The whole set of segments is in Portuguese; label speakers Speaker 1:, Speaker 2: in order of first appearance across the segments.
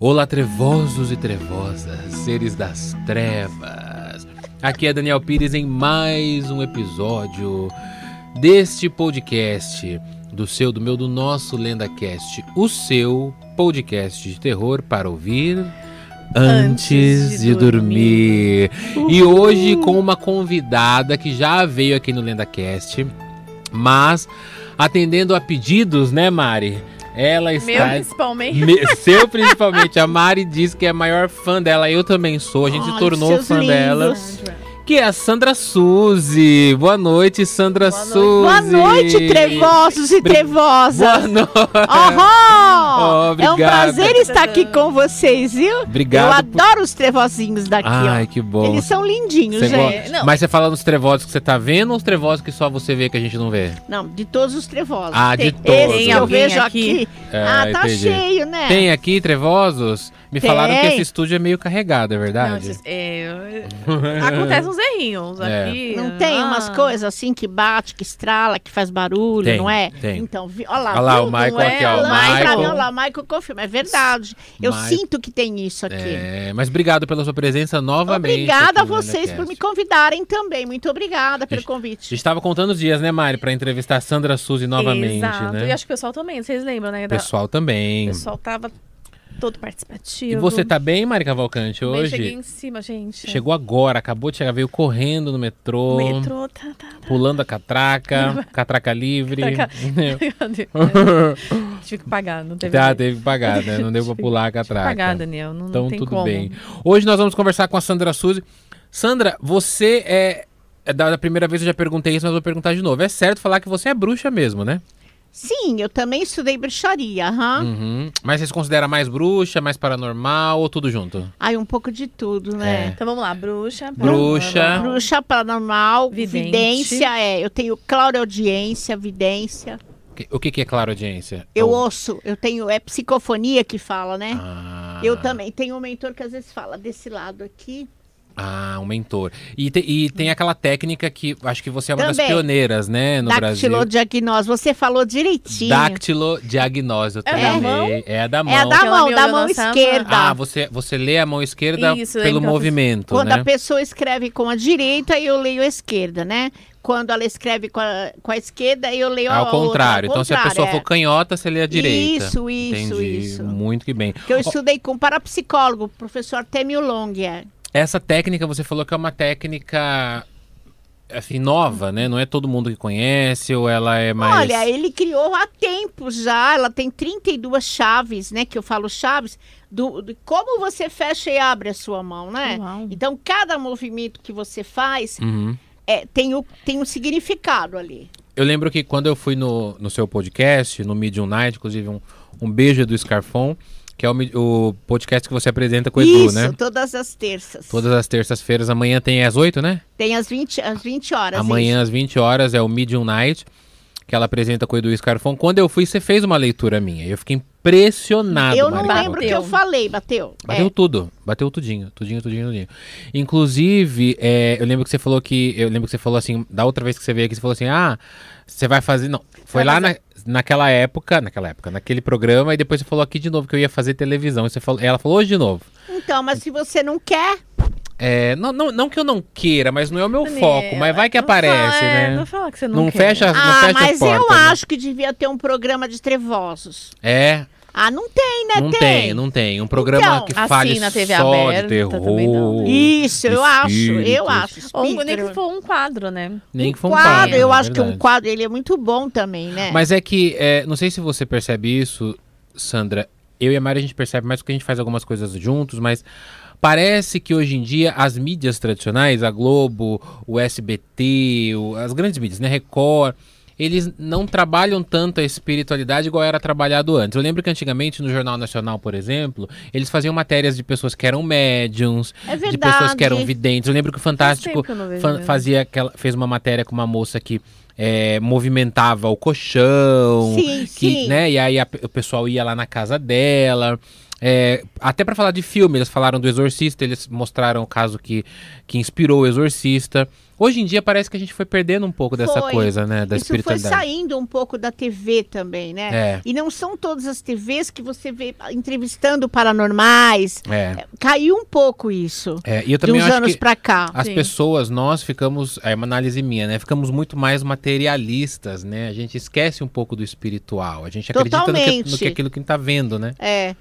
Speaker 1: Olá, trevosos e trevosas, seres das trevas. Aqui é Daniel Pires em mais um episódio deste podcast, do seu, do meu, do nosso LendaCast, o seu podcast de terror para ouvir antes,
Speaker 2: Antes
Speaker 1: de,
Speaker 2: de
Speaker 1: dormir.
Speaker 2: dormir.
Speaker 1: E hoje com uma convidada que já veio aqui no LendaCast, mas atendendo a pedidos, né, Mari? Ela
Speaker 2: Meu,
Speaker 1: está
Speaker 2: principalmente.
Speaker 1: me- seu principalmente. A Mari diz que é a maior fã dela. Eu também sou. A gente se
Speaker 3: Olha,
Speaker 1: tornou
Speaker 3: seus
Speaker 1: fã dela.
Speaker 3: lindos.
Speaker 1: Que é a Sandra Suzy. Boa noite, Sandra
Speaker 2: Boa noite.
Speaker 3: Boa
Speaker 1: Suzy.
Speaker 3: noite, trevosos e
Speaker 1: Bri-
Speaker 3: trevosas.
Speaker 1: Boa noite.
Speaker 3: Aham!
Speaker 1: Obrigado.
Speaker 3: É um prazer estar aqui com vocês, viu? Eu
Speaker 1: Obrigado. por-
Speaker 3: adoro os trevozinhos daqui,
Speaker 1: Ai, que
Speaker 3: ó.
Speaker 1: bom.
Speaker 3: Eles são lindinhos,
Speaker 1: Você
Speaker 3: gente.
Speaker 1: gosta?
Speaker 2: Não.
Speaker 1: Mas você fala dos trevosos que você tá vendo ou os trevosos que só você vê que a gente não vê?
Speaker 3: Não, de todos os trevosos.
Speaker 1: Ah, de
Speaker 3: Tem
Speaker 1: todos.
Speaker 3: Esse que eu
Speaker 2: Tem
Speaker 3: vejo
Speaker 2: alguém
Speaker 3: aqui. ah, tá
Speaker 1: É, entendi.
Speaker 3: cheio, né?
Speaker 1: Tem aqui trevosos? Me falaram que
Speaker 3: Tem.
Speaker 1: esse estúdio é meio carregado, é
Speaker 2: Não,
Speaker 1: verdade?
Speaker 2: esses- é, acontece uns errinhos
Speaker 1: É.
Speaker 2: aqui.
Speaker 3: Não tem
Speaker 2: Ah.
Speaker 3: umas coisas assim que bate, que estrala, que faz barulho,
Speaker 1: Tem,
Speaker 3: não é?
Speaker 1: tem.
Speaker 3: Então, vi... olha lá.
Speaker 1: Olha lá,
Speaker 3: viu?
Speaker 1: o Michael
Speaker 2: é?
Speaker 1: aqui, ó.
Speaker 3: Olha
Speaker 1: O
Speaker 3: lá, pra mim, olha
Speaker 1: Michael.
Speaker 3: lá, o Michael confirma, é verdade. Eu
Speaker 1: Michael.
Speaker 3: sinto que tem isso aqui.
Speaker 1: É, mas obrigado pela sua presença novamente.
Speaker 3: Obrigada
Speaker 1: aqui
Speaker 3: a
Speaker 1: no
Speaker 3: vocês por
Speaker 1: LendaCast.
Speaker 3: me convidarem também. Muito obrigada pelo
Speaker 1: Gente, A
Speaker 3: convite.
Speaker 1: gente tava contando os dias, né, Mari, pra entrevistar a Sandra Suzy novamente,
Speaker 2: Exato. E
Speaker 1: né?
Speaker 2: acho que o pessoal também, vocês lembram, né?
Speaker 1: O
Speaker 2: da-
Speaker 1: pessoal
Speaker 2: O
Speaker 1: também.
Speaker 2: pessoal tava todo
Speaker 1: E
Speaker 2: participativo.
Speaker 1: você tá bem, Mari Cavalcante,
Speaker 2: Também Cheguei
Speaker 1: hoje?
Speaker 2: em cima, gente.
Speaker 1: Chegou agora, acabou de chegar, veio correndo no metrô,
Speaker 2: O metrô, tá, tá, tá.
Speaker 1: pulando a catraca, catraca livre.
Speaker 2: Catraca-
Speaker 1: Entendeu?
Speaker 2: Tive que pagar, não teve.
Speaker 1: É. tá,
Speaker 2: jeito.
Speaker 1: teve que pagar, né? Não deu pra pular a
Speaker 2: Tive que pagar,
Speaker 1: catraca.
Speaker 2: Daniel. Não,
Speaker 1: Então
Speaker 2: não tem
Speaker 1: tudo
Speaker 2: como.
Speaker 1: bem. Hoje nós vamos conversar com a Sandra Suzy. Sandra, você é. é Da da primeira vez eu já perguntei isso, mas vou perguntar de novo. É certo falar que você é bruxa mesmo, né?
Speaker 3: Sim, eu também estudei bruxaria, aham.
Speaker 1: Uhum. Mas você se considera mais bruxa, mais paranormal ou tudo junto?
Speaker 3: Aí um pouco de tudo, né?
Speaker 2: Então vamos lá, bruxa.
Speaker 1: É. Bruxa.
Speaker 2: paranormal.
Speaker 3: Bruxa paranormal,
Speaker 2: Vidente.
Speaker 3: vidência, é. Eu tenho claudiaudiência, vidência.
Speaker 1: Que- O que, que é claro audiência?
Speaker 3: Eu
Speaker 1: Ou-
Speaker 3: ouço, eu tenho, é psicofonia que fala, né?
Speaker 1: Ah,
Speaker 3: Eu também tenho um mentor que às vezes fala desse lado aqui.
Speaker 1: Ah, um mentor. E, te- e tem aquela técnica que acho que você é uma das
Speaker 3: Também.
Speaker 1: pioneiras, né, no Brasil.
Speaker 3: Dactilodiagnóstico, você falou direitinho.
Speaker 1: Dactilodiagnóstico.
Speaker 2: É
Speaker 1: também.
Speaker 2: da mão?
Speaker 1: É a da mão.
Speaker 3: É a da
Speaker 2: Aquela
Speaker 3: mão,
Speaker 2: meu
Speaker 3: da
Speaker 2: da
Speaker 3: mão
Speaker 2: nossa mão.
Speaker 3: esquerda.
Speaker 1: Ah, você, você lê a mão esquerda
Speaker 2: Isso,
Speaker 1: pelo
Speaker 2: lembra que ela fez-
Speaker 1: movimento,
Speaker 3: Quando
Speaker 1: né?
Speaker 3: a pessoa escreve com a direita, eu leio a esquerda, né? Quando ela escreve com a, com a esquerda, eu leio a
Speaker 1: Ao
Speaker 3: outra,
Speaker 1: contrário.
Speaker 3: ao
Speaker 1: então, se a pessoa
Speaker 3: contrário, é.
Speaker 1: for canhota, você lê a direita.
Speaker 3: Isso, isso,
Speaker 1: Entendi.
Speaker 3: isso.
Speaker 1: Muito que bem.
Speaker 3: é. Que eu estudei com um parapsicólogo, o professor Temil Long. É.
Speaker 1: Essa técnica, você falou que é uma técnica assim, nova, né? Não é todo mundo que conhece, ou ela é mais.
Speaker 3: Olha, ele criou há tempo já, ela tem 32 chaves, né? Que eu falo chaves, do, do como você fecha e abre a sua mão, né?
Speaker 2: Uau.
Speaker 3: Então, cada movimento que você faz
Speaker 1: Uhum.
Speaker 3: é, tem, o, tem um significado ali.
Speaker 1: Eu lembro que quando eu fui no, no seu podcast, no Medium Night, inclusive um, um beijo do Scarfon, que é o, mi- o podcast que você apresenta com o Edu,
Speaker 3: Isso,
Speaker 1: né?
Speaker 3: todas as terças.
Speaker 1: Todas as terças-feiras, amanhã tem às 8, né?
Speaker 3: Tem às 20, às 20 horas.
Speaker 1: amanhã às 20 horas é o Medium Night, que ela apresenta com o Edu Scarfon. Quando eu fui, você fez uma leitura minha. Eu fiquei impressionado,
Speaker 3: Eu não
Speaker 1: Mari
Speaker 3: lembro o que
Speaker 1: Cavalcante.
Speaker 3: eu falei, bateu. É.
Speaker 1: Bateu tudo, bateu tudinho, tudinho, tudinho, tudinho. Inclusive, é, eu lembro que você falou que. Eu lembro que você falou assim, da outra vez que você veio aqui, você falou assim: ah, você vai fazer. Não, foi
Speaker 2: Vai
Speaker 1: lá na, naquela época, naquela época, naquele programa, e depois você falou aqui de novo que eu ia fazer televisão. E você falou, ela falou hoje de novo.
Speaker 3: É. Então, mas se você não quer,
Speaker 1: É, não, não, não que eu não queira, mas não é o meu
Speaker 2: Daniel,
Speaker 1: foco, mas vai que
Speaker 2: não fala,
Speaker 1: aparece,
Speaker 2: é,
Speaker 1: né?
Speaker 2: Não fala que você não
Speaker 1: Não,
Speaker 2: quer.
Speaker 1: fecha, não
Speaker 3: ah,
Speaker 1: fecha
Speaker 3: mas
Speaker 1: a porta.
Speaker 3: eu
Speaker 1: né?
Speaker 3: acho que devia ter um programa de trevosos.
Speaker 1: É,
Speaker 3: Ah, não tem, né?
Speaker 1: não tem, não tem. Um programa
Speaker 3: Então,
Speaker 1: que
Speaker 2: assim,
Speaker 1: fale
Speaker 2: na TV
Speaker 1: só de
Speaker 2: aberta também não,
Speaker 1: terror.
Speaker 2: né?
Speaker 3: Isso, eu acho, eu
Speaker 1: espíritos.
Speaker 3: acho.
Speaker 2: Ou um-
Speaker 3: Espírito.
Speaker 2: nem que for um quadro, né?
Speaker 1: Nem que foi um
Speaker 3: quadro,
Speaker 1: quadro,
Speaker 3: eu
Speaker 1: é
Speaker 3: acho que um
Speaker 1: verdade.
Speaker 3: quadro, ele é muito bom também, né?
Speaker 1: Mas é que, é, não sei se você percebe isso, Sandra. Eu e a Mari a gente percebe mais porque a gente faz algumas coisas juntos, mas parece que hoje em dia as mídias tradicionais, a Globo, o SBT, o- as grandes mídias, né? Record. Eles não trabalham tanto a espiritualidade igual era trabalhado antes. Eu lembro que antigamente no Jornal Nacional, por exemplo, eles faziam matérias de pessoas que eram médiums,
Speaker 3: é verdade.
Speaker 1: de pessoas que eram videntes. Eu né? lembro que o
Speaker 2: Faz
Speaker 1: Fantástico
Speaker 2: tempo que eu não vejo
Speaker 1: Tá, tipo, Fa-
Speaker 3: é.
Speaker 2: mesmo.
Speaker 1: fazia aquela, fez uma matéria com uma moça que é, movimentava o colchão,
Speaker 3: Sim,
Speaker 1: que,
Speaker 3: sim.
Speaker 1: né? E aí a pe- o pessoal ia lá na casa dela. É, até pra falar de filme, eles falaram do Exorcista, eles mostraram o caso que, que inspirou o Exorcista. Hoje em dia parece que a gente foi perdendo um pouco dessa
Speaker 3: Foi.
Speaker 1: coisa, né? Da
Speaker 3: Isso foi
Speaker 1: espiritualidade.
Speaker 3: saindo um pouco da TV também, né?
Speaker 1: É,
Speaker 3: E não são todas as TVs que você vê entrevistando paranormais.
Speaker 1: é,
Speaker 3: Caiu um pouco isso.
Speaker 1: é. E eu
Speaker 3: De
Speaker 1: também
Speaker 3: uns
Speaker 1: acho
Speaker 3: anos
Speaker 1: que
Speaker 3: pra cá.
Speaker 1: as
Speaker 2: Sim.
Speaker 1: pessoas, nós ficamos, é uma análise minha, né? Ficamos muito mais materialistas, né? A gente esquece um pouco do espiritual. A gente acredita no que, no
Speaker 3: Totalmente.
Speaker 1: que aquilo que a gente tá vendo, né?
Speaker 3: É,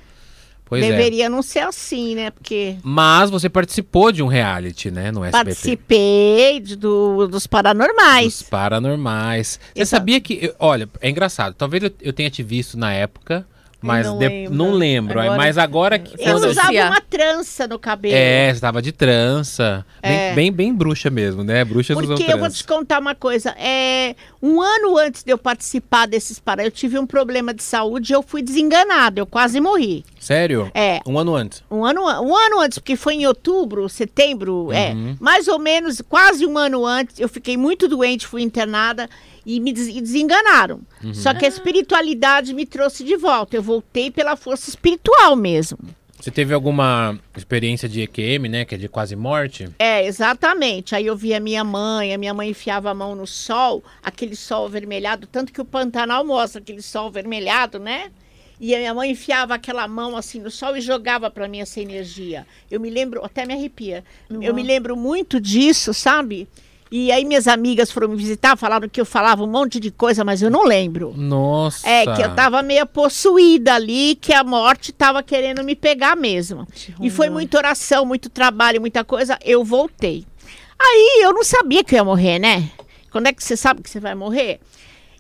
Speaker 1: Pois é.
Speaker 3: deveria não ser assim, né? Porque
Speaker 1: Mas você participou de um reality, né? No SBT.
Speaker 3: participei de- do, dos
Speaker 1: Dos
Speaker 3: paranormais.
Speaker 1: paranormais. Você
Speaker 3: Exato.
Speaker 1: sabia que. eu- olha, é engraçado. Talvez eu, eu tenha te visto na época, mas de- não,
Speaker 2: não lembro.
Speaker 1: lembro. aí,
Speaker 2: Agora-
Speaker 1: mas agora que.
Speaker 2: Eu
Speaker 3: Eu
Speaker 1: quando-
Speaker 3: usava
Speaker 2: associar.
Speaker 3: uma trança no cabelo.
Speaker 1: É, você tava de trança. Bem,
Speaker 3: É.
Speaker 1: bem, bem bruxa mesmo, né? Bruxas usam
Speaker 3: Porque
Speaker 1: trança.
Speaker 3: eu vou te contar uma coisa. É, um ano antes de eu participar desses para, eu tive um problema de saúde e eu fui desenganada, eu quase morri.
Speaker 1: Sério?
Speaker 3: É,
Speaker 1: Um ano antes.
Speaker 3: um ano, an- um ano antes, porque foi em outubro, setembro, é,
Speaker 1: Uhum.
Speaker 3: mais ou menos, quase um ano antes, eu fiquei muito doente, fui internada e me des- e desenganaram. Só que a espiritualidade me trouxe de volta. Eu voltei pela força espiritual mesmo.
Speaker 1: Você teve alguma experiência de EQM, né? Que é de quase morte?
Speaker 3: É, exatamente. Aí eu via minha mãe, a minha mãe enfiava a mão no sol, aquele sol avermelhado, tanto que o Pantanal mostra aquele sol avermelhado, né? E a minha mãe enfiava aquela mão assim no sol e jogava para mim essa energia. Eu me lembro, até me arrepia. Eu me lembro muito disso, sabe? E aí minhas amigas foram me visitar, falaram que eu falava um monte de coisa, mas eu não lembro.
Speaker 1: Nossa.
Speaker 3: É, que eu tava meio possuída ali, que a morte tava querendo me pegar mesmo. E foi muita oração, muito trabalho, muita coisa. Eu voltei. Aí eu não sabia que eu ia morrer, né? Quando é que você sabe que você vai morrer?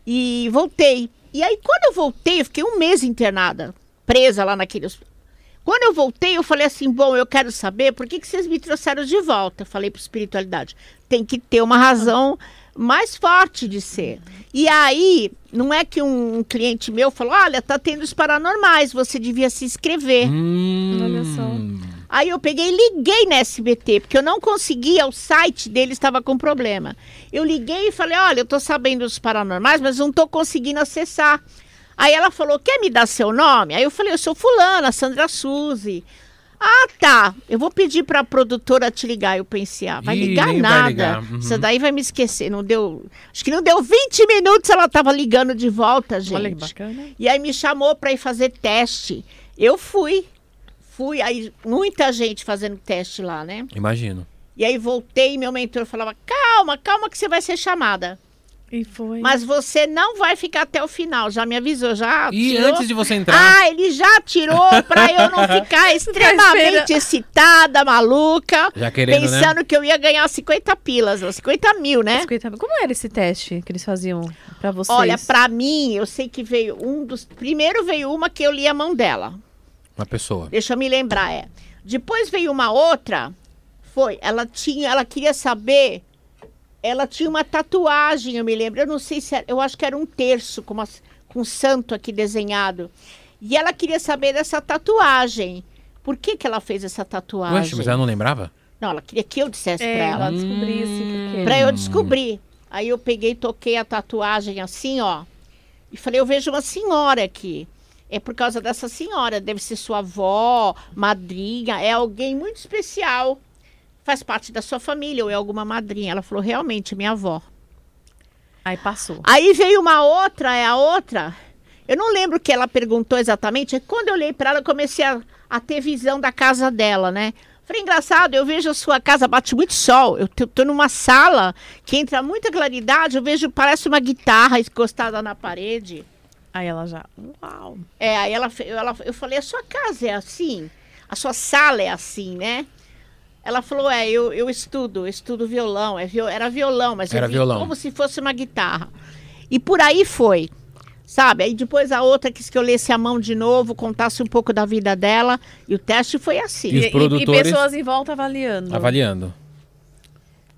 Speaker 3: E voltei. E aí, quando eu voltei, eu fiquei um mês internada, presa lá naquele. hosp- Quando eu voltei, eu falei assim: bom, eu quero saber por que, que vocês me trouxeram de volta. Eu falei para espiritualidade. Tem que ter uma razão mais forte de ser. E aí, não é que um, um cliente meu falou: olha, tá tendo os paranormais, você devia se inscrever.
Speaker 1: Hum,
Speaker 2: Olha só.
Speaker 3: Aí eu peguei e liguei na SBT, porque eu não conseguia, o site dele estava com problema. Eu liguei e falei: olha, eu tô sabendo dos paranormais, mas não tô conseguindo acessar. Aí ela falou: quer me dar seu nome? Aí eu falei: eu sou Fulana, Sandra Suzy. Ah, tá. Eu vou pedir para a produtora te ligar. Eu pensei: ah, vai
Speaker 1: Ih,
Speaker 3: ligar
Speaker 1: nem vai
Speaker 3: nada.
Speaker 1: ligar. Uhum.
Speaker 3: Essa daí vai me esquecer. Não deu. Acho que não deu 20 minutos, ela tava ligando de volta, gente.
Speaker 2: Olha que bacana.
Speaker 3: E aí me chamou para ir fazer teste. Eu fui. Fui, aí muita gente fazendo teste lá, né?
Speaker 1: Imagino.
Speaker 3: E aí voltei e meu mentor falava: "Calma, calma que você vai ser chamada,
Speaker 2: E foi.
Speaker 3: mas você não vai ficar até o final". Já me avisou, já
Speaker 1: E
Speaker 3: tirou.
Speaker 1: antes de você entrar.
Speaker 3: Ah, ele já tirou para eu não ficar Tá extremamente excitada, maluca,
Speaker 1: já Tá querendo, né?
Speaker 3: pensando que eu ia ganhar 50 pilas, ou 50 mil, né?
Speaker 2: 50 mil. Como era esse teste que eles faziam pra vocês?
Speaker 3: Olha, para mim, eu sei que veio um dos. Primeiro veio uma que eu li a mão dela.
Speaker 1: Uma pessoa.
Speaker 3: Deixa eu me lembrar, é. Depois veio uma outra, foi, ela tinha, ela queria saber, ela tinha uma tatuagem, eu me lembro, eu não sei se era, eu acho que era um terço com, uma- com um santo aqui desenhado. E ela queria saber dessa tatuagem. Por que que ela fez essa tatuagem?
Speaker 1: Ué, mas ela não lembrava?
Speaker 3: Não, ela queria que eu dissesse
Speaker 2: É,
Speaker 3: pra ela.
Speaker 2: ela descobrisse
Speaker 1: Hum.
Speaker 2: o que que
Speaker 3: Pra
Speaker 2: era.
Speaker 3: eu descobrir. Aí eu peguei, toquei a tatuagem assim, ó. E falei, eu vejo uma senhora aqui. É por causa dessa senhora. Deve ser sua avó, madrinha. É alguém muito especial. Faz parte da sua família ou é alguma madrinha. Ela falou, realmente, minha avó.
Speaker 2: Aí passou.
Speaker 3: Aí veio uma outra, é a outra. Eu não lembro o que ela perguntou exatamente. é que Quando eu olhei para ela, eu comecei a, a ter visão da casa dela, né? Falei, engraçado, eu vejo a sua casa, bate muito sol. Eu tô, tô numa sala que entra muita claridade, eu vejo, parece uma guitarra encostada na parede.
Speaker 2: Aí ela já. Uau!
Speaker 3: É, aí ela, fe- ela, eu falei, a sua casa é assim? A sua sala é assim, né? Ela falou, é, eu, eu estudo, eu estudo violão. É, viol- era violão, mas
Speaker 1: Era
Speaker 3: eu vi
Speaker 1: violão.
Speaker 3: como se fosse uma guitarra. E por aí foi, sabe? Aí depois a outra quis que eu lesse a mão de novo, contasse um pouco da vida dela. E o teste foi assim.
Speaker 1: E os produtores-
Speaker 2: pessoas em volta avaliando.
Speaker 1: Avaliando.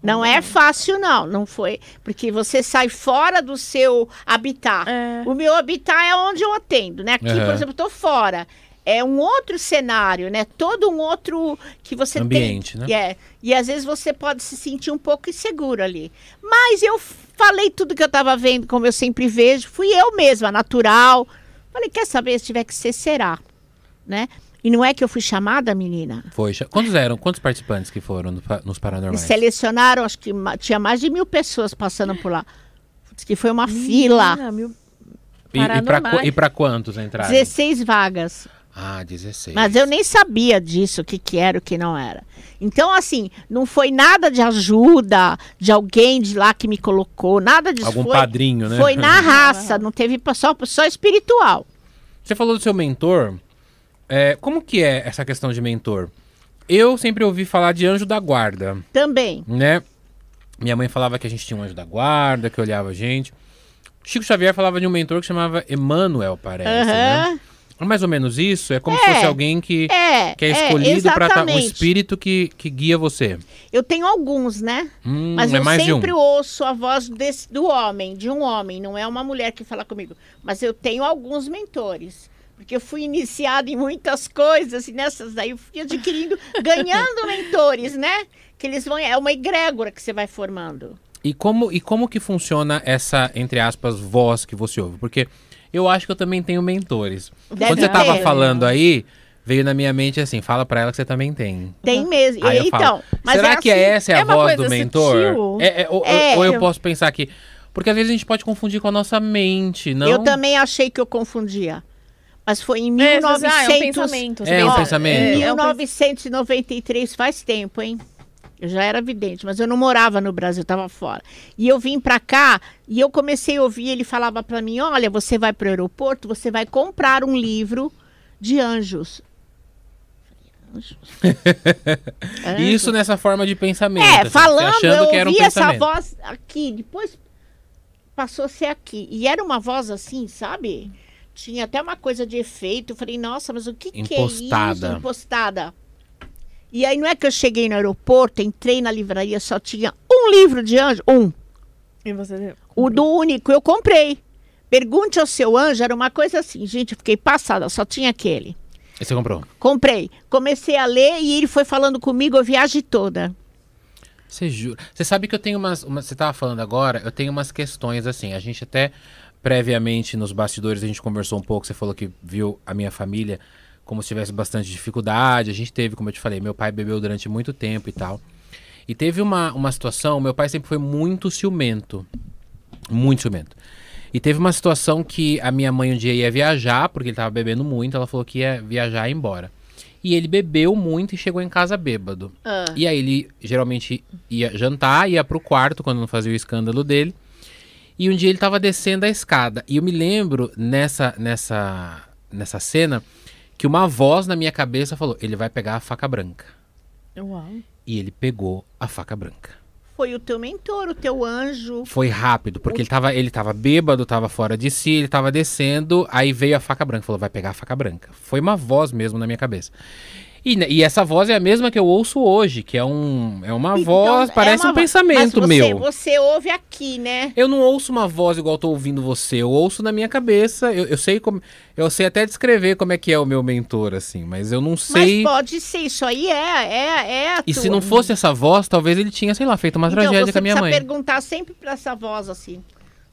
Speaker 3: Não é fácil, não. Não foi. Porque você sai fora do seu habitat.
Speaker 2: É.
Speaker 3: O meu habitat é onde eu atendo, né? Aqui,
Speaker 1: Aham.
Speaker 3: por exemplo, eu tô fora. É um outro cenário, né? Todo um outro que você
Speaker 1: Ambiente,
Speaker 3: tem.
Speaker 1: né?
Speaker 3: É. E às vezes você pode se sentir um pouco inseguro ali. Mas eu falei tudo que eu tava vendo, como eu sempre vejo. Fui eu mesma, natural. Falei, quer saber? Se tiver que ser, será. Né? E não é que eu fui chamada, menina?
Speaker 1: Foi. cha- Quantos eram? Quantos participantes que foram no pa- nos
Speaker 3: Eles
Speaker 1: paranormais?
Speaker 3: selecionaram, acho que ma- tinha mais de mil pessoas passando por lá. Diz que foi uma fila.
Speaker 2: Menina, meu-
Speaker 1: E, e pra
Speaker 2: Paranormais.
Speaker 1: qu- e pra quantos entraram?
Speaker 3: 16 vagas.
Speaker 1: Ah, 16.
Speaker 3: Mas eu nem sabia disso, o que, que era, o que não era. Então, assim, não foi nada de ajuda de alguém de lá que me colocou, nada disso.
Speaker 1: Algum
Speaker 3: foi,
Speaker 1: padrinho, né?
Speaker 3: Foi na raça, não teve pa- só, só espiritual.
Speaker 1: Você falou do seu mentor. É, como que é essa questão de mentor? Eu sempre ouvi falar de anjo da guarda,
Speaker 3: Também.
Speaker 1: né? Minha mãe falava que a gente tinha um anjo da guarda, que olhava a gente. Chico Xavier falava de um mentor que chamava Emmanuel, parece, né?
Speaker 3: Aham.
Speaker 1: É mais ou menos isso? É como
Speaker 3: É.
Speaker 1: se fosse alguém que,
Speaker 3: É,
Speaker 1: que é escolhido pra estar... Um
Speaker 3: exatamente.
Speaker 1: espírito que, que guia você.
Speaker 3: Eu tenho alguns, né?
Speaker 1: Hum,
Speaker 3: Mas
Speaker 1: é
Speaker 3: eu
Speaker 1: mais de um.
Speaker 3: sempre ouço a voz desse- do homem, de um homem, não é uma mulher que fala comigo. Mas eu tenho alguns mentores. Porque eu fui iniciada em muitas coisas e nessas daí eu fui adquirindo, ganhando mentores, né? Que eles vão. É uma egrégora que você vai formando.
Speaker 1: E como, e como que funciona essa, entre aspas, voz que você ouve? Porque eu acho que eu também tenho mentores.
Speaker 3: Deve
Speaker 1: Quando você tava
Speaker 3: ter.
Speaker 1: falando aí, veio na minha mente assim, fala pra ela que você também tem.
Speaker 3: Tem mesmo.
Speaker 1: Aí
Speaker 3: E-
Speaker 1: eu falo,
Speaker 3: então, mas
Speaker 1: será que é essa
Speaker 3: assim,
Speaker 1: é a
Speaker 2: É uma
Speaker 1: voz
Speaker 2: coisa
Speaker 1: do mentor?
Speaker 2: sutil.
Speaker 1: É, é, ou, ou-
Speaker 3: É.
Speaker 1: ou eu posso pensar que... Porque às vezes a gente pode confundir com a nossa mente, não?
Speaker 3: Eu também achei que eu confundia. Mas foi em
Speaker 2: É, você
Speaker 3: 1900,
Speaker 2: diz, ah, é um pensamento. você
Speaker 1: É, um
Speaker 2: pensa-
Speaker 1: pensamento.
Speaker 2: é, é um pensamento.
Speaker 3: 1993, faz tempo, hein? Eu já era vidente, mas eu não morava no Brasil, eu tava fora. E eu vim pra cá e eu comecei a ouvir, ele falava pra mim: "Olha, você vai pro aeroporto, você vai comprar um livro de anjos". Anjos? É, Anjos?
Speaker 1: Isso nessa forma de pensamento. assim,
Speaker 3: É,
Speaker 1: você
Speaker 3: falando,
Speaker 1: achando
Speaker 3: eu
Speaker 1: que era um
Speaker 3: ouvi essa
Speaker 1: pensamento.
Speaker 3: voz aqui, depois passou a ser aqui. E era uma voz assim, sabe? Tinha até uma coisa de efeito. Eu falei, nossa, mas o que, que é isso?
Speaker 1: Impostada.
Speaker 3: Impostada. E aí não é que eu cheguei no aeroporto, entrei na livraria, só tinha um livro de anjo, um.
Speaker 2: E você-
Speaker 3: O do único eu comprei. Pergunte ao seu anjo, era uma coisa assim, gente, eu fiquei passada, só tinha aquele.
Speaker 1: E Você comprou.
Speaker 3: Comprei. Comecei a ler e ele foi falando comigo a viagem toda.
Speaker 1: Você jura? Você sabe que eu tenho umas, umas. Você tava falando agora, eu tenho umas questões assim. A gente até previamente nos bastidores a gente conversou um pouco. Você falou que viu a minha família como se tivesse bastante dificuldade. A gente teve, como eu te falei, meu pai bebeu durante muito tempo e tal. E teve uma, uma situação. Meu pai sempre foi muito ciumento. Muito ciumento. E teve uma situação que a minha mãe um dia ia viajar, porque ele tava bebendo muito. Ela falou que ia viajar e ir embora. E ele bebeu muito e chegou em casa bêbado. E aí ele geralmente ia jantar, ia pro quarto quando não fazia o escândalo dele. E um dia ele tava descendo a escada. E eu me lembro nessa nessa nessa cena que uma voz na minha cabeça falou: "Ele vai pegar a faca branca".
Speaker 2: Uau.
Speaker 1: E ele pegou a faca branca.
Speaker 3: Foi o teu mentor, o teu anjo.
Speaker 1: Foi rápido, porque ele tava, ele tava bêbado, tava fora de si, ele tava descendo, aí veio a faca branca, falou, vai pegar a faca branca. Foi uma voz mesmo na minha cabeça. E, ne- e essa voz é a mesma que eu ouço hoje, que é, um, é uma
Speaker 3: Então,
Speaker 1: voz,
Speaker 3: é
Speaker 1: parece
Speaker 3: uma
Speaker 1: um
Speaker 3: voz. Mas
Speaker 1: pensamento
Speaker 3: você,
Speaker 1: meu.
Speaker 3: Você ouve aqui, né?
Speaker 1: Eu não ouço uma voz igual eu tô ouvindo você, eu ouço na minha cabeça, eu, eu sei como. Eu sei até descrever como é que é o meu mentor, assim, mas eu não sei.
Speaker 3: Mas pode ser, isso aí é, é, é a
Speaker 1: e
Speaker 3: tua.
Speaker 1: se não fosse essa voz, talvez ele tinha, sei lá, feito uma
Speaker 3: então,
Speaker 1: tragédia
Speaker 3: você
Speaker 1: com a minha
Speaker 3: precisa
Speaker 1: mãe.
Speaker 3: perguntar sempre pra essa voz assim: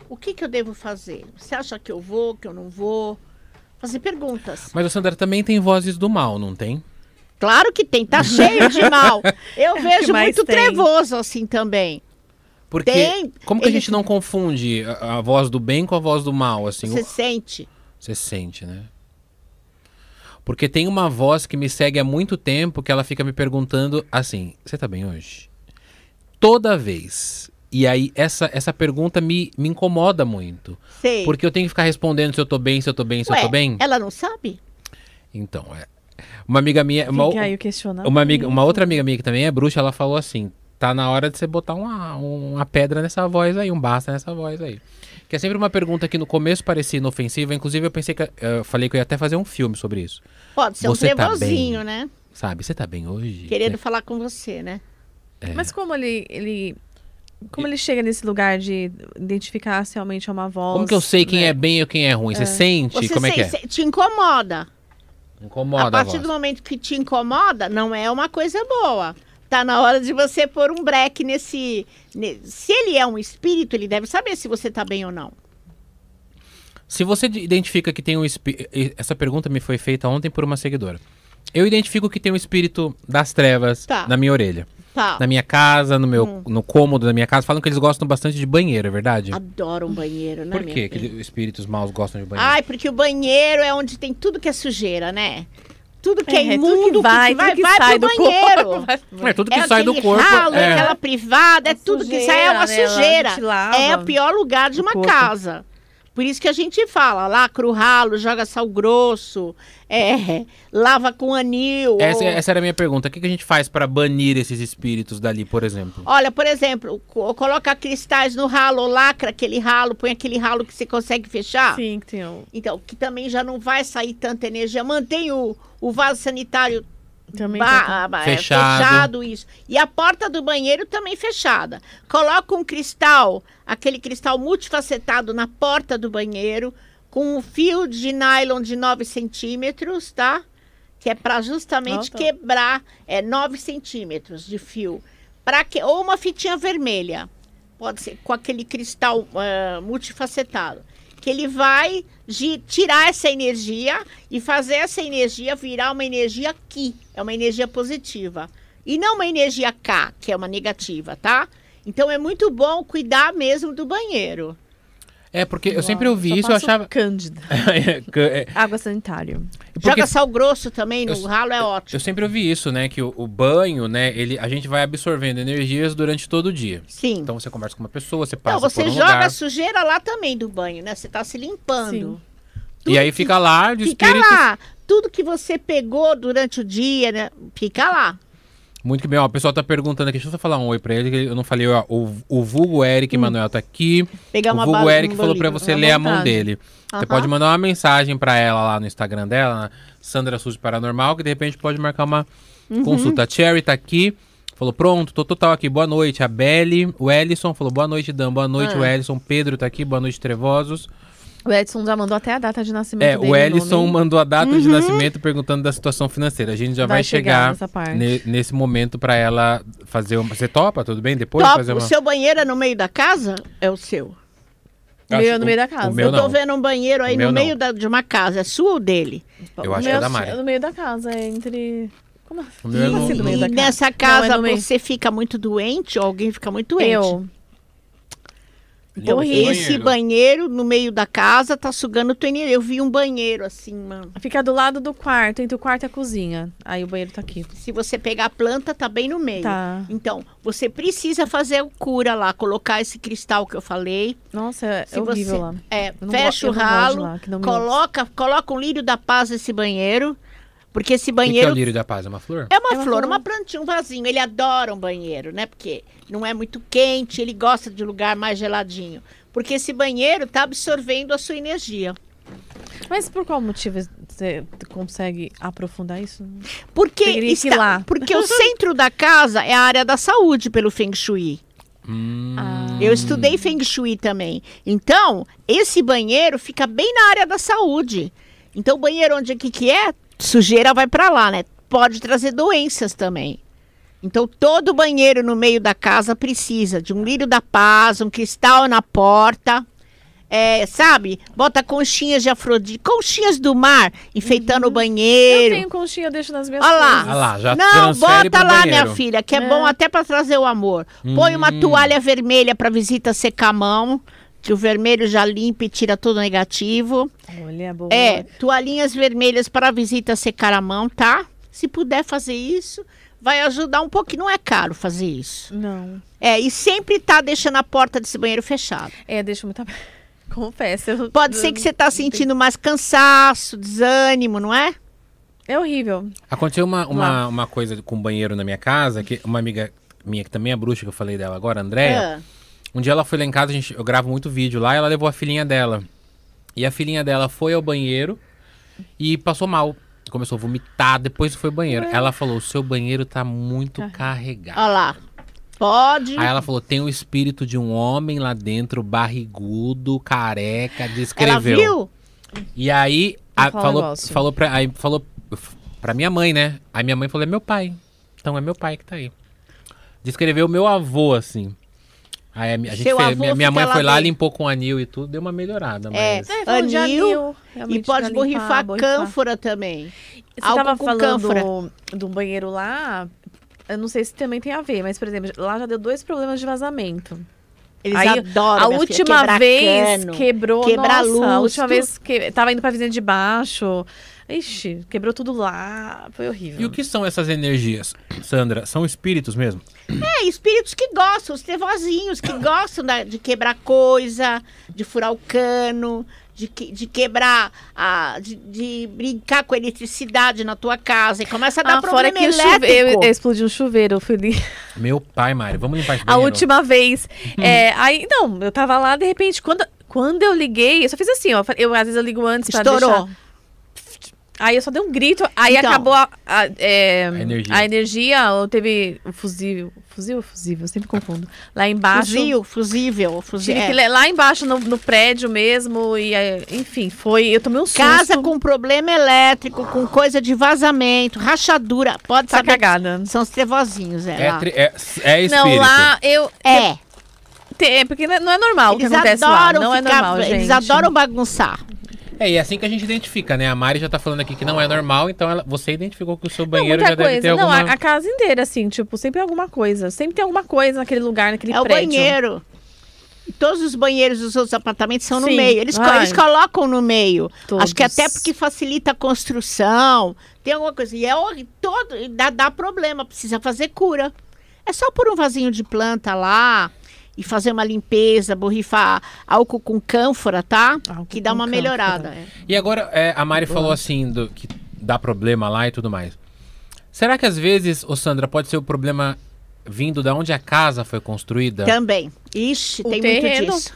Speaker 3: o que, que eu devo fazer? Você acha que eu vou, que eu não vou? Fazer perguntas.
Speaker 1: Mas o Sandra também tem vozes do mal, não tem?
Speaker 3: Claro que tem, tá cheio de mal. Eu vejo
Speaker 2: mais
Speaker 3: muito
Speaker 2: tem.
Speaker 3: trevoso assim também.
Speaker 1: Porque
Speaker 3: Tem,
Speaker 1: como que a
Speaker 3: ele-
Speaker 1: gente não confunde a, a voz do bem com a voz do mal, assim? Você
Speaker 3: Você sente.
Speaker 1: sente, né? Porque tem uma voz que me segue há muito tempo que ela fica me perguntando assim: "Você tá bem hoje?" Toda vez. E aí essa essa pergunta me, me incomoda muito,
Speaker 3: Sei.
Speaker 1: porque eu tenho que ficar respondendo se eu tô bem, se eu tô bem, se eu
Speaker 3: Ué,
Speaker 1: tô bem.
Speaker 3: Ela não sabe?
Speaker 1: Então, é. Uma amiga minha, É uma,
Speaker 2: Fica aí o questionamento.
Speaker 1: uma amiga, uma outra amiga minha que também é bruxa, ela falou assim: tá na hora de você botar uma, uma pedra nessa voz aí, um basta nessa voz aí. Que é sempre uma pergunta que no começo parecia inofensiva, inclusive eu pensei que eh, eu falei que eu ia até fazer um filme sobre isso.
Speaker 3: Pode ser
Speaker 1: Você
Speaker 3: um
Speaker 1: tá
Speaker 3: trevozinho,
Speaker 1: bem?
Speaker 3: né?
Speaker 1: Sabe, você tá bem hoje?
Speaker 3: Querendo falar com você, né?
Speaker 2: Mas como ele, ele- como ele chega nesse lugar de identificar se realmente é uma voz?
Speaker 1: Como que eu sei quem
Speaker 2: né?
Speaker 1: é bem e quem é ruim? Você sente?
Speaker 3: Você
Speaker 1: Como é que é?
Speaker 3: sente- te incomoda.
Speaker 1: Incomoda a,
Speaker 3: a partir
Speaker 1: voz.
Speaker 3: do momento que te incomoda, não é uma coisa boa. Tá na hora de você pôr um break nesse. ne- Se ele é um espírito, ele deve saber se você tá bem ou não.
Speaker 1: Se você de- identifica que tem um espírito. Essa pergunta me foi feita ontem por uma seguidora. Eu identifico que tem um espírito das trevas
Speaker 3: Tá.
Speaker 1: na minha orelha.
Speaker 3: Tá.
Speaker 1: Ah. Na minha casa, no meu
Speaker 3: Hum.
Speaker 1: no cômodo da minha casa. Falam que eles gostam bastante de banheiro, é verdade?
Speaker 3: Adoro um banheiro, né,
Speaker 1: Por
Speaker 3: minha
Speaker 1: que
Speaker 3: filha?
Speaker 1: que espíritos maus gostam de banheiro?
Speaker 3: Ai, porque o banheiro é onde tem tudo que é sujeira, né? Tudo que é,
Speaker 2: É,
Speaker 3: imundo,
Speaker 2: tudo que vai,
Speaker 3: vai,
Speaker 2: tudo que
Speaker 3: vai
Speaker 2: sai
Speaker 3: pro
Speaker 2: do
Speaker 3: banheiro.
Speaker 2: corpo. vai-
Speaker 1: é tudo que
Speaker 3: é
Speaker 1: sai do
Speaker 3: aquele
Speaker 1: corpo.
Speaker 3: Ralo, é
Speaker 1: é.
Speaker 3: aquela privada, é tudo que sai, é uma
Speaker 2: né? Ela
Speaker 3: sujeira.
Speaker 2: destilava.
Speaker 3: É o pior lugar de
Speaker 2: o
Speaker 3: uma
Speaker 2: corpo.
Speaker 3: casa. Por isso que a gente fala, lacra o ralo, joga sal grosso, é, lava com anil.
Speaker 2: É,
Speaker 1: Essa,
Speaker 3: ou-
Speaker 1: essa era a minha pergunta. O que, que a gente faz pra banir esses espíritos dali, por exemplo?
Speaker 3: Olha, por exemplo, co- coloca cristais no ralo, ou lacra aquele ralo, põe aquele ralo que você consegue fechar.
Speaker 2: Sim, que tem um...
Speaker 3: Então, que também já não vai sair tanta energia. Mantém o, o vaso sanitário
Speaker 2: Também tá tem-
Speaker 3: ba- ba- é,
Speaker 1: Fechado.
Speaker 3: fechado, isso. E a porta do banheiro também fechada. Coloca um cristal, aquele cristal multifacetado na porta do banheiro, com um fio de nylon de 9 centímetros, tá? Que é para justamente
Speaker 2: Ah, tá.
Speaker 3: quebrar é, 9 centímetros de fio. Pra que, ou uma fitinha vermelha, pode ser, com aquele cristal ah, multifacetado. Que ele vai gi- tirar essa energia e fazer essa energia virar uma energia Ki, é uma energia positiva. E não uma energia K, que é uma negativa, tá? Então é muito bom cuidar mesmo do banheiro.
Speaker 1: É, porque eu
Speaker 2: Uau,
Speaker 1: sempre ouvi
Speaker 2: só
Speaker 1: isso, eu
Speaker 2: passo
Speaker 1: achava.
Speaker 2: Cândida.
Speaker 1: É,
Speaker 2: Água sanitária.
Speaker 1: porque
Speaker 3: Joga assim. sal grosso também no
Speaker 1: Eu-
Speaker 3: ralo, é ótimo.
Speaker 1: eu sempre ouvi isso, né? Que o, o banho, né, ele, a gente vai absorvendo energias durante todo o dia.
Speaker 3: Sim.
Speaker 1: Então você conversa com uma pessoa, você passa
Speaker 3: Então você
Speaker 1: por um
Speaker 3: joga
Speaker 1: lugar.
Speaker 3: a sujeira lá também do banho, né? Você tá se limpando.
Speaker 1: E aí fica lá de
Speaker 3: Fica
Speaker 1: espírito.
Speaker 3: lá. Tudo que você pegou durante o dia, né? Fica lá.
Speaker 1: Muito que bem, ó. O pessoal tá perguntando aqui, deixa eu só falar um oi pra ele, que eu não falei, ó. O, o vulgo Eric Manuel tá aqui.
Speaker 3: Pegar Hum. uma
Speaker 1: o vulgo
Speaker 3: bala-
Speaker 1: Eric
Speaker 3: um
Speaker 1: falou pra
Speaker 3: bolinho.
Speaker 1: você
Speaker 2: uma
Speaker 1: ler a mão
Speaker 2: vontade.
Speaker 1: dele. Você
Speaker 3: Aham.
Speaker 1: pode mandar uma mensagem pra ela lá no Instagram dela, na Sandra Suzy Paranormal, que de repente pode marcar uma
Speaker 3: Uhum.
Speaker 1: consulta. A Cherry tá aqui, falou, pronto, tô total aqui, boa noite. A Belly, o Ellison falou, boa noite, Dan, boa noite.
Speaker 3: Ah.
Speaker 1: O Ellison, Pedro tá aqui, boa noite, Trevosos.
Speaker 2: O Edson já mandou até a data de nascimento
Speaker 1: É,
Speaker 2: dele.
Speaker 1: o Ellison
Speaker 2: nome.
Speaker 1: mandou a data de
Speaker 3: Uhum.
Speaker 1: nascimento perguntando da situação financeira. A gente já vai,
Speaker 2: Vai chegar
Speaker 1: chegar,
Speaker 2: nessa parte.
Speaker 1: ne- nesse momento pra ela fazer uma. Você topa, tudo bem? Depois
Speaker 3: Top,
Speaker 1: fazer
Speaker 3: O
Speaker 1: uma.
Speaker 3: seu banheiro é no meio da casa? É o seu.
Speaker 2: Meu
Speaker 1: Acho-
Speaker 2: é no meio da
Speaker 1: o-
Speaker 2: casa.
Speaker 1: O meu
Speaker 3: eu
Speaker 1: não.
Speaker 3: tô vendo um banheiro aí
Speaker 1: O meu
Speaker 3: no
Speaker 1: não.
Speaker 3: meio da- de uma casa. É sua ou dele?
Speaker 1: Eu acho
Speaker 2: Meu-
Speaker 1: que é da Mari.
Speaker 2: No meio da casa, é entre... Como assim?
Speaker 1: O meu é
Speaker 2: Como
Speaker 1: no-
Speaker 2: assim
Speaker 3: e
Speaker 2: no meio da casa?
Speaker 3: nessa
Speaker 2: Não, é
Speaker 3: casa
Speaker 2: no meio.
Speaker 3: você fica muito doente ou alguém fica muito doente?
Speaker 2: Eu.
Speaker 1: Então,
Speaker 2: Então,
Speaker 1: esse
Speaker 3: Esse banheiro no meio da casa tá sugando tua energia. Eu vi um banheiro assim, mano.
Speaker 2: Fica do lado do quarto, entre o quarto e a cozinha. Aí o banheiro tá aqui.
Speaker 3: Se você pegar a planta, tá bem no meio.
Speaker 2: Tá.
Speaker 3: Então, você precisa fazer o cura lá, colocar esse cristal que eu falei.
Speaker 2: Nossa, é
Speaker 3: Se
Speaker 2: horrível
Speaker 3: você
Speaker 2: lá.
Speaker 3: é,
Speaker 2: Eu não
Speaker 3: fecha
Speaker 2: go-
Speaker 3: o
Speaker 2: eu não gosto de
Speaker 3: ralo,
Speaker 2: lá, que não me-
Speaker 3: coloca, coloca um lírio da paz nesse banheiro, porque esse
Speaker 1: O que que é o
Speaker 3: banheiro
Speaker 1: lírio da paz? É uma flor?
Speaker 3: É uma flor, uma plantinha, um vasinho. Ele adora um banheiro, né? Porque não é muito quente, ele gosta de lugar mais geladinho. Porque esse banheiro tá absorvendo a sua energia.
Speaker 2: Mas por qual motivo você consegue aprofundar isso?
Speaker 3: Porque
Speaker 2: Teria que ir
Speaker 3: está-
Speaker 2: lá.
Speaker 3: porque o centro da casa é a área da saúde pelo Feng Shui.
Speaker 1: Hum,
Speaker 2: Ah.
Speaker 3: Eu estudei Feng Shui também. Então, esse banheiro fica bem na área da saúde. Então, o banheiro onde que que é? Sujeira vai para lá, né? Pode trazer doenças também. Então, todo banheiro no meio da casa precisa de um lírio da paz, um cristal na porta. É, sabe? Bota conchinhas de Afrodite, conchinhas do mar enfeitando o
Speaker 2: Uhum. Eu
Speaker 3: banheiro.
Speaker 2: tenho conchinha, eu deixo nas minhas
Speaker 3: Olha lá.
Speaker 2: coisas.
Speaker 1: Ah lá, já
Speaker 3: Não,
Speaker 1: transfere
Speaker 3: bota
Speaker 1: pro
Speaker 3: lá,
Speaker 1: banheiro. Hum.
Speaker 3: minha filha, que é,
Speaker 2: É.
Speaker 3: bom até pra trazer o amor. Põe uma toalha vermelha pra visita secar a mão, que o vermelho já limpa e tira todo o negativo.
Speaker 2: Olha, boa.
Speaker 3: É, toalhinhas vermelhas para visita secar a mão, tá? Se puder fazer isso, vai ajudar um pouquinho. Não é caro fazer isso.
Speaker 2: Não.
Speaker 3: É, e sempre tá deixando a porta desse banheiro fechada.
Speaker 2: É, deixa muito aberto. Confesso. eu-
Speaker 3: Pode ser que você tá sentindo mais cansaço, desânimo, não é?
Speaker 2: É horrível.
Speaker 1: Aconteceu uma, uma,
Speaker 2: Lá.
Speaker 1: uma coisa com banheiro na minha casa, que uma amiga minha, que também é bruxa, que eu falei dela agora, a Andréia.
Speaker 3: Ah,
Speaker 1: Um dia ela foi lá em casa, a gente, eu gravo muito vídeo lá, e ela levou a filhinha dela. E a filhinha dela foi ao banheiro e passou mal. Começou a vomitar, depois foi ao banheiro. Ela falou: o seu banheiro tá muito carregado.
Speaker 3: Olha lá. Pode.
Speaker 1: Aí ela falou: tem o espírito de um homem lá dentro, barrigudo, careca,
Speaker 3: Ela
Speaker 1: descreveu.
Speaker 3: viu?
Speaker 1: E aí, a-
Speaker 2: falar um
Speaker 1: falou,
Speaker 2: negócio.
Speaker 1: falou, pra, aí falou f- pra minha mãe, né? Aí minha mãe falou: é meu pai. Então é meu pai que tá aí. Descreveu meu avô, assim. Ah, é, a gente
Speaker 3: Seu
Speaker 1: fez-
Speaker 3: avô
Speaker 1: minha, minha mãe
Speaker 3: fica lá
Speaker 1: foi lá,
Speaker 3: dentro.
Speaker 1: limpou com anil e tudo, deu uma melhorada,
Speaker 3: É.
Speaker 1: mas...
Speaker 2: É, falando de
Speaker 3: Anil,
Speaker 2: anil,
Speaker 3: E
Speaker 2: realmente pra
Speaker 3: pode
Speaker 2: limpar,
Speaker 3: borrifar
Speaker 2: borrifar.
Speaker 3: cânfora também.
Speaker 2: Você
Speaker 3: Álcool
Speaker 2: tava
Speaker 3: com cânfora.
Speaker 2: falando de um banheiro lá, eu não sei se também tem a ver, mas, por exemplo, lá já deu dois problemas de vazamento.
Speaker 3: Eles
Speaker 2: Aí,
Speaker 3: adoram.
Speaker 2: a
Speaker 3: minha filha,
Speaker 2: última
Speaker 3: quebrar
Speaker 2: vez
Speaker 3: cano.
Speaker 2: quebrou
Speaker 3: quebrar
Speaker 2: nossa,
Speaker 3: luz,
Speaker 2: A última
Speaker 3: tudo.
Speaker 2: vez que tava indo pra vizinha de baixo. Ixi, quebrou tudo lá. Foi horrível.
Speaker 1: E o que são essas energias, Sandra? São espíritos mesmo?
Speaker 3: É, espíritos que gostam, os trevozinhos que gostam da- de quebrar coisa, de furar o cano, de, que- de quebrar, a, de, de brincar com a eletricidade na tua casa. E começa a dar
Speaker 2: Ah,
Speaker 3: problema
Speaker 2: fora que o
Speaker 3: elétrico.
Speaker 2: chuve- eu, eu explodi um chuveiro, eu fui ali.
Speaker 1: Meu pai, Mário, vamos limpar esse
Speaker 2: A
Speaker 1: banheiro?
Speaker 2: última vez.
Speaker 1: Uhum.
Speaker 2: É, aí, não, eu tava lá, de repente, quando, quando eu liguei, eu só fiz assim, ó. Eu, às vezes eu ligo antes pra
Speaker 3: Estourou.
Speaker 2: deixar- Aí eu só dei um grito, aí
Speaker 3: Então.
Speaker 2: acabou a, a, é,
Speaker 1: A energia.
Speaker 2: a energia, ou teve o fusível. Fusível ou fusível? Eu sempre confundo. Lá embaixo.
Speaker 3: Fuzil, fusível, fuzil.
Speaker 2: Tive
Speaker 3: é.
Speaker 2: que ler lá embaixo no, no prédio mesmo. E é, enfim, foi. Eu tomei um susto.
Speaker 3: Casa com problema elétrico, com coisa de vazamento, rachadura. Pode
Speaker 2: tá
Speaker 3: saber.
Speaker 2: cagada.
Speaker 3: que São os trevozinhos, é.
Speaker 1: É,
Speaker 3: lá.
Speaker 1: tri- é, é espírito.
Speaker 2: Não, lá eu.
Speaker 3: É,
Speaker 2: te- é, porque não é- não é normal o que
Speaker 3: eles
Speaker 2: acontece lá.
Speaker 3: adoram
Speaker 2: Não é
Speaker 3: ficar-
Speaker 2: normal, gente.
Speaker 3: Eles adoram bagunçar.
Speaker 1: É, e é assim que a gente identifica, né? A Mari já tá falando aqui que não é normal, então ela- você identificou que o seu
Speaker 2: Não,
Speaker 1: banheiro
Speaker 2: muita
Speaker 1: já deve ter
Speaker 2: coisa. Não,
Speaker 1: alguma...
Speaker 2: a, a casa inteira, assim, tipo, sempre alguma coisa. Sempre tem alguma coisa naquele lugar, naquele
Speaker 3: É o
Speaker 2: prédio.
Speaker 3: banheiro. E Todos os banheiros dos outros apartamentos são no
Speaker 2: Sim.
Speaker 3: meio. Eles, co-
Speaker 2: Ai.
Speaker 3: eles colocam no meio.
Speaker 2: Todos.
Speaker 3: Acho que até porque facilita a construção. Tem alguma coisa. E é horri- todo e dá, dá problema, precisa fazer cura. É só pôr um vasinho de planta lá e fazer uma limpeza, borrifar álcool com cânfora, tá?
Speaker 2: Álcool
Speaker 3: que dá
Speaker 2: com
Speaker 3: uma
Speaker 2: cânfora.
Speaker 3: melhorada. é.
Speaker 1: E agora, é, a Mari falou assim, do, que dá problema lá e tudo mais. Será que às vezes, ô Sandra, pode ser o problema vindo da onde a casa foi construída?
Speaker 3: Também. Ixi,
Speaker 2: O
Speaker 3: tem
Speaker 2: terreno.
Speaker 3: muito disso.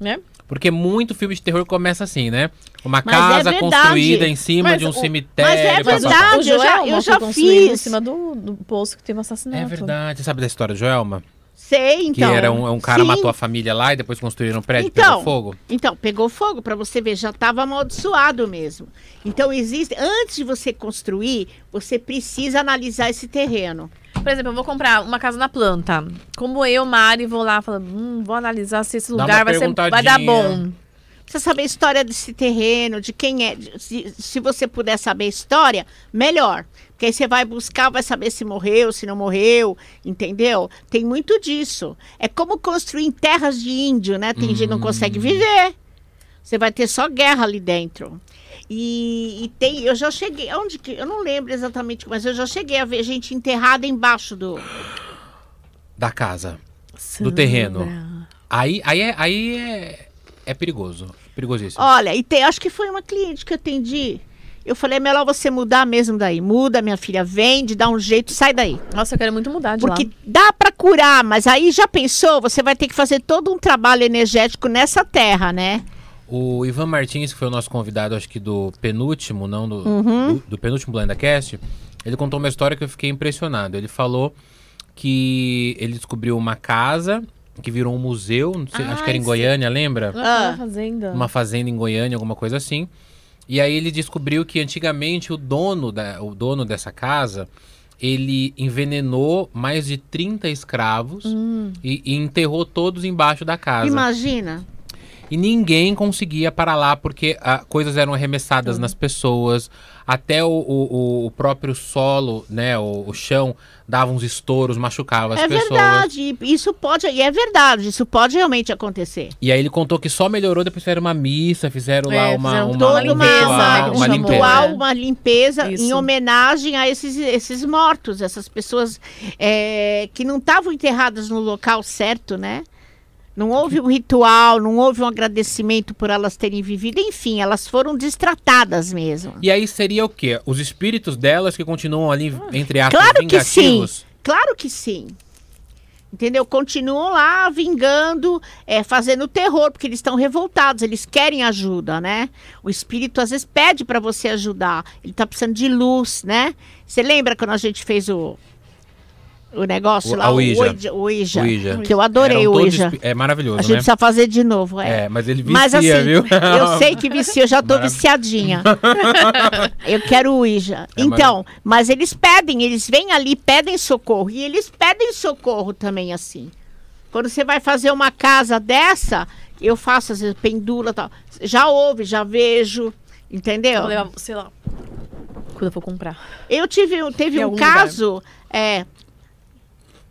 Speaker 2: Né?
Speaker 1: Porque muito filme de terror começa assim, né? Uma
Speaker 3: Mas é
Speaker 1: casa
Speaker 3: verdade.
Speaker 1: construída em cima
Speaker 2: Mas
Speaker 1: de um
Speaker 2: o-
Speaker 1: cemitério.
Speaker 3: mas é
Speaker 1: pá, pá, pá.
Speaker 3: verdade.
Speaker 2: o
Speaker 3: eu
Speaker 2: Joelma
Speaker 3: já- eu
Speaker 2: foi
Speaker 3: já
Speaker 2: construído
Speaker 3: fiz.
Speaker 2: em cima do, do poço que teve um assassinato.
Speaker 1: É verdade. Você sabe da história do Joelma?
Speaker 3: Sei,
Speaker 1: Que
Speaker 3: então.
Speaker 1: era um, um cara
Speaker 3: Sim.
Speaker 1: matou a família lá e depois construíram um prédio e
Speaker 3: Então.
Speaker 1: pegou fogo.
Speaker 3: Então, pegou fogo, para você ver, já estava amaldiçoado mesmo. Então, existe, antes de você construir, você precisa analisar esse terreno.
Speaker 2: Por exemplo, eu vou comprar uma casa na planta. Como eu, Mari, vou lá falando, hum, vou analisar se esse
Speaker 1: Dá uma
Speaker 2: lugar vai, ser, vai dar
Speaker 1: perguntadinha.
Speaker 2: bom.
Speaker 3: Precisa saber a história desse terreno, de quem é. de- Se, se você puder saber a história, melhor. Porque aí você vai buscar, vai saber se morreu, se não morreu, entendeu? Tem muito disso. É como construir em terras de índio, né? Tem gente que não consegue viver. Você vai ter só guerra ali dentro. E, e tem, eu já cheguei, onde que, eu não lembro exatamente, mas eu já cheguei a ver gente enterrada embaixo do.
Speaker 1: Da casa. Do terreno. Aí, aí, é, aí é, é perigoso. Perigosíssimo.
Speaker 3: Olha, e tem, acho que foi uma cliente que eu atendi. Eu falei, é melhor você mudar mesmo daí. Muda, minha filha, vende, dá um jeito, sai daí.
Speaker 2: Nossa, eu quero muito mudar de lá.
Speaker 3: Porque dá pra curar, mas aí já pensou, você vai ter que fazer todo um trabalho energético nessa terra, né?
Speaker 1: O Ivan Martins, que foi o nosso convidado, acho que do penúltimo, não do,
Speaker 2: Uhum.
Speaker 1: do, do penúltimo BlendaCast, ele contou uma história que eu fiquei impressionado. Ele falou que ele descobriu uma casa que virou um museu, não sei, acho que era
Speaker 2: Ai,
Speaker 1: em
Speaker 2: sim.
Speaker 1: Goiânia, lembra?
Speaker 2: Ah,
Speaker 3: Ah.
Speaker 2: fazenda.
Speaker 1: Uma fazenda em Goiânia, alguma coisa assim. E aí ele descobriu que antigamente o dono, da, o dono dessa casa, ele envenenou mais de 30 escravos
Speaker 2: Hum.
Speaker 1: e, e enterrou todos embaixo da casa.
Speaker 3: Imagina.
Speaker 1: E ninguém conseguia parar lá porque ah, coisas eram arremessadas nas pessoas. Até o, o- o próprio solo, né? O, o chão dava uns estouros, machucava as
Speaker 3: é
Speaker 1: pessoas.
Speaker 3: verdade, isso pode, e é verdade, isso pode realmente acontecer.
Speaker 1: E aí ele contou que só melhorou depois fizeram uma missa, fizeram lá
Speaker 2: É,
Speaker 1: uma,
Speaker 2: fizeram
Speaker 1: uma,
Speaker 2: toda
Speaker 1: um
Speaker 3: Então, Toda uma, um
Speaker 2: limpeza, né,
Speaker 1: ritual,
Speaker 2: que
Speaker 1: uma
Speaker 2: chamou.
Speaker 1: limpeza.
Speaker 3: ritual,
Speaker 2: né?
Speaker 3: uma limpeza em
Speaker 2: Isso.
Speaker 3: homenagem a esses, esses mortos, essas pessoas é, que não estavam enterradas no local certo, né? Não houve um ritual, não houve um agradecimento por elas terem vivido, enfim, elas foram destratadas mesmo.
Speaker 1: E aí seria o quê? Os espíritos delas que continuam ali, entre aspas,
Speaker 3: Ah, Claro que sim.
Speaker 1: vingativos?
Speaker 3: Claro que sim. Entendeu? Continuam lá vingando, é, fazendo terror, porque eles estão revoltados, eles querem ajuda, né? O espírito às vezes pede para você ajudar. Ele tá precisando de luz, né? Você lembra quando a gente fez o, o negócio
Speaker 1: O-
Speaker 3: lá?
Speaker 1: a
Speaker 3: o
Speaker 1: Ouija.
Speaker 3: Ouija- o Ouija.
Speaker 1: O Ouija.
Speaker 3: Que eu adorei
Speaker 1: Eram
Speaker 3: o
Speaker 1: todos
Speaker 3: Ouija.
Speaker 1: espi- É
Speaker 3: A
Speaker 1: maravilhoso,
Speaker 3: gente
Speaker 1: né?
Speaker 3: precisa fazer de novo, é.
Speaker 1: É, mas ele vicia,
Speaker 3: Mas assim,
Speaker 1: viu?
Speaker 3: eu sei que vicia, eu já tô
Speaker 1: Maravilha.
Speaker 3: viciadinha. eu quero o Ija.
Speaker 1: É
Speaker 3: então, mas eles pedem, eles vêm ali, pedem socorro. E eles pedem socorro também, assim. Quando você vai fazer uma casa dessa, eu faço, às vezes, pendula e tal. Já ouve, já vejo. Entendeu?
Speaker 2: Vou levar, sei lá. Quando eu for comprar.
Speaker 3: Eu tive, um- teve
Speaker 2: Em
Speaker 3: um
Speaker 2: algum lugar.
Speaker 3: caso é,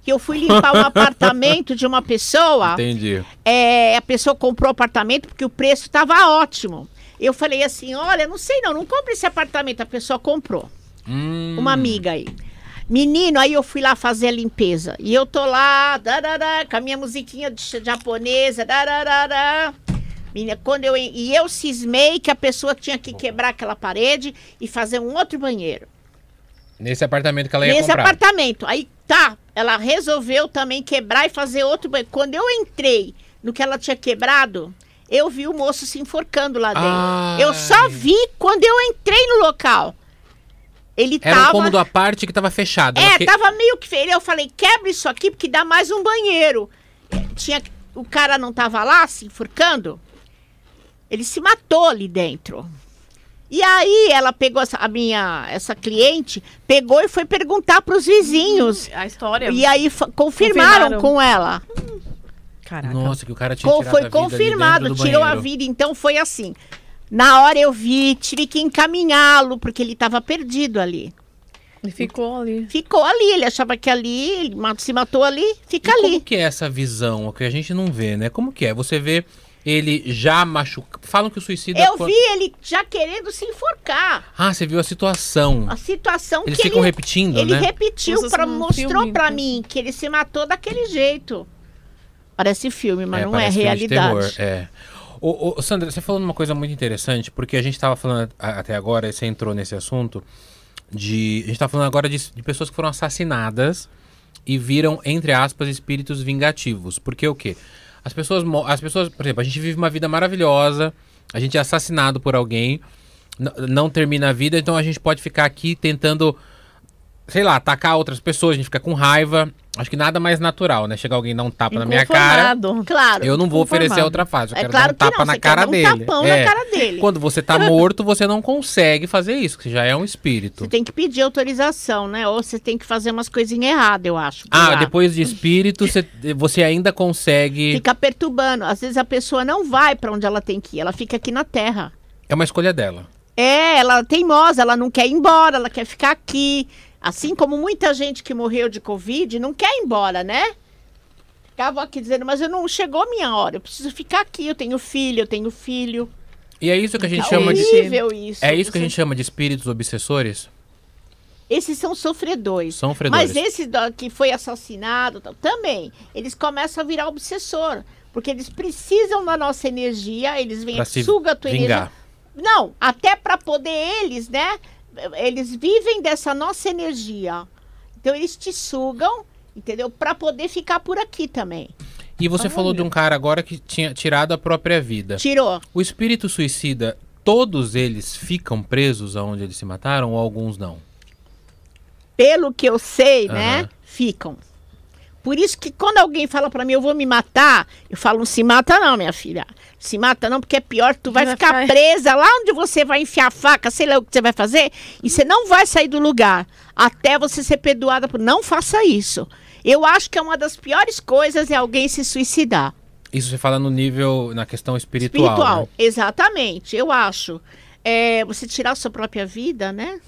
Speaker 3: que eu fui limpar um apartamento de uma pessoa.
Speaker 1: Entendi.
Speaker 3: É, a pessoa comprou o apartamento porque o preço estava ótimo. Eu falei assim: olha, não sei não, não compra esse apartamento. A pessoa comprou,
Speaker 1: Hum,
Speaker 3: uma amiga aí. Menino, aí eu fui lá fazer a limpeza. E eu tô lá, darará, com a minha musiquinha de ch- japonesa. darará. Menina, quando eu, en- e eu cismei que a pessoa tinha que quebrar aquela parede e fazer um outro banheiro
Speaker 1: Nesse apartamento que ela ia
Speaker 3: nesse
Speaker 1: comprar.
Speaker 3: apartamento. Aí tá, ela resolveu também quebrar e fazer outro banheiro. Quando eu entrei no que ela tinha quebrado, eu vi o moço se enforcando lá dentro.
Speaker 1: Ai.
Speaker 3: Eu só vi quando eu entrei no local. Ele
Speaker 1: Era um
Speaker 3: tava.
Speaker 1: cômodo à parte que tava fechado.
Speaker 3: É,
Speaker 1: ela que-
Speaker 3: tava meio que feio. Eu falei, quebra isso aqui porque dá mais um banheiro. É, Tinha... O cara não tava lá se enforcando? Ele se matou ali dentro. E aí ela pegou essa, a minha essa cliente pegou e foi perguntar para os vizinhos.
Speaker 2: A
Speaker 1: Hum,
Speaker 2: história.
Speaker 3: E aí fa- confirmaram,
Speaker 2: Confirmaram.
Speaker 3: com ela.
Speaker 2: Caraca.
Speaker 1: Nossa, que o cara tinha
Speaker 3: Co-
Speaker 1: tirado a
Speaker 3: foi
Speaker 1: vida ali
Speaker 3: confirmado,
Speaker 1: dentro do
Speaker 3: tirou a
Speaker 1: banheiro.
Speaker 3: vida. Então foi assim. Na hora eu vi, tive que encaminhá-lo porque ele estava perdido ali.
Speaker 2: Ele ficou ali.
Speaker 3: Ficou ali, ele achava que ali, ele ma- se matou ali, fica
Speaker 1: E
Speaker 3: ali.
Speaker 1: Como que é essa visão? Que a gente não vê, né? Como que é? Você vê ele já machucado. Falam que o suicídio. é
Speaker 3: Eu
Speaker 1: quando-
Speaker 3: vi ele já querendo se enforcar.
Speaker 1: Ah, você viu a situação.
Speaker 3: A situação
Speaker 1: Eles
Speaker 3: que
Speaker 1: ficam
Speaker 3: ele,
Speaker 1: repetindo,
Speaker 3: ele
Speaker 1: né?
Speaker 3: repetiu,
Speaker 2: Como se
Speaker 3: pra,
Speaker 2: fosse um
Speaker 3: mostrou
Speaker 2: filme,
Speaker 3: pra
Speaker 2: né?
Speaker 3: mim que ele se matou daquele jeito. Parece filme, mas não é
Speaker 1: parece filme de
Speaker 3: realidade.
Speaker 1: terror, é. Ô, ô, Sandra, você falou uma coisa muito interessante, porque a gente estava falando a- até agora, e você entrou nesse assunto, de. A gente tá falando agora de, de pessoas que foram assassinadas e viram, entre aspas, espíritos vingativos. Porque o quê? As pessoas, mo- as pessoas, por exemplo, a gente vive uma vida maravilhosa, a gente é assassinado por alguém, n- não termina a vida, então a gente pode ficar aqui tentando sei lá, atacar outras pessoas, a gente fica com raiva. Acho que nada mais natural, né? Chegar alguém e dar um tapa na minha cara.
Speaker 2: Inconformado.
Speaker 3: Claro.
Speaker 1: Eu não vou oferecer
Speaker 2: conformado.
Speaker 1: outra fase. Eu
Speaker 3: É
Speaker 1: quero
Speaker 3: claro
Speaker 1: dar um tapa
Speaker 3: que não,
Speaker 1: na
Speaker 3: você quer
Speaker 1: cara
Speaker 3: dar um
Speaker 1: dele.
Speaker 3: tapão
Speaker 1: É.
Speaker 3: na cara dele.
Speaker 1: Quando você tá morto, você não consegue fazer isso, que você já é um espírito.
Speaker 3: Você tem que pedir autorização, né? Ou você tem que fazer umas coisinhas erradas, eu acho. por
Speaker 1: Ah,
Speaker 3: lá.
Speaker 1: depois de espírito, você, você ainda consegue.
Speaker 3: Fica perturbando. Às vezes a pessoa não vai pra onde ela tem que ir, ela fica aqui na terra.
Speaker 1: É uma escolha dela.
Speaker 3: É, ela é teimosa, ela não quer ir embora, ela quer ficar aqui. Assim como muita gente que morreu de Covid não quer ir embora, né? Ficava aqui dizendo, mas eu não chegou a minha hora, eu preciso ficar aqui, eu tenho filho, eu tenho filho.
Speaker 1: E é isso que a gente
Speaker 3: é
Speaker 1: chama de.
Speaker 3: horrível isso.
Speaker 1: É isso que a gente chama de espíritos obsessores?
Speaker 3: Esses são sofredores.
Speaker 1: São fredores.
Speaker 3: Mas esse do- que foi assassinado tal, também, eles começam a virar obsessor. Porque eles precisam da nossa energia, eles vêm,
Speaker 1: Pra se
Speaker 3: suga a tua
Speaker 1: vingar.
Speaker 3: energia. Não, até para poder eles, né? Eles vivem dessa nossa energia. Então eles te sugam, entendeu? Para poder ficar por aqui também.
Speaker 1: E
Speaker 3: Ah,
Speaker 1: você falou de um cara agora que tinha tirado a própria vida.
Speaker 3: Tirou.
Speaker 1: O espírito suicida, todos eles ficam presos aonde eles se mataram ou alguns não?
Speaker 3: Pelo que eu sei,
Speaker 1: Aham.
Speaker 3: né? Ficam. Por isso que quando alguém fala para mim, eu vou me matar, eu falo, não se mata não, minha filha. Se mata não, porque é pior, tu vai
Speaker 2: Vai
Speaker 3: ficar
Speaker 2: ficar-
Speaker 3: presa lá onde você vai enfiar a faca, sei lá o que você vai fazer, e você não vai sair do lugar até você ser perdoada por... Não faça isso. Eu acho que é uma das piores coisas é alguém se suicidar.
Speaker 1: Isso você fala no nível, na questão espiritual.
Speaker 3: Espiritual.
Speaker 1: né?
Speaker 3: Exatamente, eu acho. É, você tirar a sua própria vida, né?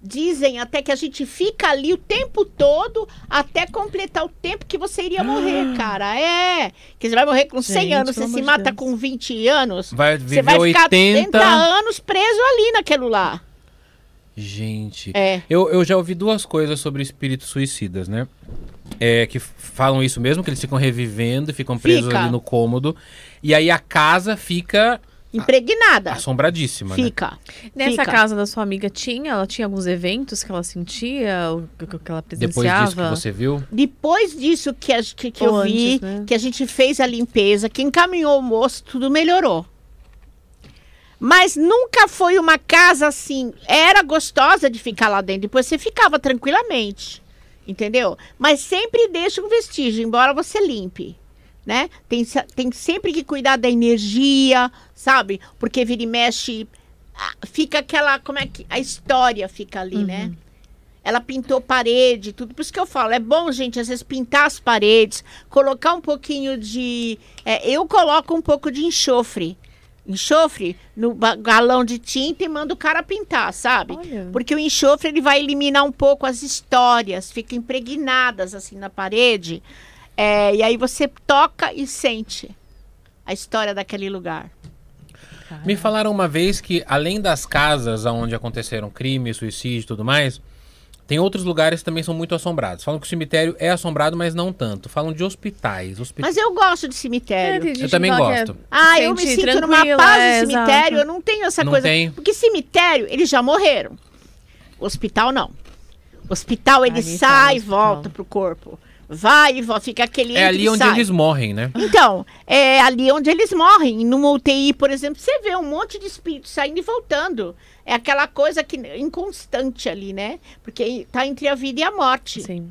Speaker 3: Dizem até que a gente fica ali o tempo todo até completar o tempo que você iria morrer, cara. É. Que você vai morrer com 100
Speaker 2: Gente,
Speaker 3: anos, você
Speaker 2: pelo
Speaker 3: se
Speaker 2: amor de
Speaker 3: mata
Speaker 2: Deus.
Speaker 3: com 20 anos.
Speaker 1: Vai
Speaker 3: Você
Speaker 1: viver
Speaker 3: vai ficar
Speaker 1: 80.
Speaker 3: 80 anos preso ali naquele lá.
Speaker 1: Gente.
Speaker 3: É.
Speaker 1: Eu, eu já ouvi duas coisas sobre espíritos suicidas, né? É, que f- falam isso mesmo, que eles ficam revivendo e ficam presos
Speaker 3: Fica.
Speaker 1: ali no cômodo. E aí a casa fica
Speaker 3: Impregnada.
Speaker 1: assombradíssima, né?
Speaker 3: Fica.
Speaker 2: Nessa
Speaker 3: Fica.
Speaker 2: casa da sua amiga tinha? Ela tinha alguns eventos que ela sentia? o que- Que que ela
Speaker 1: Depois
Speaker 2: presenciava?
Speaker 1: disso que você viu.
Speaker 3: Depois disso que, a- que- que eu
Speaker 2: Ou antes,
Speaker 3: vi,
Speaker 2: né?
Speaker 3: que a gente fez a limpeza, que encaminhou o moço, tudo melhorou. Mas nunca foi uma casa assim. Era gostosa de ficar lá dentro. Depois você ficava tranquilamente. Entendeu? Mas sempre deixa um vestígio, embora você limpe. Né? Tem, se- tem sempre que cuidar da energia, sabe? Porque vira e mexe. ah, Fica aquela. Como é que. A história fica ali, né? Ela pintou parede, tudo. Por isso que eu falo, é bom, gente, às vezes pintar as paredes, colocar um pouquinho de. é, eu coloco um pouco de enxofre. Enxofre no ba- galão de tinta e mando o cara pintar, sabe?
Speaker 2: Olha.
Speaker 3: Porque o enxofre ele vai eliminar um pouco as histórias, ficam impregnadas assim na parede. É, e aí você toca e sente a história daquele lugar. É.
Speaker 1: Me falaram uma vez que, além das casas onde aconteceram crimes, suicídio e tudo mais, tem outros lugares que também são muito assombrados. Falam que o cemitério é assombrado, mas não tanto. Falam de hospitais. hospi-
Speaker 3: Mas eu gosto de
Speaker 2: É,
Speaker 3: cemitério.
Speaker 2: tem gente que
Speaker 1: também
Speaker 2: fala que é-
Speaker 1: gosto.
Speaker 3: Ah, eu me
Speaker 2: Sente
Speaker 3: sinto numa
Speaker 2: tranquila,
Speaker 3: paz
Speaker 2: é,
Speaker 3: de cemitério.
Speaker 2: exato.
Speaker 3: Eu não tenho essa
Speaker 1: Não
Speaker 3: coisa.
Speaker 1: tem.
Speaker 3: Porque cemitério, eles já morreram. Hospital, não. Hospital, ele
Speaker 2: Ali tá o
Speaker 3: sai e
Speaker 2: hospital.
Speaker 3: volta pro corpo. Vai e volta, fica aquele.
Speaker 1: é
Speaker 3: entra
Speaker 1: ali
Speaker 3: e
Speaker 1: onde
Speaker 3: sai.
Speaker 1: eles morrem, né?
Speaker 3: Então, é ali onde eles morrem. Numa UTI, por exemplo, você vê um monte de espírito saindo e voltando. É aquela coisa que inconstante ali, né? Porque tá entre a vida e a morte.
Speaker 2: Sim.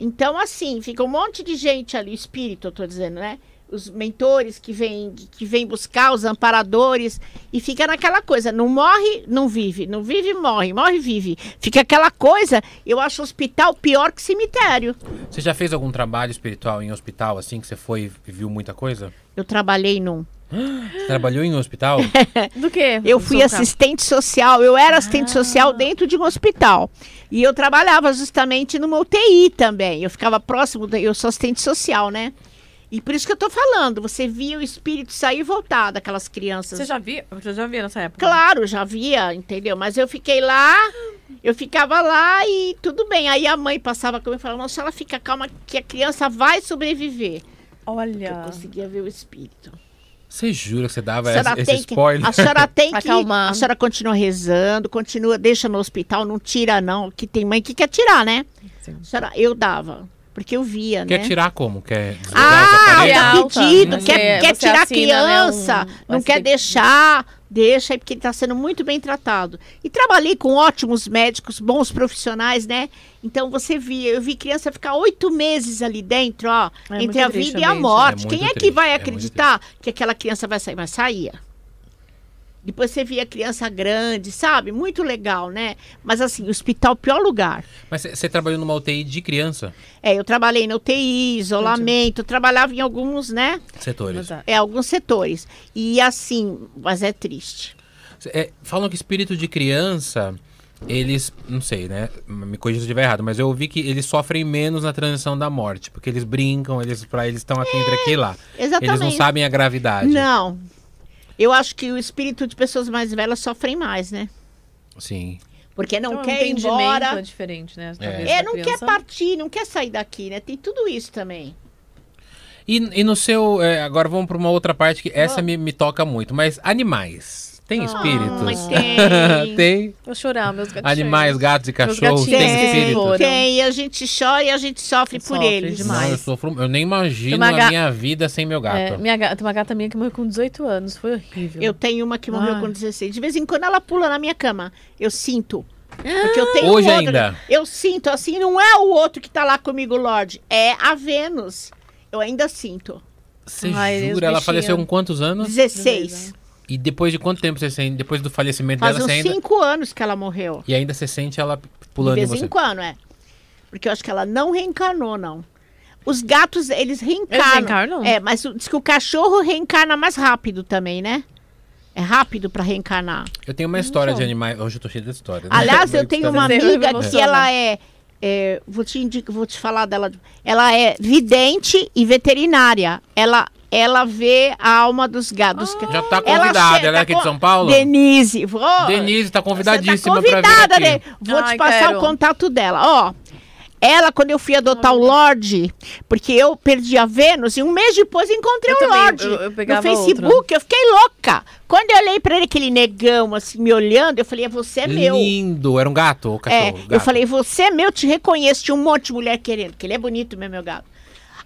Speaker 3: Então, assim, fica um monte de gente ali, espírito, eu tô dizendo, né? Os mentores que vêm que vêm buscar, os amparadores, e fica naquela coisa, não morre, não vive, não vive, morre, morre, vive. Fica aquela coisa, eu acho hospital pior que cemitério.
Speaker 1: Você já fez algum trabalho espiritual em hospital, assim, que você foi e viu muita coisa?
Speaker 3: Eu trabalhei num.
Speaker 1: Você trabalhou em um hospital?
Speaker 2: Do quê?
Speaker 3: É. Eu
Speaker 2: Do
Speaker 3: fui
Speaker 2: seu caso?
Speaker 3: assistente social, eu era assistente
Speaker 2: Ah.
Speaker 3: social dentro de um hospital. E eu trabalhava justamente numa UTI também. Eu ficava próximo, da- eu sou assistente social, né? E por isso que eu tô falando, você via o espírito sair e voltar daquelas crianças.
Speaker 2: Você já viu? Você já viu nessa época?
Speaker 3: Claro, já via, entendeu? Mas eu fiquei lá, eu ficava lá e tudo bem. Aí a mãe passava comigo e falava, nossa, ela fica calma que a criança vai sobreviver. Eu
Speaker 2: Olha.
Speaker 3: conseguia ver o espírito.
Speaker 1: Você jura que você dava
Speaker 3: A
Speaker 1: esse,
Speaker 3: senhora,
Speaker 1: esse
Speaker 3: tem que,
Speaker 1: spoiler?
Speaker 3: a senhora tem que.
Speaker 2: Acalmar.
Speaker 3: A senhora continua rezando, continua, deixa no hospital, não tira, não. Que tem mãe que quer tirar, né?
Speaker 2: Sim.
Speaker 3: A senhora, eu dava, porque eu via,
Speaker 1: Quer
Speaker 3: né?
Speaker 1: tirar como? Quer desligar os
Speaker 3: Ah,
Speaker 2: Você
Speaker 1: aparelhos?
Speaker 2: é
Speaker 3: tá
Speaker 2: alta,
Speaker 3: pedido,
Speaker 2: você- é-
Speaker 3: quer, quer
Speaker 2: você
Speaker 3: tirar a
Speaker 2: assina, né, um-
Speaker 3: criança,
Speaker 2: um
Speaker 3: não quer
Speaker 2: SPP.
Speaker 3: deixar, deixa aí, porque ele está sendo muito bem tratado. E trabalhei com ótimos médicos, bons profissionais, né? Então você via, eu vi criança ficar oito meses ali dentro, ó,
Speaker 2: É muito
Speaker 3: entre a
Speaker 2: triste
Speaker 3: vida e a
Speaker 2: mesmo.
Speaker 3: morte.
Speaker 1: É muito
Speaker 3: Quem é que
Speaker 1: triste,
Speaker 3: vai
Speaker 1: é muito
Speaker 3: acreditar que aquela criança vai sair? Mas saía. Depois você via criança grande, sabe? Muito legal, né? Mas assim, o hospital, o pior lugar.
Speaker 1: Mas você- você trabalhou numa UTI de criança?
Speaker 3: É, eu trabalhei na UTI, isolamento, eu trabalhava em alguns, né?
Speaker 1: Setores.
Speaker 2: Mas, ah,
Speaker 3: É, alguns setores. E assim, mas é triste.
Speaker 1: É, falam que espírito de criança, eles. Não sei, né? Me corrija se eu estiver errado, mas eu ouvi que eles sofrem menos na transição da morte. Porque eles brincam, eles pra eles estão aqui entre aqui e lá. Eles
Speaker 3: Exatamente.
Speaker 1: não sabem a gravidade.
Speaker 3: É, Não. Eu acho que o espírito de pessoas mais velhas sofrem mais, né? um
Speaker 1: Sim.
Speaker 3: Porque não
Speaker 2: então,
Speaker 3: quer ir
Speaker 2: entendimento
Speaker 3: embora.
Speaker 2: É diferente, né?
Speaker 1: É.
Speaker 2: Talvez
Speaker 3: É,
Speaker 2: da
Speaker 3: não quer
Speaker 2: criança.
Speaker 3: partir, não quer sair daqui, né? Tem tudo isso também.
Speaker 1: E, e no seu. é, agora vamos pra uma outra parte que essa me, me toca muito. Mas animais. Tem espíritos?
Speaker 3: mas Ah, tem.
Speaker 1: Tem?
Speaker 2: Vou chorar, meus gatinhos.
Speaker 1: Animais, gatos e cachorros,
Speaker 2: gatinhos
Speaker 1: tem
Speaker 2: sempre
Speaker 1: espíritos.
Speaker 2: foram.
Speaker 3: Tem, e a gente chora e a gente sofre por
Speaker 2: Sofre
Speaker 3: eles.
Speaker 2: demais.
Speaker 1: Não, eu, sofro, eu nem imagino
Speaker 2: Tem uma
Speaker 1: a
Speaker 2: ga-
Speaker 1: minha vida sem meu gato.
Speaker 2: É, minha gata, uma gata minha que morreu com 18 anos. Foi horrível.
Speaker 3: Eu tenho uma que morreu
Speaker 2: Ai.
Speaker 3: com 16. De vez em quando ela pula na minha cama. Eu sinto. Porque eu tenho
Speaker 1: Hoje
Speaker 3: um outro-
Speaker 1: ainda?
Speaker 3: Eu sinto, assim, não é o outro que tá lá comigo, Lorde. É a Vênus. Eu ainda sinto.
Speaker 1: Você
Speaker 2: Ai, os
Speaker 1: jura? Ela
Speaker 2: bichinhos.
Speaker 1: faleceu com quantos anos?
Speaker 3: 16.
Speaker 1: E depois de quanto tempo você sente? Depois do falecimento
Speaker 3: Faz
Speaker 1: dela, você
Speaker 3: uns
Speaker 1: ainda.
Speaker 3: 5 anos que ela morreu.
Speaker 1: E ainda você sente ela
Speaker 3: De
Speaker 1: pulando em
Speaker 3: vez
Speaker 1: você.
Speaker 3: em quando, é. Porque eu acho que ela não reencarnou, não. Os gatos, eles reencarnam.
Speaker 2: Eles reencarnam?
Speaker 3: É, mas o- diz que o cachorro reencarna mais rápido também, né? É rápido pra reencarnar.
Speaker 1: Eu tenho uma história de animais. Hoje eu tô cheio de história. né?
Speaker 3: Então. Aliás, eu
Speaker 1: Muito
Speaker 3: tenho uma
Speaker 1: também.
Speaker 2: Você
Speaker 3: amiga
Speaker 2: emociona.
Speaker 3: que ela é. é, vou, te indica, vou te falar dela. Ela é vidente e veterinária. Ela, ela vê a alma dos gatos.
Speaker 1: Já tá convidada.
Speaker 3: chega
Speaker 1: Ela é aqui
Speaker 3: com-
Speaker 1: de São Paulo?
Speaker 3: Denise. Vou,
Speaker 1: Denise tá
Speaker 3: você tá
Speaker 1: convidadíssima pra vir
Speaker 3: convidada,
Speaker 1: aqui.
Speaker 3: né? Vou
Speaker 2: Ai,
Speaker 3: te passar
Speaker 2: quero.
Speaker 3: o contato dela. Ó, ela, quando eu fui adotar o Lorde, porque eu perdi a Vênus, e um mês depois eu encontrei
Speaker 2: Eu
Speaker 3: o
Speaker 2: também,
Speaker 3: Lorde.
Speaker 2: eu- eu pegava
Speaker 3: no Facebook, eu fiquei louca. Quando eu olhei pra ele, aquele negão, assim, me olhando, eu falei, "É, você é meu.
Speaker 1: Lindo. Era um gato ou
Speaker 3: É,
Speaker 1: cachorro?
Speaker 3: eu
Speaker 1: Gato.
Speaker 3: falei, você é meu, te reconheço. Tinha um monte de mulher querendo, porque ele é bonito mesmo, meu gato.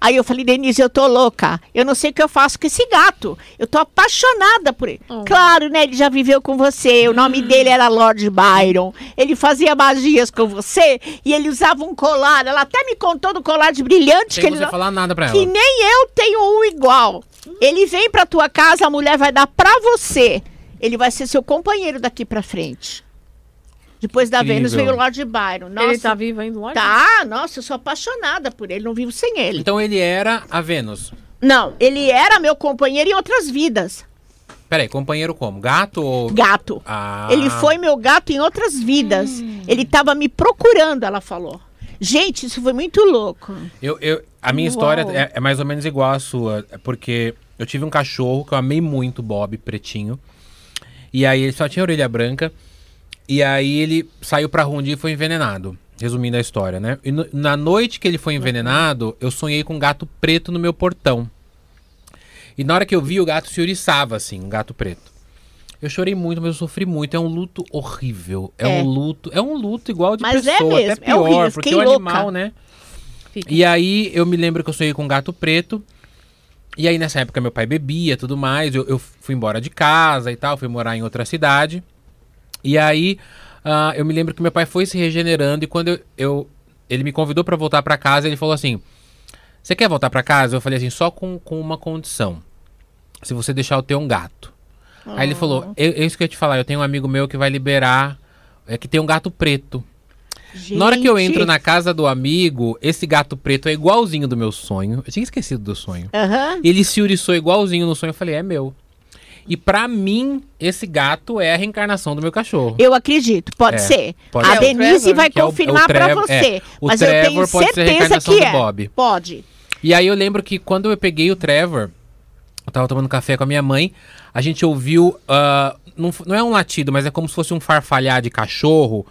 Speaker 3: Aí eu falei, Denise, eu tô louca. Eu não sei o que eu faço com esse gato. Eu tô apaixonada por ele.
Speaker 2: Oh.
Speaker 3: Claro, né? Ele já viveu com você. O nome dele era Lord Byron. Ele fazia magias com você e ele usava um colar. Ela até me contou do colar de brilhante
Speaker 1: Sem
Speaker 3: que ele
Speaker 1: você
Speaker 3: não-
Speaker 1: falar nada pra ela.
Speaker 3: que nem eu tenho um igual. Ele vem pra tua casa, a mulher vai dar pra você. Ele vai ser seu companheiro daqui pra frente. Depois da
Speaker 1: Incrível.
Speaker 3: Vênus veio o Lord Byron. Nossa,
Speaker 2: Ele tá vivo ainda, lógico.
Speaker 3: tá, nossa, eu sou apaixonada por ele, não vivo sem ele.
Speaker 1: Então ele era a Vênus.
Speaker 3: Não, ele era meu companheiro em outras vidas.
Speaker 1: Peraí, companheiro como? Gato ou.
Speaker 3: Gato.
Speaker 1: Ah.
Speaker 3: Ele foi meu gato em outras vidas.
Speaker 2: Hum.
Speaker 3: Ele tava me procurando, ela falou. Gente, isso foi muito louco.
Speaker 1: Eu, eu, a minha
Speaker 2: Uau.
Speaker 1: história é, é mais ou menos igual à sua, é porque eu tive um cachorro que eu amei muito, Bob, pretinho. E aí ele só tinha orelha branca. E aí ele saiu pra rua um dia e foi envenenado. Resumindo a história, né? E no- na noite que ele foi envenenado, eu sonhei com um gato preto no meu portão. E na hora que eu vi, o gato se oriçava, assim, um gato preto. Eu chorei muito, mas eu sofri muito. É um luto horrível. É,
Speaker 3: É.
Speaker 1: um luto. É um luto igual de
Speaker 3: Mas é
Speaker 1: pessoa,
Speaker 3: mesmo,
Speaker 1: até
Speaker 3: é
Speaker 1: pior,
Speaker 3: horrível, eu
Speaker 1: porque
Speaker 3: fiquei
Speaker 1: o animal,
Speaker 3: louca.
Speaker 1: né?
Speaker 2: Fica.
Speaker 1: E aí eu me lembro que eu sonhei com um gato preto. E aí nessa época meu pai bebia tudo mais. Eu, eu fui embora de casa e tal, fui morar em outra cidade. E aí ah, eu me lembro que meu pai foi se regenerando e quando eu, eu- ele me convidou pra voltar pra casa, ele falou assim: "Você quer voltar pra casa?" Eu falei assim: "Só com, com uma condição. Se você deixar eu ter um gato." Aí ele falou: "Eu- é "Isso que eu ia te falar, eu tenho um amigo meu que vai liberar, é que tem um gato preto." Na hora que eu entro na casa do amigo, esse gato preto é igualzinho do meu sonho. Eu tinha esquecido do sonho.
Speaker 3: Aham.
Speaker 1: Ele se uriçou igualzinho no sonho. Eu falei, é meu. E pra mim, esse gato é a reencarnação do meu cachorro.
Speaker 3: Eu acredito, pode
Speaker 1: É,
Speaker 3: ser.
Speaker 1: pode
Speaker 3: a
Speaker 1: ser.
Speaker 3: Denise
Speaker 2: Trevor.
Speaker 3: vai
Speaker 1: Que é o- é o
Speaker 3: confirmar pra
Speaker 1: Trevor,
Speaker 3: você.
Speaker 1: é. O
Speaker 3: mas eu
Speaker 1: Trevor
Speaker 3: tenho
Speaker 1: pode ser a
Speaker 3: certeza
Speaker 1: reencarnação
Speaker 3: que
Speaker 1: do
Speaker 3: é.
Speaker 1: Bob.
Speaker 3: Pode.
Speaker 1: E aí eu lembro que quando eu peguei o Trevor, eu tava tomando café com a minha mãe, a gente ouviu. ah, não, f- não é um latido, mas é como se fosse um farfalhar de cachorro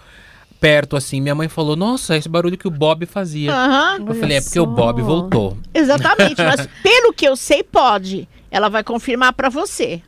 Speaker 1: perto assim. Minha mãe falou: Nossa, esse barulho que o Bob fazia.
Speaker 3: Aham.
Speaker 1: eu falei: É
Speaker 2: Olha
Speaker 1: porque o
Speaker 2: só.
Speaker 1: Bob voltou.
Speaker 3: Exatamente, mas pelo que eu sei, pode. Ela vai confirmar pra você.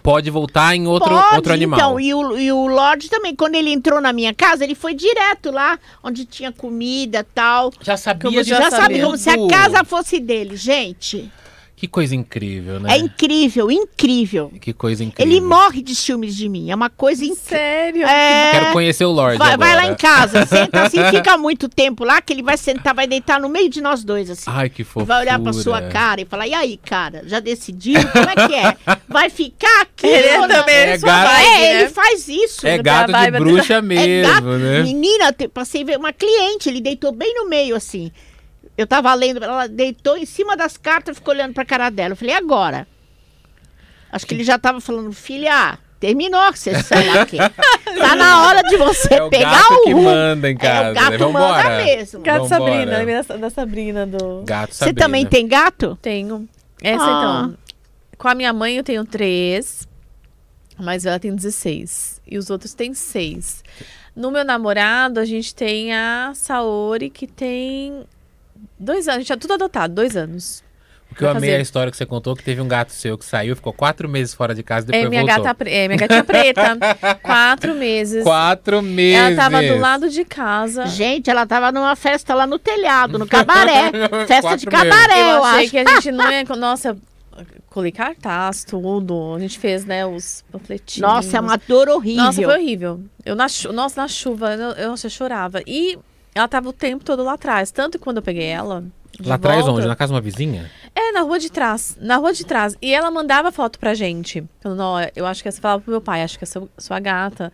Speaker 1: Pode voltar em outro,
Speaker 3: pode,
Speaker 1: outro animal.
Speaker 3: Então, e o, e o Lorde também, quando ele entrou na minha casa, ele foi direto lá, onde tinha comida tal.
Speaker 1: Já
Speaker 2: Como
Speaker 1: sabia Uh. de
Speaker 2: já
Speaker 3: Já sabe,
Speaker 2: sabia.
Speaker 3: como se a casa fosse dele, gente.
Speaker 1: Que coisa incrível, né?
Speaker 3: É incrível, incrível.
Speaker 1: Que coisa incrível.
Speaker 3: Ele morre de ciúmes de mim, é uma coisa incrível.
Speaker 2: Sério?
Speaker 3: É...
Speaker 1: Quero conhecer o Lorde
Speaker 3: Vai, vai
Speaker 1: agora.
Speaker 3: lá em casa, senta assim, fica muito tempo lá, que ele vai sentar, vai deitar no meio de nós dois, assim.
Speaker 1: Ai, que fofo.
Speaker 3: vai olhar pra sua cara e falar, e aí, cara, já decidiu? Como é que é? Vai ficar aqui?
Speaker 2: Ele
Speaker 3: ou
Speaker 2: é
Speaker 3: não?"
Speaker 2: também
Speaker 1: É
Speaker 2: sua
Speaker 1: gato.
Speaker 2: vibe,
Speaker 3: É,
Speaker 2: né?
Speaker 3: ele faz isso.
Speaker 1: É
Speaker 3: né?
Speaker 1: gato de
Speaker 2: vibe do-
Speaker 1: bruxa
Speaker 3: É gato.
Speaker 1: mesmo, né?
Speaker 3: Menina, te- passei ver uma cliente, ele deitou bem no meio, assim. Eu tava lendo, ela deitou em cima das cartas, ficou olhando pra cara dela. Eu falei, "E agora? Acho que ele já tava falando, filha, terminou que você saiu aqui. tá na hora de você
Speaker 1: É o
Speaker 3: pegar
Speaker 1: gato que
Speaker 3: rumo."
Speaker 1: manda em casa,
Speaker 3: É, o gato
Speaker 1: né?
Speaker 3: manda
Speaker 1: Vambora.
Speaker 3: mesmo.
Speaker 2: Gato
Speaker 1: Vambora.
Speaker 2: Sabrina, lembra da- da Sabrina do.
Speaker 1: Gato né?
Speaker 3: Você
Speaker 1: Sabrina.
Speaker 3: também tem gato?
Speaker 2: Tenho. Essa
Speaker 3: Ah.
Speaker 2: então. Com a minha mãe eu tenho três, mas ela tem 16. E os outros têm seis. No meu namorado, a gente tem a Saori, que tem dois anos. A gente tá tudo adotado, dois anos.
Speaker 1: O que eu
Speaker 2: Vai
Speaker 1: amei é a
Speaker 2: fazer.
Speaker 1: história que você contou, que teve um gato seu que saiu, ficou quatro meses fora de casa, depois
Speaker 2: É minha,
Speaker 1: voltou.
Speaker 2: gata, pre- é minha gatinha preta. quatro meses.
Speaker 1: Quatro meses.
Speaker 2: Ela tava do lado de casa.
Speaker 3: Gente, ela tava numa festa lá no telhado, no cabaré. festa de
Speaker 1: Quatro
Speaker 3: cabaré, eu,
Speaker 2: eu achei
Speaker 3: acho.
Speaker 2: que a gente não ia. Nossa, colei cartaz, tudo. A gente fez, né, os panfletinhos.
Speaker 3: Nossa, é uma dor horrível.
Speaker 2: Nossa, foi horrível. Eu na chu- Nossa, na chuva, eu, eu, nossa, eu chorava. E ela tava o tempo todo lá atrás. Tanto que quando eu peguei ela. de
Speaker 1: Lá atrás
Speaker 2: volta-
Speaker 1: onde? Na casa de uma vizinha?
Speaker 2: É, na rua de trás. Na rua de trás. E ela mandava foto pra gente. Falando, ó, eu acho que essa falava pro meu pai, acho que essa é sua gata.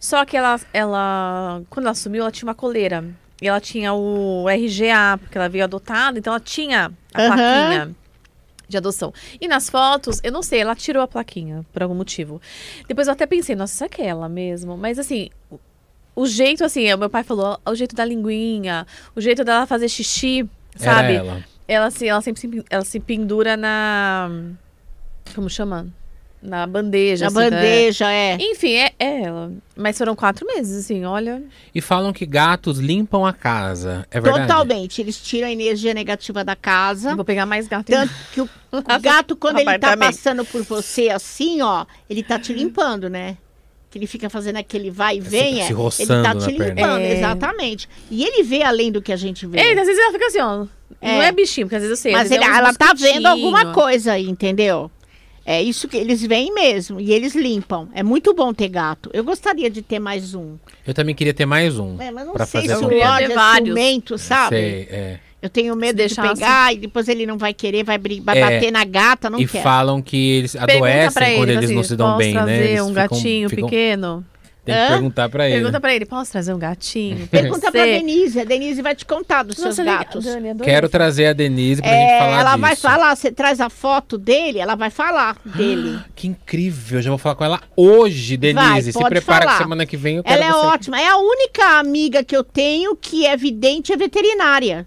Speaker 2: Só que ela, ela. Quando ela sumiu, ela tinha uma coleira. E ela tinha o RGA, porque ela veio adotada, então ela tinha a
Speaker 3: Aham.
Speaker 2: plaquinha de adoção. E nas fotos, eu não sei, ela tirou a plaquinha por algum motivo. Depois eu até pensei, nossa, isso é aquela mesmo. Mas assim, o- o jeito, assim, é, o meu pai falou, o jeito da linguinha, o jeito dela fazer xixi, sabe?
Speaker 1: Era ela.
Speaker 2: Ela, se, ela sempre se, pen- ela se pendura na. Como chama? Na bandeja.
Speaker 3: Na
Speaker 2: assim, né?
Speaker 3: bandeja, é.
Speaker 2: Enfim, é, é ela. Mas foram quatro meses, assim, olha.
Speaker 1: E falam que gatos limpam a casa. É verdade?
Speaker 3: Totalmente. Eles tiram a energia negativa da casa.
Speaker 2: Vou pegar mais gato.
Speaker 3: Tanto que o, o gato, quando ele tá
Speaker 2: Apartamento.
Speaker 3: passando por você assim, ó, ele tá te limpando, né? Que ele fica fazendo aquele vai e
Speaker 1: Se-
Speaker 3: vem, é,
Speaker 1: se
Speaker 3: ele
Speaker 1: roçando
Speaker 3: tá
Speaker 1: na
Speaker 3: te
Speaker 1: perna.
Speaker 3: limpando,
Speaker 2: É.
Speaker 3: exatamente. E ele vê além do que a gente vê.
Speaker 2: Eita, às vezes ela fica assim, ó.
Speaker 3: É.
Speaker 2: Não é bichinho, porque às vezes eu sei. às
Speaker 3: Mas
Speaker 2: vezes
Speaker 3: ele-
Speaker 2: é uns
Speaker 3: ela tá vendo
Speaker 2: mosquitinho.
Speaker 3: alguma coisa aí, entendeu? É isso que eles veem mesmo. E eles limpam. É muito bom ter gato. Eu gostaria de ter mais um.
Speaker 1: Eu também queria ter mais um.
Speaker 3: É, mas não
Speaker 1: Pra
Speaker 3: sei
Speaker 1: fazer
Speaker 3: se
Speaker 1: um
Speaker 3: o
Speaker 1: bem.
Speaker 3: ódio
Speaker 2: Ter
Speaker 3: é
Speaker 2: vários.
Speaker 3: ciumento, sabe?
Speaker 1: Sei, é.
Speaker 3: Eu tenho medo de
Speaker 2: deixasse.
Speaker 3: pegar e depois ele não vai querer, vai, brin- vai
Speaker 1: É,
Speaker 3: bater na gata, não
Speaker 1: e
Speaker 3: quer.
Speaker 1: falam que eles
Speaker 2: Pergunta pra
Speaker 1: adoecem
Speaker 2: ele,
Speaker 1: quando eles
Speaker 2: assim,
Speaker 1: não se dão
Speaker 2: posso
Speaker 1: bem, né?
Speaker 2: trazer
Speaker 1: Eles
Speaker 2: um
Speaker 1: ficam- É.
Speaker 2: gatinho
Speaker 1: ficam-
Speaker 2: pequeno.
Speaker 1: Tem que
Speaker 3: Hã?
Speaker 1: perguntar pra ele.
Speaker 2: Pergunta pra ele, posso trazer um gatinho? pra
Speaker 3: Pergunta
Speaker 2: você?
Speaker 3: pra Denise. A Denise vai te contar dos seus
Speaker 2: Nossa, legal,
Speaker 3: gatos.
Speaker 2: Dani, adorei.
Speaker 1: Quero trazer a Denise pra gente
Speaker 3: É,
Speaker 1: falar
Speaker 3: ela
Speaker 1: disso.
Speaker 3: vai falar, você traz a foto dele, ela vai falar dele.
Speaker 1: Que incrível, eu já vou falar com ela hoje, Denise.
Speaker 3: Vai,
Speaker 1: Se
Speaker 3: pode
Speaker 1: prepara
Speaker 3: falar.
Speaker 1: que semana que vem eu quero
Speaker 3: Ela é
Speaker 1: você...
Speaker 3: ótima. É a única amiga que eu tenho que é vidente e é veterinária.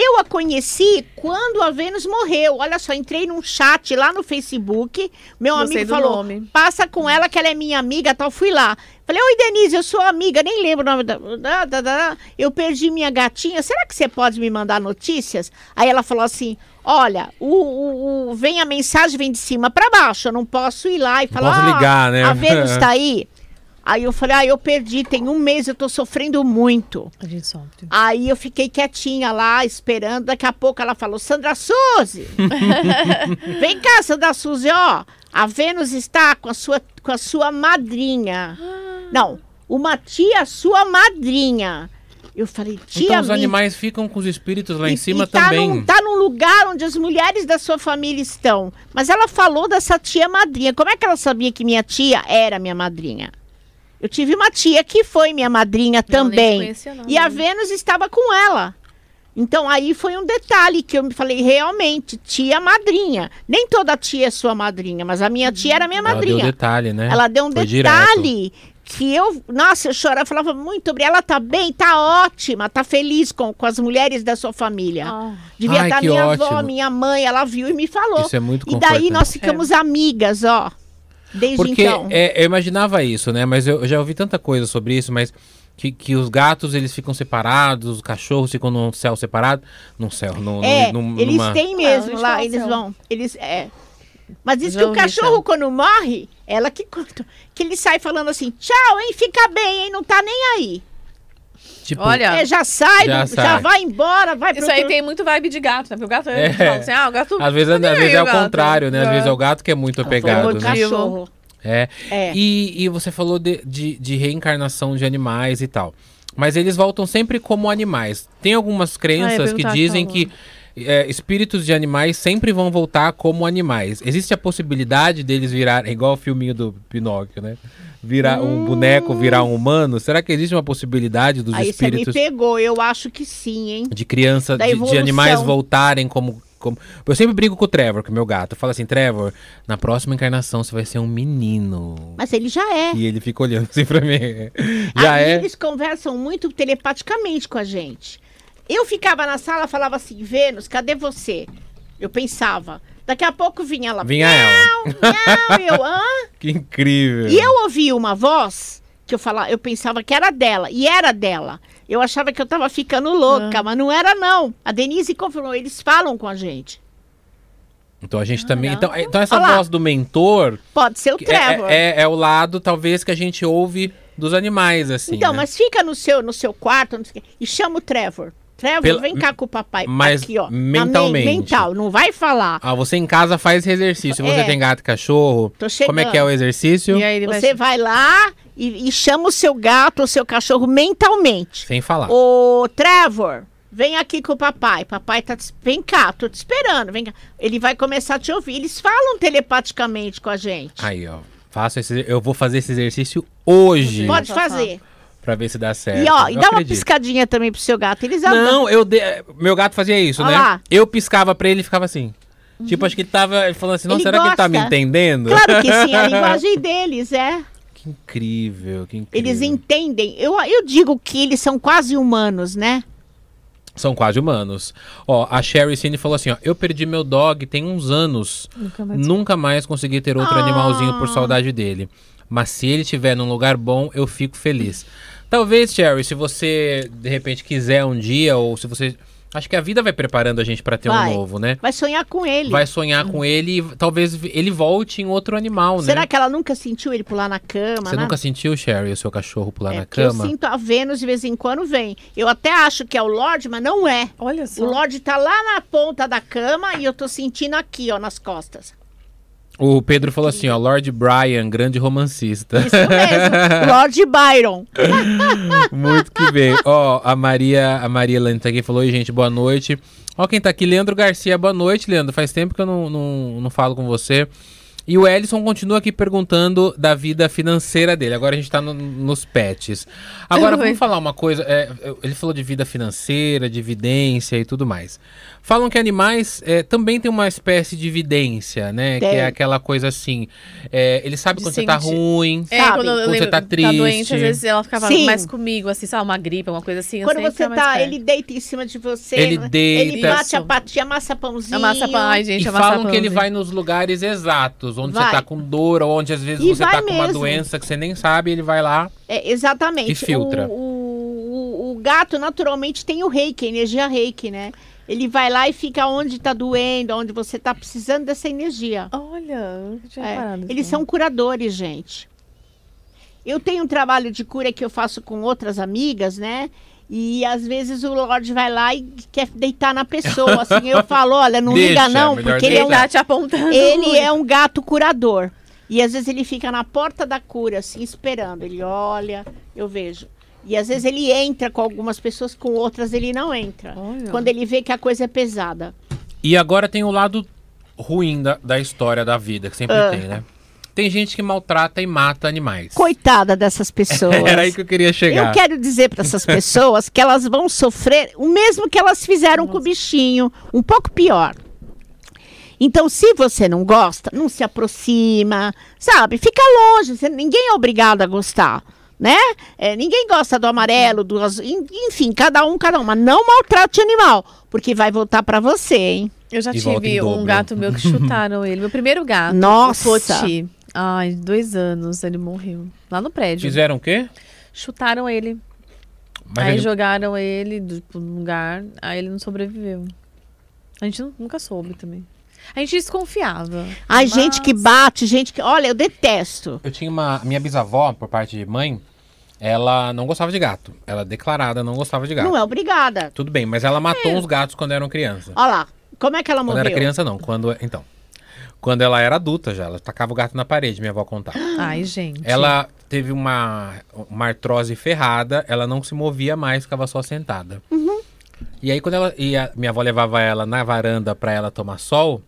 Speaker 3: Eu a conheci quando a Vênus morreu. Olha só, entrei num chat lá no Facebook. Meu
Speaker 2: Gostei
Speaker 3: amigo
Speaker 2: do
Speaker 3: falou:
Speaker 2: nome.
Speaker 3: passa com ela, que ela é minha amiga. Tal, fui lá. Falei: Oi, Denise, eu sou amiga, nem lembro o nome da. da- da- da- Eu perdi minha gatinha. Será que você pode me mandar notícias? Aí ela falou assim: Olha, o, o- o- vem a mensagem, vem de cima para baixo. Eu não posso ir lá e
Speaker 1: Não
Speaker 3: falar.
Speaker 1: posso
Speaker 3: "Ah,
Speaker 1: ligar, né?"
Speaker 3: A Vênus tá aí. Aí eu falei, ah, eu perdi, tem um mês, eu tô sofrendo muito.
Speaker 2: A gente sofre.
Speaker 3: Aí eu fiquei quietinha lá, esperando. Daqui a pouco ela falou, Sandra Suzy! Vem cá, Sandra Suzy, ó. A Vênus está com a sua, com a sua madrinha. Não, uma tia sua madrinha. Eu falei, tia
Speaker 1: Então os
Speaker 3: minha."
Speaker 1: animais ficam com os espíritos lá
Speaker 3: E-
Speaker 1: em cima
Speaker 3: e tá
Speaker 1: também.
Speaker 3: Num, tá num lugar onde as mulheres da sua família estão. Mas ela falou dessa tia madrinha. Como é que ela sabia que minha tia era minha madrinha? Eu tive uma tia que foi minha madrinha
Speaker 2: nem
Speaker 3: também.
Speaker 2: conhecia, não.
Speaker 3: E a Vênus estava com ela. Então aí foi um detalhe que eu me falei, realmente, tia madrinha. Nem toda tia é sua madrinha, mas a minha tia era minha
Speaker 1: Ela deu
Speaker 3: madrinha.
Speaker 1: detalhe, né?
Speaker 3: Ela deu um
Speaker 1: Foi
Speaker 3: detalhe que eu, nossa, eu chorava, falava muito obrigada, ela tá bem, tá ótima, tá feliz com, com as mulheres da sua família.
Speaker 2: Ah,
Speaker 3: Devia
Speaker 1: Ai,
Speaker 3: estar
Speaker 1: que
Speaker 3: minha avó,
Speaker 1: ótimo.
Speaker 3: minha mãe, ela viu e me falou.
Speaker 1: Isso é muito
Speaker 3: e daí
Speaker 1: confortante.
Speaker 3: nós
Speaker 2: É.
Speaker 3: ficamos amigas, ó. Desde
Speaker 1: Porque
Speaker 3: então.
Speaker 1: é, eu imaginava isso, né? Mas eu, eu já ouvi tanta coisa sobre isso, mas que, que os gatos eles ficam separados, os cachorros ficam num céu separado. Num céu, num,
Speaker 3: É,
Speaker 1: num- num-
Speaker 3: eles
Speaker 1: numa-
Speaker 3: têm
Speaker 2: Ah,
Speaker 3: mesmo
Speaker 2: eles
Speaker 3: lá,
Speaker 2: falam
Speaker 3: eles
Speaker 2: assim, ó.
Speaker 3: vão. Eles, é. Mas diz
Speaker 2: Já
Speaker 3: que o
Speaker 2: ouvi,
Speaker 3: cachorro,
Speaker 2: já.
Speaker 3: quando morre, ela que conta. Que ele sai falando assim: tchau, hein, fica bem, hein, não tá nem aí.
Speaker 1: Tipo,
Speaker 2: Olha,
Speaker 3: É, já sai,
Speaker 1: Já
Speaker 3: não- já,
Speaker 1: sai.
Speaker 3: vai embora, vai pro
Speaker 2: isso aí
Speaker 3: outro-
Speaker 2: tem muito vibe de gato, né? Porque o gato é,
Speaker 1: É.
Speaker 2: fala assim, ah, o gato.
Speaker 1: Às vezes, às
Speaker 2: Cadê
Speaker 1: vezes
Speaker 2: aí
Speaker 1: é
Speaker 2: o
Speaker 1: o
Speaker 2: gato?
Speaker 1: contrário, né? Às
Speaker 2: É.
Speaker 1: vezes é o gato que é muito
Speaker 3: Falou
Speaker 1: apegado,
Speaker 3: do
Speaker 1: né?
Speaker 2: gato.
Speaker 3: cachorro.
Speaker 1: É.
Speaker 3: É.
Speaker 1: E, e você falou de, de, de reencarnação de animais e tal. Mas eles voltam sempre como animais. Tem
Speaker 3: Ah,
Speaker 1: algumas crenças que
Speaker 2: perguntar
Speaker 1: dizem
Speaker 2: qual.
Speaker 1: que é, espíritos de animais sempre vão voltar como animais. Existe a possibilidade deles virar, é igual o filminho do Pinóquio, né? Virar
Speaker 3: Hum.
Speaker 1: um boneco, virar um humano. Será que existe uma possibilidade dos
Speaker 3: Aí você me
Speaker 1: espíritos
Speaker 3: pegou, eu acho que sim, hein?
Speaker 1: de criança,
Speaker 3: é Da
Speaker 1: de, de
Speaker 3: evolução.
Speaker 1: animais voltarem como, como. Eu sempre brigo com o Trevor, que é meu gato. Eu falo assim, Trevor, na próxima encarnação você vai ser um menino.
Speaker 3: Mas ele já é.
Speaker 1: E ele fica olhando assim pra mim. Já
Speaker 3: Aí
Speaker 1: é.
Speaker 3: Eles conversam muito telepaticamente com a gente. Eu ficava na sala, falava assim, Vênus, cadê você? Eu pensava. Daqui a pouco vinha ela.
Speaker 1: Vinha ela.
Speaker 3: Não, eu, hã?
Speaker 1: Que incrível.
Speaker 3: E eu ouvi uma voz que eu falava, eu pensava que era dela, e era dela. Eu achava que eu tava ficando louca, mas não era não. A Denise confirmou, eles falam com a gente.
Speaker 1: Então a gente também. Então, então essa
Speaker 3: Olha lá.
Speaker 1: voz do mentor
Speaker 3: Pode ser o
Speaker 1: que é,
Speaker 3: Trevor.
Speaker 1: é- é o lado, talvez, que a gente ouve dos animais, assim.
Speaker 3: então,
Speaker 1: né?
Speaker 3: mas fica no seu, no seu quarto, não sei o quê, e chama o Trevor. Trevor,
Speaker 1: Pela-
Speaker 3: vem cá com o papai.
Speaker 1: mas
Speaker 3: Aqui, ó. na men-
Speaker 1: mentalmente.
Speaker 3: mental, não vai falar.
Speaker 1: Ah, você em casa faz exercício. Você
Speaker 3: É.
Speaker 1: tem gato e cachorro.
Speaker 3: Tô chegando.
Speaker 1: Como é que é o exercício?
Speaker 2: E aí ele vai.
Speaker 3: Você vai lá e, e chama o seu gato ou seu cachorro mentalmente.
Speaker 1: Sem falar.
Speaker 3: Ô, Trevor, vem aqui com o papai. Papai tá. te es- Vem cá, tô te esperando. Vem cá. Ele vai começar a te ouvir. Eles falam telepaticamente com a gente.
Speaker 1: Aí, ó. Faço esse, eu vou fazer esse exercício hoje
Speaker 3: Pode
Speaker 2: Sim.
Speaker 3: fazer.
Speaker 1: pra ver se dá certo.
Speaker 3: E ó,
Speaker 1: É,
Speaker 3: e
Speaker 1: Eu
Speaker 3: dá uma
Speaker 1: acredito.
Speaker 3: piscadinha também pro seu gato. Eles andam.
Speaker 1: Não, eu de- meu gato fazia isso,
Speaker 3: Tá Olha
Speaker 1: né?
Speaker 3: lá. Uhum.
Speaker 1: Eu piscava pra ele e ficava assim. Tipo, acho que ele tava ele falando assim, não,
Speaker 3: Ele
Speaker 1: será que ele tá me
Speaker 3: gosta.
Speaker 1: entendendo?
Speaker 3: Claro que sim, a linguagem deles, é.
Speaker 1: Que incrível, que incrível.
Speaker 3: Eles entendem. Eu, eu digo que eles são quase humanos, né?
Speaker 1: São quase humanos. Ó, a Sherry Cine falou assim, ó, eu perdi meu dog tem uns anos.
Speaker 2: Nunca mais-
Speaker 1: Nunca mais consegui ter outro
Speaker 3: Ah.
Speaker 1: animalzinho por saudade dele. Mas se ele estiver num lugar bom, eu fico feliz. Talvez, Sherry, se você de repente quiser um dia, ou se você. Acho que a vida vai preparando a gente pra ter
Speaker 3: Vai.
Speaker 1: um novo, né?
Speaker 3: Vai sonhar com ele.
Speaker 1: Vai sonhar com ele e talvez vi- ele volte em outro animal,
Speaker 3: Será
Speaker 1: né?
Speaker 3: que ela nunca sentiu ele pular na cama?
Speaker 1: Você
Speaker 3: né?
Speaker 1: nunca sentiu, Sherry, o seu cachorro pular
Speaker 3: É,
Speaker 1: na
Speaker 3: porque eu
Speaker 1: cama?
Speaker 3: sinto a Vênus de vez em quando vem. Eu até acho que é o Lorde, mas não é.
Speaker 2: Olha só.
Speaker 3: O Lorde tá lá na ponta da cama e eu tô sentindo aqui, ó, nas costas.
Speaker 1: O Pedro falou assim, ó, Lord Brian, grande romancista.
Speaker 3: Isso mesmo. Lorde Byron.
Speaker 1: Muito que bem. Ó, a Maria, a Maria Lane tá aqui falou, oi, gente, boa noite. Ó, quem tá aqui, Leandro Garcia, boa noite, Leandro. Faz tempo que eu não, não, não falo com você. E o Ellison continua aqui perguntando da vida financeira dele. Agora a gente tá no- nos pets. Agora
Speaker 2: Oi.
Speaker 1: vamos falar uma coisa. é, ele falou de vida financeira, de vidência e tudo mais. Falam que animais é, também tem uma espécie de vidência, né? Que
Speaker 3: Tem.
Speaker 1: é aquela coisa assim. é, ele sabe
Speaker 2: De
Speaker 1: quando você tá
Speaker 2: sentir-
Speaker 1: ruim.
Speaker 2: É,
Speaker 3: Sabe?
Speaker 2: quando eu
Speaker 1: Quando
Speaker 2: lembro
Speaker 1: você tá
Speaker 2: que doente,
Speaker 1: triste.
Speaker 2: às vezes ela ficava
Speaker 3: Sim.
Speaker 2: mais comigo, assim, sabe, uma gripe, alguma coisa assim. eu
Speaker 3: Quando
Speaker 2: sempre
Speaker 3: você
Speaker 2: ficava mais
Speaker 3: tá,
Speaker 2: perto.
Speaker 3: ele deita em cima de você.
Speaker 1: Ele
Speaker 3: Ele
Speaker 1: deita.
Speaker 3: bate a
Speaker 2: Isso.
Speaker 3: patinha, amassa pãozinho.
Speaker 2: Amassa pão, ai, gente,
Speaker 1: e
Speaker 2: amassa
Speaker 1: falam que ele
Speaker 2: pãozinho.
Speaker 1: vai nos lugares exatos, onde você
Speaker 3: Vai.
Speaker 1: tá com dor, ou onde às vezes
Speaker 3: E
Speaker 1: você
Speaker 3: vai
Speaker 1: tá com uma
Speaker 3: mesmo.
Speaker 1: doença que você nem sabe, ele vai lá.
Speaker 3: É, exatamente.
Speaker 1: E filtra.
Speaker 3: O, o- o- o gato, naturalmente, tem o reiki, a energia reiki, né? Ele vai lá e fica onde tá doendo, onde você tá precisando dessa energia.
Speaker 2: Olha, eu nunca tinha
Speaker 3: É,
Speaker 2: reparado.
Speaker 3: Eles
Speaker 2: isso, não.
Speaker 3: são curadores, gente. Eu tenho um trabalho de cura que eu faço com outras amigas, né? E às vezes o Lorde vai lá e quer deitar na pessoa. Assim, eu falo, olha, não
Speaker 1: Deixa,
Speaker 3: liga não,
Speaker 1: melhor
Speaker 3: porque ele
Speaker 2: Ele
Speaker 3: é, um,
Speaker 1: deixa.
Speaker 2: tá te apontando.
Speaker 3: ele
Speaker 2: muito.
Speaker 3: é um gato curador. E às vezes ele fica na porta da cura, assim, esperando. Ele olha, eu vejo. E às vezes ele entra com algumas pessoas, com outras ele não entra.
Speaker 2: Olha.
Speaker 3: um Quando ele vê que a coisa é pesada.
Speaker 1: E agora tem o lado ruim da, da história da vida, que sempre
Speaker 3: Ah.
Speaker 1: tem, né? Tem gente que maltrata e mata animais.
Speaker 3: Coitada dessas pessoas.
Speaker 1: Era aí que eu queria chegar.
Speaker 3: Eu quero dizer para essas pessoas que elas vão sofrer o mesmo que elas fizeram com o bichinho, um pouco pior. Então, se você não gosta, não se aproxima, sabe? Fica longe, você- ninguém é obrigado a gostar, né? É, ninguém gosta do amarelo, do azul, en- enfim, cada um, cada um. Mas não maltrate o animal, porque vai voltar para você, hein?
Speaker 2: Eu já
Speaker 1: E volta em
Speaker 2: tive um
Speaker 1: dobro.
Speaker 2: gato meu que chutaram ele. Meu primeiro gato.
Speaker 3: Nossa!
Speaker 2: O Poti. Ai, dois anos, ele morreu. Lá no prédio.
Speaker 1: Fizeram o quê?
Speaker 2: Chutaram ele.
Speaker 1: Mas
Speaker 2: aí
Speaker 1: ele-
Speaker 2: jogaram ele do- pro lugar. Aí ele não sobreviveu. A gente nu- nunca soube também. A gente desconfiava.
Speaker 3: Ai,
Speaker 2: Mas-
Speaker 3: gente que bate, gente que. Olha, eu detesto.
Speaker 1: Eu tinha uma. Minha bisavó, por parte de mãe, ela não gostava de gato. Ela declarada não gostava de gato.
Speaker 3: Não é obrigada.
Speaker 1: Tudo bem, mas ela matou uns gatos quando eram criança.
Speaker 3: Olha lá, como é que ela
Speaker 1: Quando
Speaker 3: morreu?
Speaker 1: era criança, não. Quando. Então. Quando ela era adulta já, ela tacava o gato na parede, minha avó contava.
Speaker 2: Ai, gente.
Speaker 1: Ela teve uma, uma artrose ferrada, ela não se movia mais, ficava só sentada.
Speaker 3: Uhum.
Speaker 1: E aí, quando ela. E a minha avó levava ela na varanda pra ela tomar sol,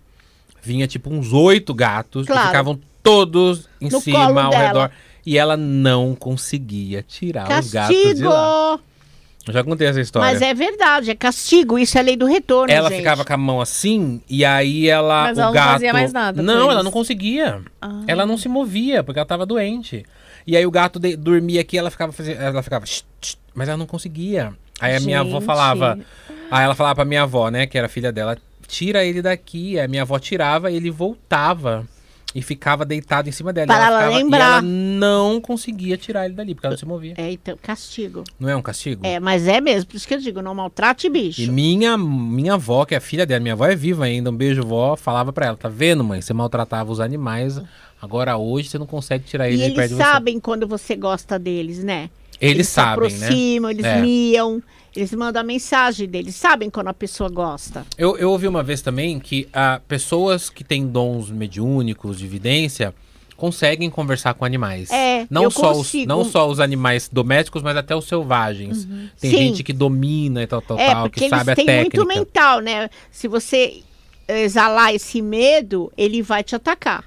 Speaker 1: vinha tipo uns oito gatos
Speaker 3: Claro.
Speaker 1: e ficavam todos em
Speaker 3: No colo
Speaker 1: cima, ao
Speaker 3: dela.
Speaker 1: redor. E ela não conseguia tirar ah, os gatos de
Speaker 3: Castigo!
Speaker 1: lá. Eu já contei essa história.
Speaker 3: Mas é verdade, é castigo, isso é lei do retorno,
Speaker 1: ela
Speaker 3: gente.
Speaker 1: ficava com a mão assim, e aí ela.
Speaker 2: Mas
Speaker 1: o
Speaker 2: ela não
Speaker 1: gato...
Speaker 2: fazia mais nada
Speaker 1: Não,
Speaker 2: com
Speaker 1: ela
Speaker 2: eles.
Speaker 1: não conseguia.
Speaker 2: Ah.
Speaker 1: Ela não se movia, porque ela tava doente. E aí o gato de- dormia aqui, ela ficava fazendo. Ela ficava. "Shh, shh", mas ela não conseguia. Aí a minha avó
Speaker 2: Gente.
Speaker 1: falava. Aí ela falava pra minha avó, né, que era filha dela, tira ele daqui. Aí a minha avó tirava e ele voltava. E ficava deitado em cima dela.
Speaker 3: Para
Speaker 1: e
Speaker 3: ela
Speaker 1: ficava- e
Speaker 3: lembrar.
Speaker 1: ela não conseguia tirar ele dali, porque ela não se movia.
Speaker 3: É, então, castigo.
Speaker 1: Não é um castigo?
Speaker 3: É, mas é mesmo, por isso que eu digo, não maltrate bicho.
Speaker 1: E minha, minha avó, que é filha dela, minha avó é viva ainda, um beijo, vó, falava pra ela, tá vendo, mãe? Você maltratava os animais, agora hoje você não consegue tirar
Speaker 3: E
Speaker 1: ele de
Speaker 3: eles
Speaker 1: perto de você.
Speaker 3: sabem quando você gosta deles, né?
Speaker 1: Eles, sabem,
Speaker 3: se
Speaker 1: né?
Speaker 3: aproximam, eles
Speaker 1: É.
Speaker 3: miam, eles mandam a mensagem deles. Sabem quando a pessoa gosta.
Speaker 1: Eu, eu ouvi uma vez também que ah, pessoas que têm dons mediúnicos, de vidência, conseguem conversar com animais.
Speaker 3: É,
Speaker 1: não
Speaker 3: eu
Speaker 1: só os,
Speaker 3: consigo.
Speaker 1: Não só os animais domésticos, mas até os selvagens. Tem
Speaker 3: Uhum. Sim.
Speaker 1: gente que domina e tal, tal,
Speaker 3: é,
Speaker 1: tal,
Speaker 3: porque
Speaker 1: que
Speaker 3: eles
Speaker 1: sabe a
Speaker 3: têm
Speaker 1: técnica.
Speaker 3: muito mental, né? Se você exalar esse medo, ele vai te atacar.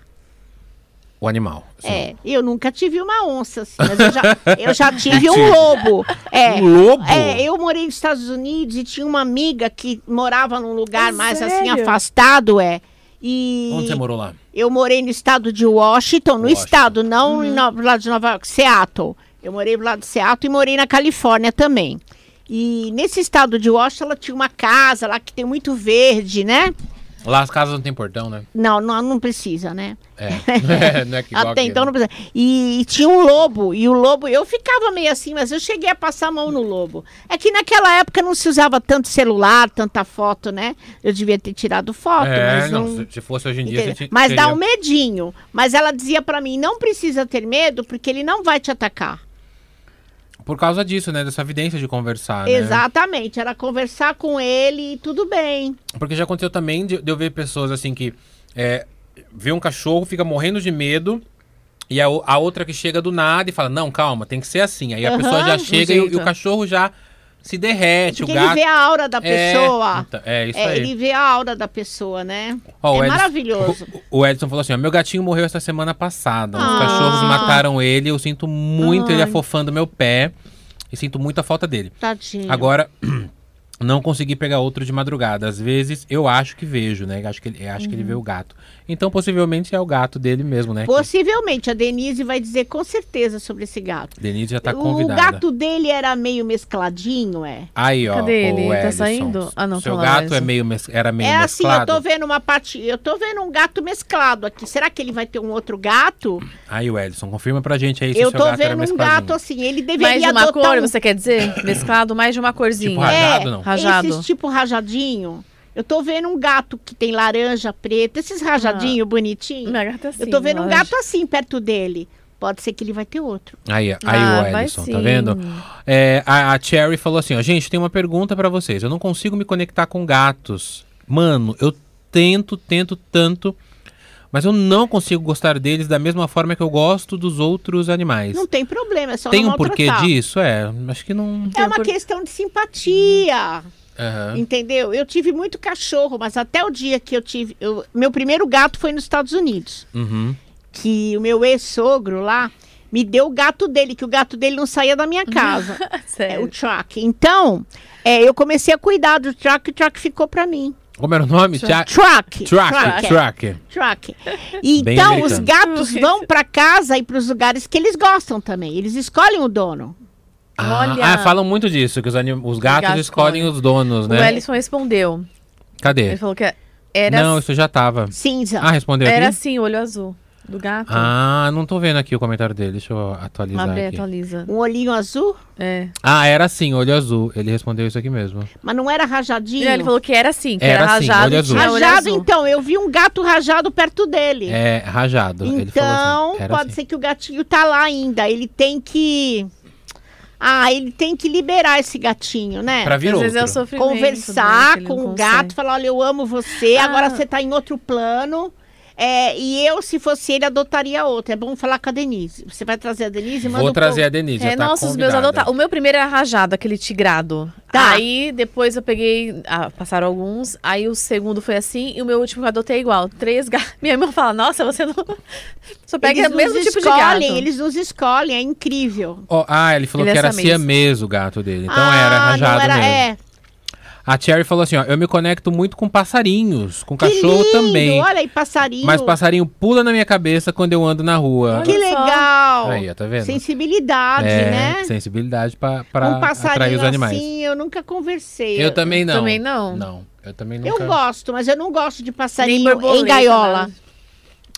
Speaker 1: O animal. assim. sim.
Speaker 3: É, eu nunca tive uma onça assim, mas eu já, eu já tive um lobo. É,
Speaker 1: Um lobo?
Speaker 3: É, eu morei nos Estados Unidos e tinha uma amiga que morava num
Speaker 2: É
Speaker 3: lugar mais assim
Speaker 2: sério?
Speaker 3: afastado, é. E
Speaker 1: Onde você morou lá?
Speaker 3: eu morei no estado de Washington, no
Speaker 1: Washington.
Speaker 3: estado, não
Speaker 2: Uhum.
Speaker 3: em no- do lado de Nova York, Seattle. Eu morei do lado de Seattle e morei na Califórnia também. E nesse estado de Washington, ela tinha uma casa lá que tem muito verde, né?
Speaker 1: Lá as casas não tem portão, né?
Speaker 3: Não, não, não precisa, né?
Speaker 1: É. não é que igual
Speaker 3: Até
Speaker 1: aqui, né?
Speaker 3: então não precisa. E, e tinha um lobo, e o lobo, eu ficava meio assim, mas eu cheguei a passar a mão no lobo. É que naquela época não se usava tanto celular, tanta foto, né? Eu devia ter tirado foto,
Speaker 1: É,
Speaker 3: mas não.
Speaker 1: não, se- se fosse hoje em dia,
Speaker 3: entendeu?
Speaker 1: você ti-
Speaker 3: Mas dá
Speaker 1: teria-
Speaker 3: um medinho. Mas ela dizia pra mim, não precisa ter medo, porque ele não vai te atacar.
Speaker 1: Por causa disso, né? Dessa evidência de conversar, né?
Speaker 3: Exatamente, era conversar com ele e tudo bem.
Speaker 1: Porque já aconteceu também de, de eu ver pessoas assim que é, vê um cachorro, fica morrendo de medo. E a, o- a outra que chega do nada e fala, não, calma, tem que ser assim. Aí a
Speaker 3: Aham,
Speaker 1: pessoa já
Speaker 3: do
Speaker 1: chega e, o- e
Speaker 2: jeito.
Speaker 1: o cachorro já se derrete,
Speaker 3: Porque
Speaker 1: o gato.
Speaker 3: ele vê a aura da
Speaker 1: É,
Speaker 3: pessoa.
Speaker 1: então, É, isso
Speaker 3: É,
Speaker 1: aí.
Speaker 3: ele vê a aura da pessoa, né?
Speaker 1: Ó,
Speaker 3: é
Speaker 1: o Edson-
Speaker 3: maravilhoso.
Speaker 1: O, o Edson falou assim: ó, meu gatinho morreu essa semana passada. Os
Speaker 3: Ah.
Speaker 1: cachorros mataram ele. Eu sinto muito ele
Speaker 2: Ai.
Speaker 1: afofando meu pé. E sinto muito a falta dele.
Speaker 3: Tadinho.
Speaker 1: Agora, não consegui pegar outro de madrugada. Às vezes eu acho que vejo, né? Acho que ele, acho que ele
Speaker 3: Uhum.
Speaker 1: vê o gato. Então, possivelmente é o gato dele mesmo, né? Que
Speaker 3: Possivelmente, a Denise vai dizer com certeza sobre esse gato.
Speaker 1: Denise já tá
Speaker 3: o
Speaker 1: convidada.
Speaker 3: gato dele era meio mescladinho, é.
Speaker 1: Aí, ó.
Speaker 2: Cadê ele?
Speaker 1: o
Speaker 2: Tá
Speaker 1: Edson.
Speaker 2: saindo? Ah, não,
Speaker 1: Seu
Speaker 2: tá lá,
Speaker 1: gato é
Speaker 2: Edson.
Speaker 1: meio mes- era meio
Speaker 3: é assim, eu
Speaker 1: mesclado.
Speaker 3: tô vendo uma parte. Eu tô vendo um gato mesclado aqui. Será que ele vai ter um outro gato?
Speaker 1: Aí, o Edson, confirma pra gente aí se o
Speaker 3: eu
Speaker 1: seu
Speaker 3: tô
Speaker 1: gato era
Speaker 3: vendo um
Speaker 1: mescladinho.
Speaker 3: gato assim. Ele
Speaker 2: Mais de
Speaker 3: deveria
Speaker 2: uma
Speaker 3: adotar
Speaker 2: cor,
Speaker 3: um É.
Speaker 2: você quer dizer? Mesclado mais de uma corzinha.
Speaker 3: assim,
Speaker 1: Tipo rajado, não?
Speaker 2: Rajado.
Speaker 3: Esses tipo rajadinho. Eu tô vendo um gato que tem laranja, preta, esses
Speaker 2: Ah.
Speaker 3: rajadinho bonitinho.
Speaker 2: Minha gata é assim,
Speaker 3: eu tô vendo um
Speaker 2: laranja.
Speaker 3: gato assim perto dele. Pode ser que ele vai ter outro.
Speaker 1: Aí, aí
Speaker 2: Ah,
Speaker 1: o
Speaker 2: vai
Speaker 1: Edson, tá
Speaker 2: sim.
Speaker 1: vendo? É, a, a Cherry falou assim, ó, gente, tem uma pergunta pra vocês. Eu não consigo me conectar com gatos. Mano, eu tento, tento tanto, mas eu não consigo gostar deles da mesma forma que eu gosto dos outros animais.
Speaker 3: Não tem problema, é só
Speaker 1: tem
Speaker 3: não
Speaker 1: um porquê
Speaker 3: maltratar.
Speaker 1: disso? É, acho que não.
Speaker 2: um
Speaker 3: É uma questão de simpatia,
Speaker 1: Aham.
Speaker 3: entendeu? Eu tive muito cachorro, mas até o dia que eu tive. eu- meu primeiro gato foi nos Estados Unidos.
Speaker 1: Uhum.
Speaker 3: Que o meu ex-sogro lá me deu o gato dele, que o gato dele não saía da minha casa. é, o
Speaker 2: Sério.
Speaker 3: Chuck. Então, é, eu comecei a cuidar do Chuck e o Chuck ficou pra mim.
Speaker 1: Como era o nome? Tra-
Speaker 3: Truck. é,
Speaker 1: Track, track. Bem
Speaker 3: Truck. Então,
Speaker 1: americano.
Speaker 3: os gatos vão pra casa e pros lugares que eles gostam também. Eles escolhem o dono.
Speaker 1: Ah,
Speaker 2: Olha.
Speaker 1: ah, falam muito disso, que os, anim- os gatos
Speaker 2: gatos
Speaker 1: escolhem os donos,
Speaker 2: O
Speaker 1: né?
Speaker 2: Ellison respondeu. Ele
Speaker 1: Cadê?
Speaker 2: falou que era, assim, Então,
Speaker 1: Não, isso já tava.
Speaker 3: Cinza.
Speaker 1: Ah, respondeu
Speaker 2: era
Speaker 1: aqui?
Speaker 2: assim, o olho azul do gato.
Speaker 1: Ah, não tô vendo aqui o comentário dele. Deixa eu atualizar
Speaker 2: Abre,
Speaker 1: aqui.
Speaker 2: atualiza.
Speaker 3: Um olhinho azul,
Speaker 2: É.
Speaker 1: Ah, era assim, olho azul. Ele respondeu isso aqui mesmo.
Speaker 3: mas não era rajadinho.
Speaker 2: Ele falou que era assim, que
Speaker 1: Era
Speaker 2: era,
Speaker 1: assim,
Speaker 2: rajado
Speaker 1: olho
Speaker 2: e
Speaker 1: azul.
Speaker 2: tinha olho
Speaker 3: Rajado,
Speaker 2: azul.
Speaker 3: então. Eu vi um gato rajado perto dele.
Speaker 1: É, rajado. ele falou
Speaker 3: Então,
Speaker 1: assim. Era
Speaker 3: pode
Speaker 1: assim.
Speaker 3: ser que o gatinho tá lá ainda. Ele tem que. Ah, ele tem que liberar esse gatinho, né?
Speaker 1: Pra vir
Speaker 2: Às vezes é o
Speaker 1: outro.
Speaker 2: sofrimento. né,
Speaker 3: conversar
Speaker 2: que ele
Speaker 3: com um
Speaker 2: não
Speaker 3: o
Speaker 2: consegue.
Speaker 3: gato, falar, olha, eu amo você,
Speaker 2: Ah.
Speaker 3: agora você tá em outro plano. É, e eu, se fosse ele, adotaria outro. É bom falar com a Denise. Você vai trazer a Denise? Manda
Speaker 1: Vou
Speaker 3: um
Speaker 1: trazer a Denise.
Speaker 2: É,
Speaker 1: já tá
Speaker 2: nossa, os meus
Speaker 1: convidada.
Speaker 2: adotaram. O meu primeiro era rajado, aquele tigrado.
Speaker 3: Tá.
Speaker 2: Aí depois eu peguei. ah, passaram alguns. Aí o segundo foi assim. E o meu último que eu adotei é igual. Três gatos. Minha irmã fala: Nossa, você não. Só
Speaker 3: pouco.
Speaker 2: pega
Speaker 3: Eles
Speaker 2: o mesmo
Speaker 3: nos
Speaker 2: tipo de gato.
Speaker 3: escolhem, Eles nos escolhem, é incrível.
Speaker 1: Ó, ah, ele falou
Speaker 2: Ele é
Speaker 1: que era
Speaker 2: siamês.
Speaker 1: siamês o gato dele. Então
Speaker 3: Ah,
Speaker 1: era
Speaker 3: não
Speaker 1: rajado
Speaker 3: era-
Speaker 1: mesmo.
Speaker 3: É.
Speaker 1: A Cherry falou assim, ó. Eu me conecto muito com passarinhos. Com cachorro
Speaker 3: que lindo,
Speaker 1: também.
Speaker 3: Olha aí, passarinho.
Speaker 1: Mas passarinho pula na minha cabeça quando eu ando na rua.
Speaker 2: Olha
Speaker 3: Que
Speaker 2: só.
Speaker 3: legal.
Speaker 1: Aí, ó, tá vendo?
Speaker 3: Sensibilidade,
Speaker 1: é,
Speaker 3: né?
Speaker 1: sensibilidade pra, pra
Speaker 3: um
Speaker 1: atrair
Speaker 3: passarinho
Speaker 1: os animais.
Speaker 3: assim, eu nunca conversei.
Speaker 1: eu também não.
Speaker 2: Também não.
Speaker 1: Não, eu também
Speaker 3: Eu
Speaker 1: nunca.
Speaker 3: gosto, mas eu não gosto de
Speaker 2: Nem
Speaker 3: passarinho em
Speaker 2: borboleta, né?
Speaker 3: gaiola.
Speaker 2: nada.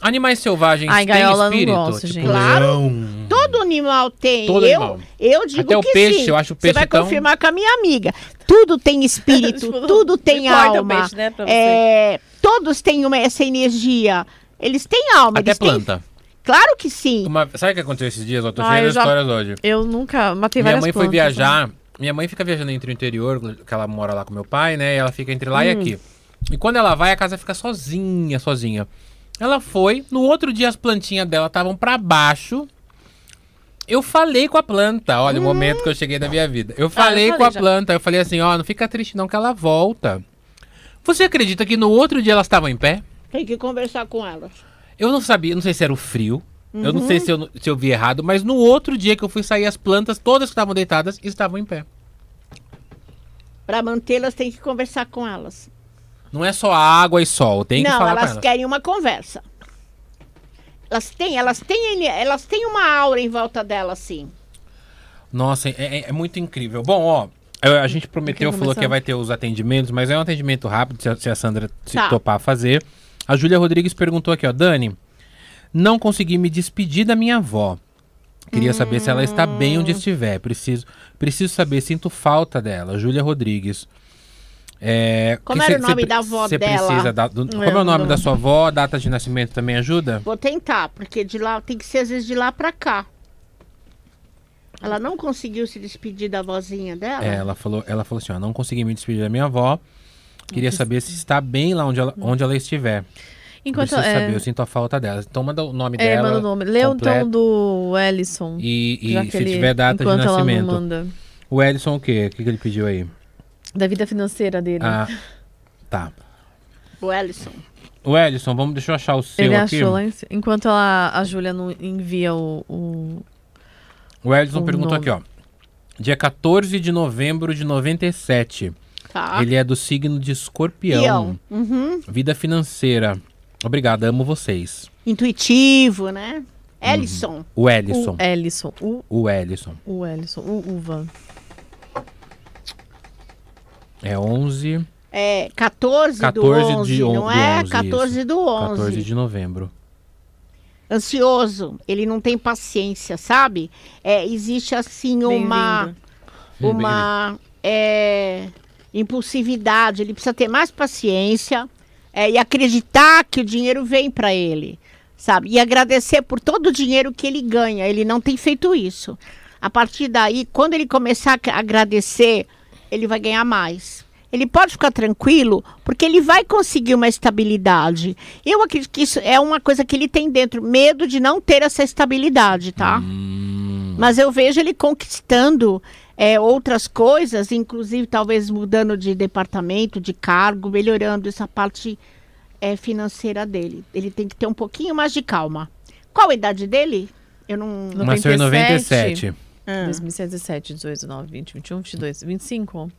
Speaker 1: Animais selvagens
Speaker 2: Ai,
Speaker 1: têm
Speaker 2: gaiola eu não
Speaker 1: espírito? tipo
Speaker 2: gosto, gente.
Speaker 3: Claro.
Speaker 1: leão.
Speaker 3: Todo animal tem.
Speaker 1: Todo
Speaker 3: eu,
Speaker 1: animal.
Speaker 3: eu digo
Speaker 1: Até o
Speaker 3: que
Speaker 1: peixe,
Speaker 3: sim.
Speaker 1: eu acho o
Speaker 3: Você
Speaker 1: peixe
Speaker 3: vai
Speaker 1: tão-
Speaker 3: confirmar com a minha amiga. Tudo tem espírito,
Speaker 2: Tipo,
Speaker 3: tudo tem
Speaker 2: não importa o
Speaker 3: alma.
Speaker 2: peixe, né, pra você.
Speaker 3: É, todos têm uma, essa energia. Eles têm alma.
Speaker 1: Até
Speaker 3: eles têm-
Speaker 1: planta.
Speaker 3: Claro que sim.
Speaker 1: Uma- Sabe o que aconteceu esses dias? Eu tô
Speaker 2: Ah,
Speaker 1: cheio
Speaker 2: eu
Speaker 1: das
Speaker 2: já-
Speaker 1: histórias hoje.
Speaker 2: Eu nunca matei
Speaker 1: Minha
Speaker 2: várias
Speaker 1: mãe foi
Speaker 2: plantas. né?
Speaker 1: viajar. Minha mãe fica viajando entre o interior, que ela mora lá com meu pai, né? E ela fica entre lá
Speaker 2: Hum.
Speaker 1: e aqui. E quando ela vai, a casa fica sozinha, sozinha. Ela foi. No outro dia, as plantinhas dela estavam pra baixo. Eu falei com a planta. Olha, o momento que eu cheguei da minha vida. Eu falei,
Speaker 2: Hum. Ah, falei
Speaker 1: com a
Speaker 2: já.
Speaker 1: planta. Eu falei assim: ó, não fica triste não, que ela volta. Você acredita que no outro dia elas estavam em pé?
Speaker 3: Tem que conversar com elas.
Speaker 1: Eu não sabia, eu não sei se era o frio. Eu não
Speaker 2: Uhum.
Speaker 1: sei se eu, se eu vi errado, mas no outro dia que eu fui sair, as plantas, todas que estavam deitadas, estavam em pé.
Speaker 3: Para mantê-las, tem que conversar com elas.
Speaker 1: Não é só água e sol, tem que
Speaker 3: não,
Speaker 1: falar
Speaker 3: elas
Speaker 1: com elas.
Speaker 3: querem uma conversa. Elas têm, elas têm, elas têm uma aura em volta dela, assim.
Speaker 1: Nossa, é, é- é muito incrível. Bom, ó, eu- a gente prometeu,
Speaker 2: Incrível,
Speaker 1: falou
Speaker 2: mas
Speaker 1: que
Speaker 2: é.
Speaker 1: vai ter os atendimentos, mas é um atendimento rápido, se a, se a Sandra se
Speaker 3: Tá.
Speaker 1: topar fazer. A Júlia Rodrigues perguntou aqui, ó, Dani, não consegui me despedir da minha avó. Queria saber se ela está bem
Speaker 3: Hum.
Speaker 1: onde estiver. Preciso, preciso saber, sinto falta dela. Júlia Rodrigues. É,
Speaker 3: Como
Speaker 1: que
Speaker 3: era
Speaker 1: cê-
Speaker 3: o nome
Speaker 1: cê-
Speaker 3: da avó
Speaker 1: cê
Speaker 3: dela?
Speaker 1: Precisa da- do- como é o
Speaker 2: não
Speaker 1: nome
Speaker 2: lembro.
Speaker 1: da sua avó? Data de nascimento também ajuda?
Speaker 3: Vou tentar, porque de lá tem que ser às vezes de lá pra cá. Ela não conseguiu se despedir da vozinha dela?
Speaker 1: É, ela falou, ela falou assim, ó, não consegui me despedir da minha avó. Queria saber se está bem lá onde ela, onde ela estiver.
Speaker 2: Hum. Enquanto
Speaker 1: Preciso
Speaker 2: é,
Speaker 1: saber, eu sinto a falta dela. Então manda o nome
Speaker 2: é,
Speaker 1: dela.
Speaker 2: manda o nome. Lê o
Speaker 1: completo
Speaker 2: tom do Ellison.
Speaker 1: E, e
Speaker 2: já que
Speaker 1: se
Speaker 2: ele-
Speaker 1: tiver data de
Speaker 2: enquanto ela não
Speaker 1: nascimento.
Speaker 2: manda.
Speaker 1: O Edson o quê? O que, que ele pediu aí?
Speaker 2: Da vida financeira dele.
Speaker 1: Ah, tá.
Speaker 3: O Ellison.
Speaker 1: O Edson, vamos, deixa eu achar o seu
Speaker 2: Ele
Speaker 1: aqui.
Speaker 2: achou lá em cima. Enquanto ela, a Júlia não envia o, o-
Speaker 1: O Edson
Speaker 2: O
Speaker 1: perguntou
Speaker 2: nome.
Speaker 1: aqui, ó. Dia 14 de novembro de 97.
Speaker 2: Ah.
Speaker 3: Tá.
Speaker 1: Ele um. é do signo de escorpião.
Speaker 3: Leão. Uhum.
Speaker 1: Vida financeira. Obrigada, amo vocês.
Speaker 3: Intuitivo, né? Ellison.
Speaker 1: O
Speaker 2: o
Speaker 1: Ellison.
Speaker 2: Ellison. O,
Speaker 1: O Ellison.
Speaker 2: o Ellison. O Uva.
Speaker 1: É 11,
Speaker 3: É 14,
Speaker 1: 14
Speaker 3: do 11,
Speaker 1: de on-
Speaker 3: não
Speaker 1: do
Speaker 3: é?
Speaker 1: 11,
Speaker 3: 14 do 11.
Speaker 1: 14 de novembro.
Speaker 3: Ansioso, ele não tem paciência, sabe? É, existe assim uma
Speaker 2: Bem-vindo.
Speaker 1: Hum.
Speaker 3: uma é, impulsividade. Ele precisa ter mais paciência é, e acreditar que o dinheiro vem para ele, sabe? E agradecer por todo o dinheiro que ele ganha. Ele não tem feito isso. A partir daí, quando ele começar a agradecer, ele vai ganhar mais. Ele pode ficar tranquilo, porque ele vai conseguir uma estabilidade. Eu acredito que isso é uma coisa que ele tem dentro, medo de não ter essa estabilidade, tá?
Speaker 1: Hum,
Speaker 3: Mas eu vejo ele conquistando é, outras coisas, inclusive talvez mudando de departamento, de cargo, melhorando essa parte é, financeira dele. Ele tem que ter um pouquinho mais de calma. Qual a idade dele? Eu não.
Speaker 1: nasceu em 97.
Speaker 3: É.
Speaker 2: 2017, 18, 9, 20, 21, 22, 25.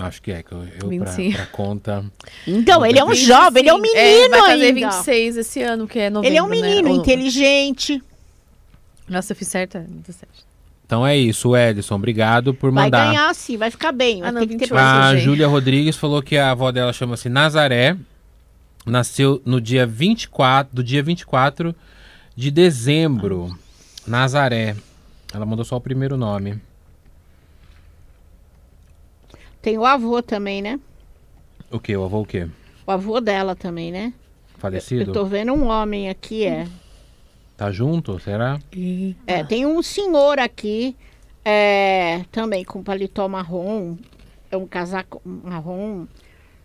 Speaker 1: Acho que é, que eu, eu pra,
Speaker 2: 25.
Speaker 1: pra conta.
Speaker 3: Então, ele é um jovem, ele é um
Speaker 2: 25.
Speaker 3: menino
Speaker 2: vai fazer
Speaker 3: ainda.
Speaker 2: 26 esse ano, que é novembro,
Speaker 3: Ele é um menino
Speaker 2: né? Ou-
Speaker 3: inteligente.
Speaker 2: Nossa, eu fiz certa? 17.
Speaker 1: Então é isso, Ellison. Obrigado por
Speaker 3: Vai
Speaker 1: mandar.
Speaker 3: ganhar sim, vai ficar bem. Mas
Speaker 2: Ah, não,
Speaker 3: tem que ter
Speaker 2: 28.
Speaker 3: paciência.
Speaker 1: A
Speaker 2: gente.
Speaker 1: Júlia Rodrigues falou que a avó dela chama-se Nazaré. Nasceu no dia 24, do dia 24 de dezembro. Nazaré. Ela mandou só o primeiro nome.
Speaker 3: Tem o avô também, né?
Speaker 1: O quê? O avô o quê?
Speaker 3: O avô dela também, né?
Speaker 1: Falecido?
Speaker 3: Eu tô vendo um homem aqui, é.
Speaker 1: Tá junto? Será?
Speaker 3: É, tem um senhor aqui, é, também com paletó marrom, é um casaco marrom,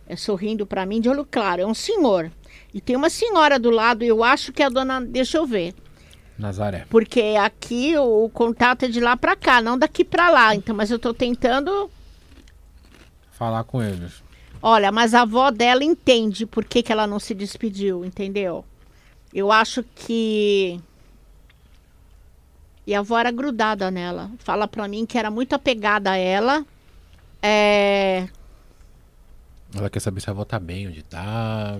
Speaker 3: é, sorrindo pra mim de olho claro. É um senhor. E tem uma senhora do lado, eu acho que é a dona. Deixa eu ver.
Speaker 1: Nazaré.
Speaker 3: Porque aqui o, o contato é de lá pra cá, não daqui pra lá. Então, mas eu tô tentando.
Speaker 1: Falar com eles.
Speaker 3: Olha, mas a avó dela entende por que, que ela não se despediu, entendeu? Eu acho que. E a avó era grudada nela. Fala pra mim que era muito apegada a ela. É,
Speaker 1: Ela quer saber se a avó tá bem, onde tá.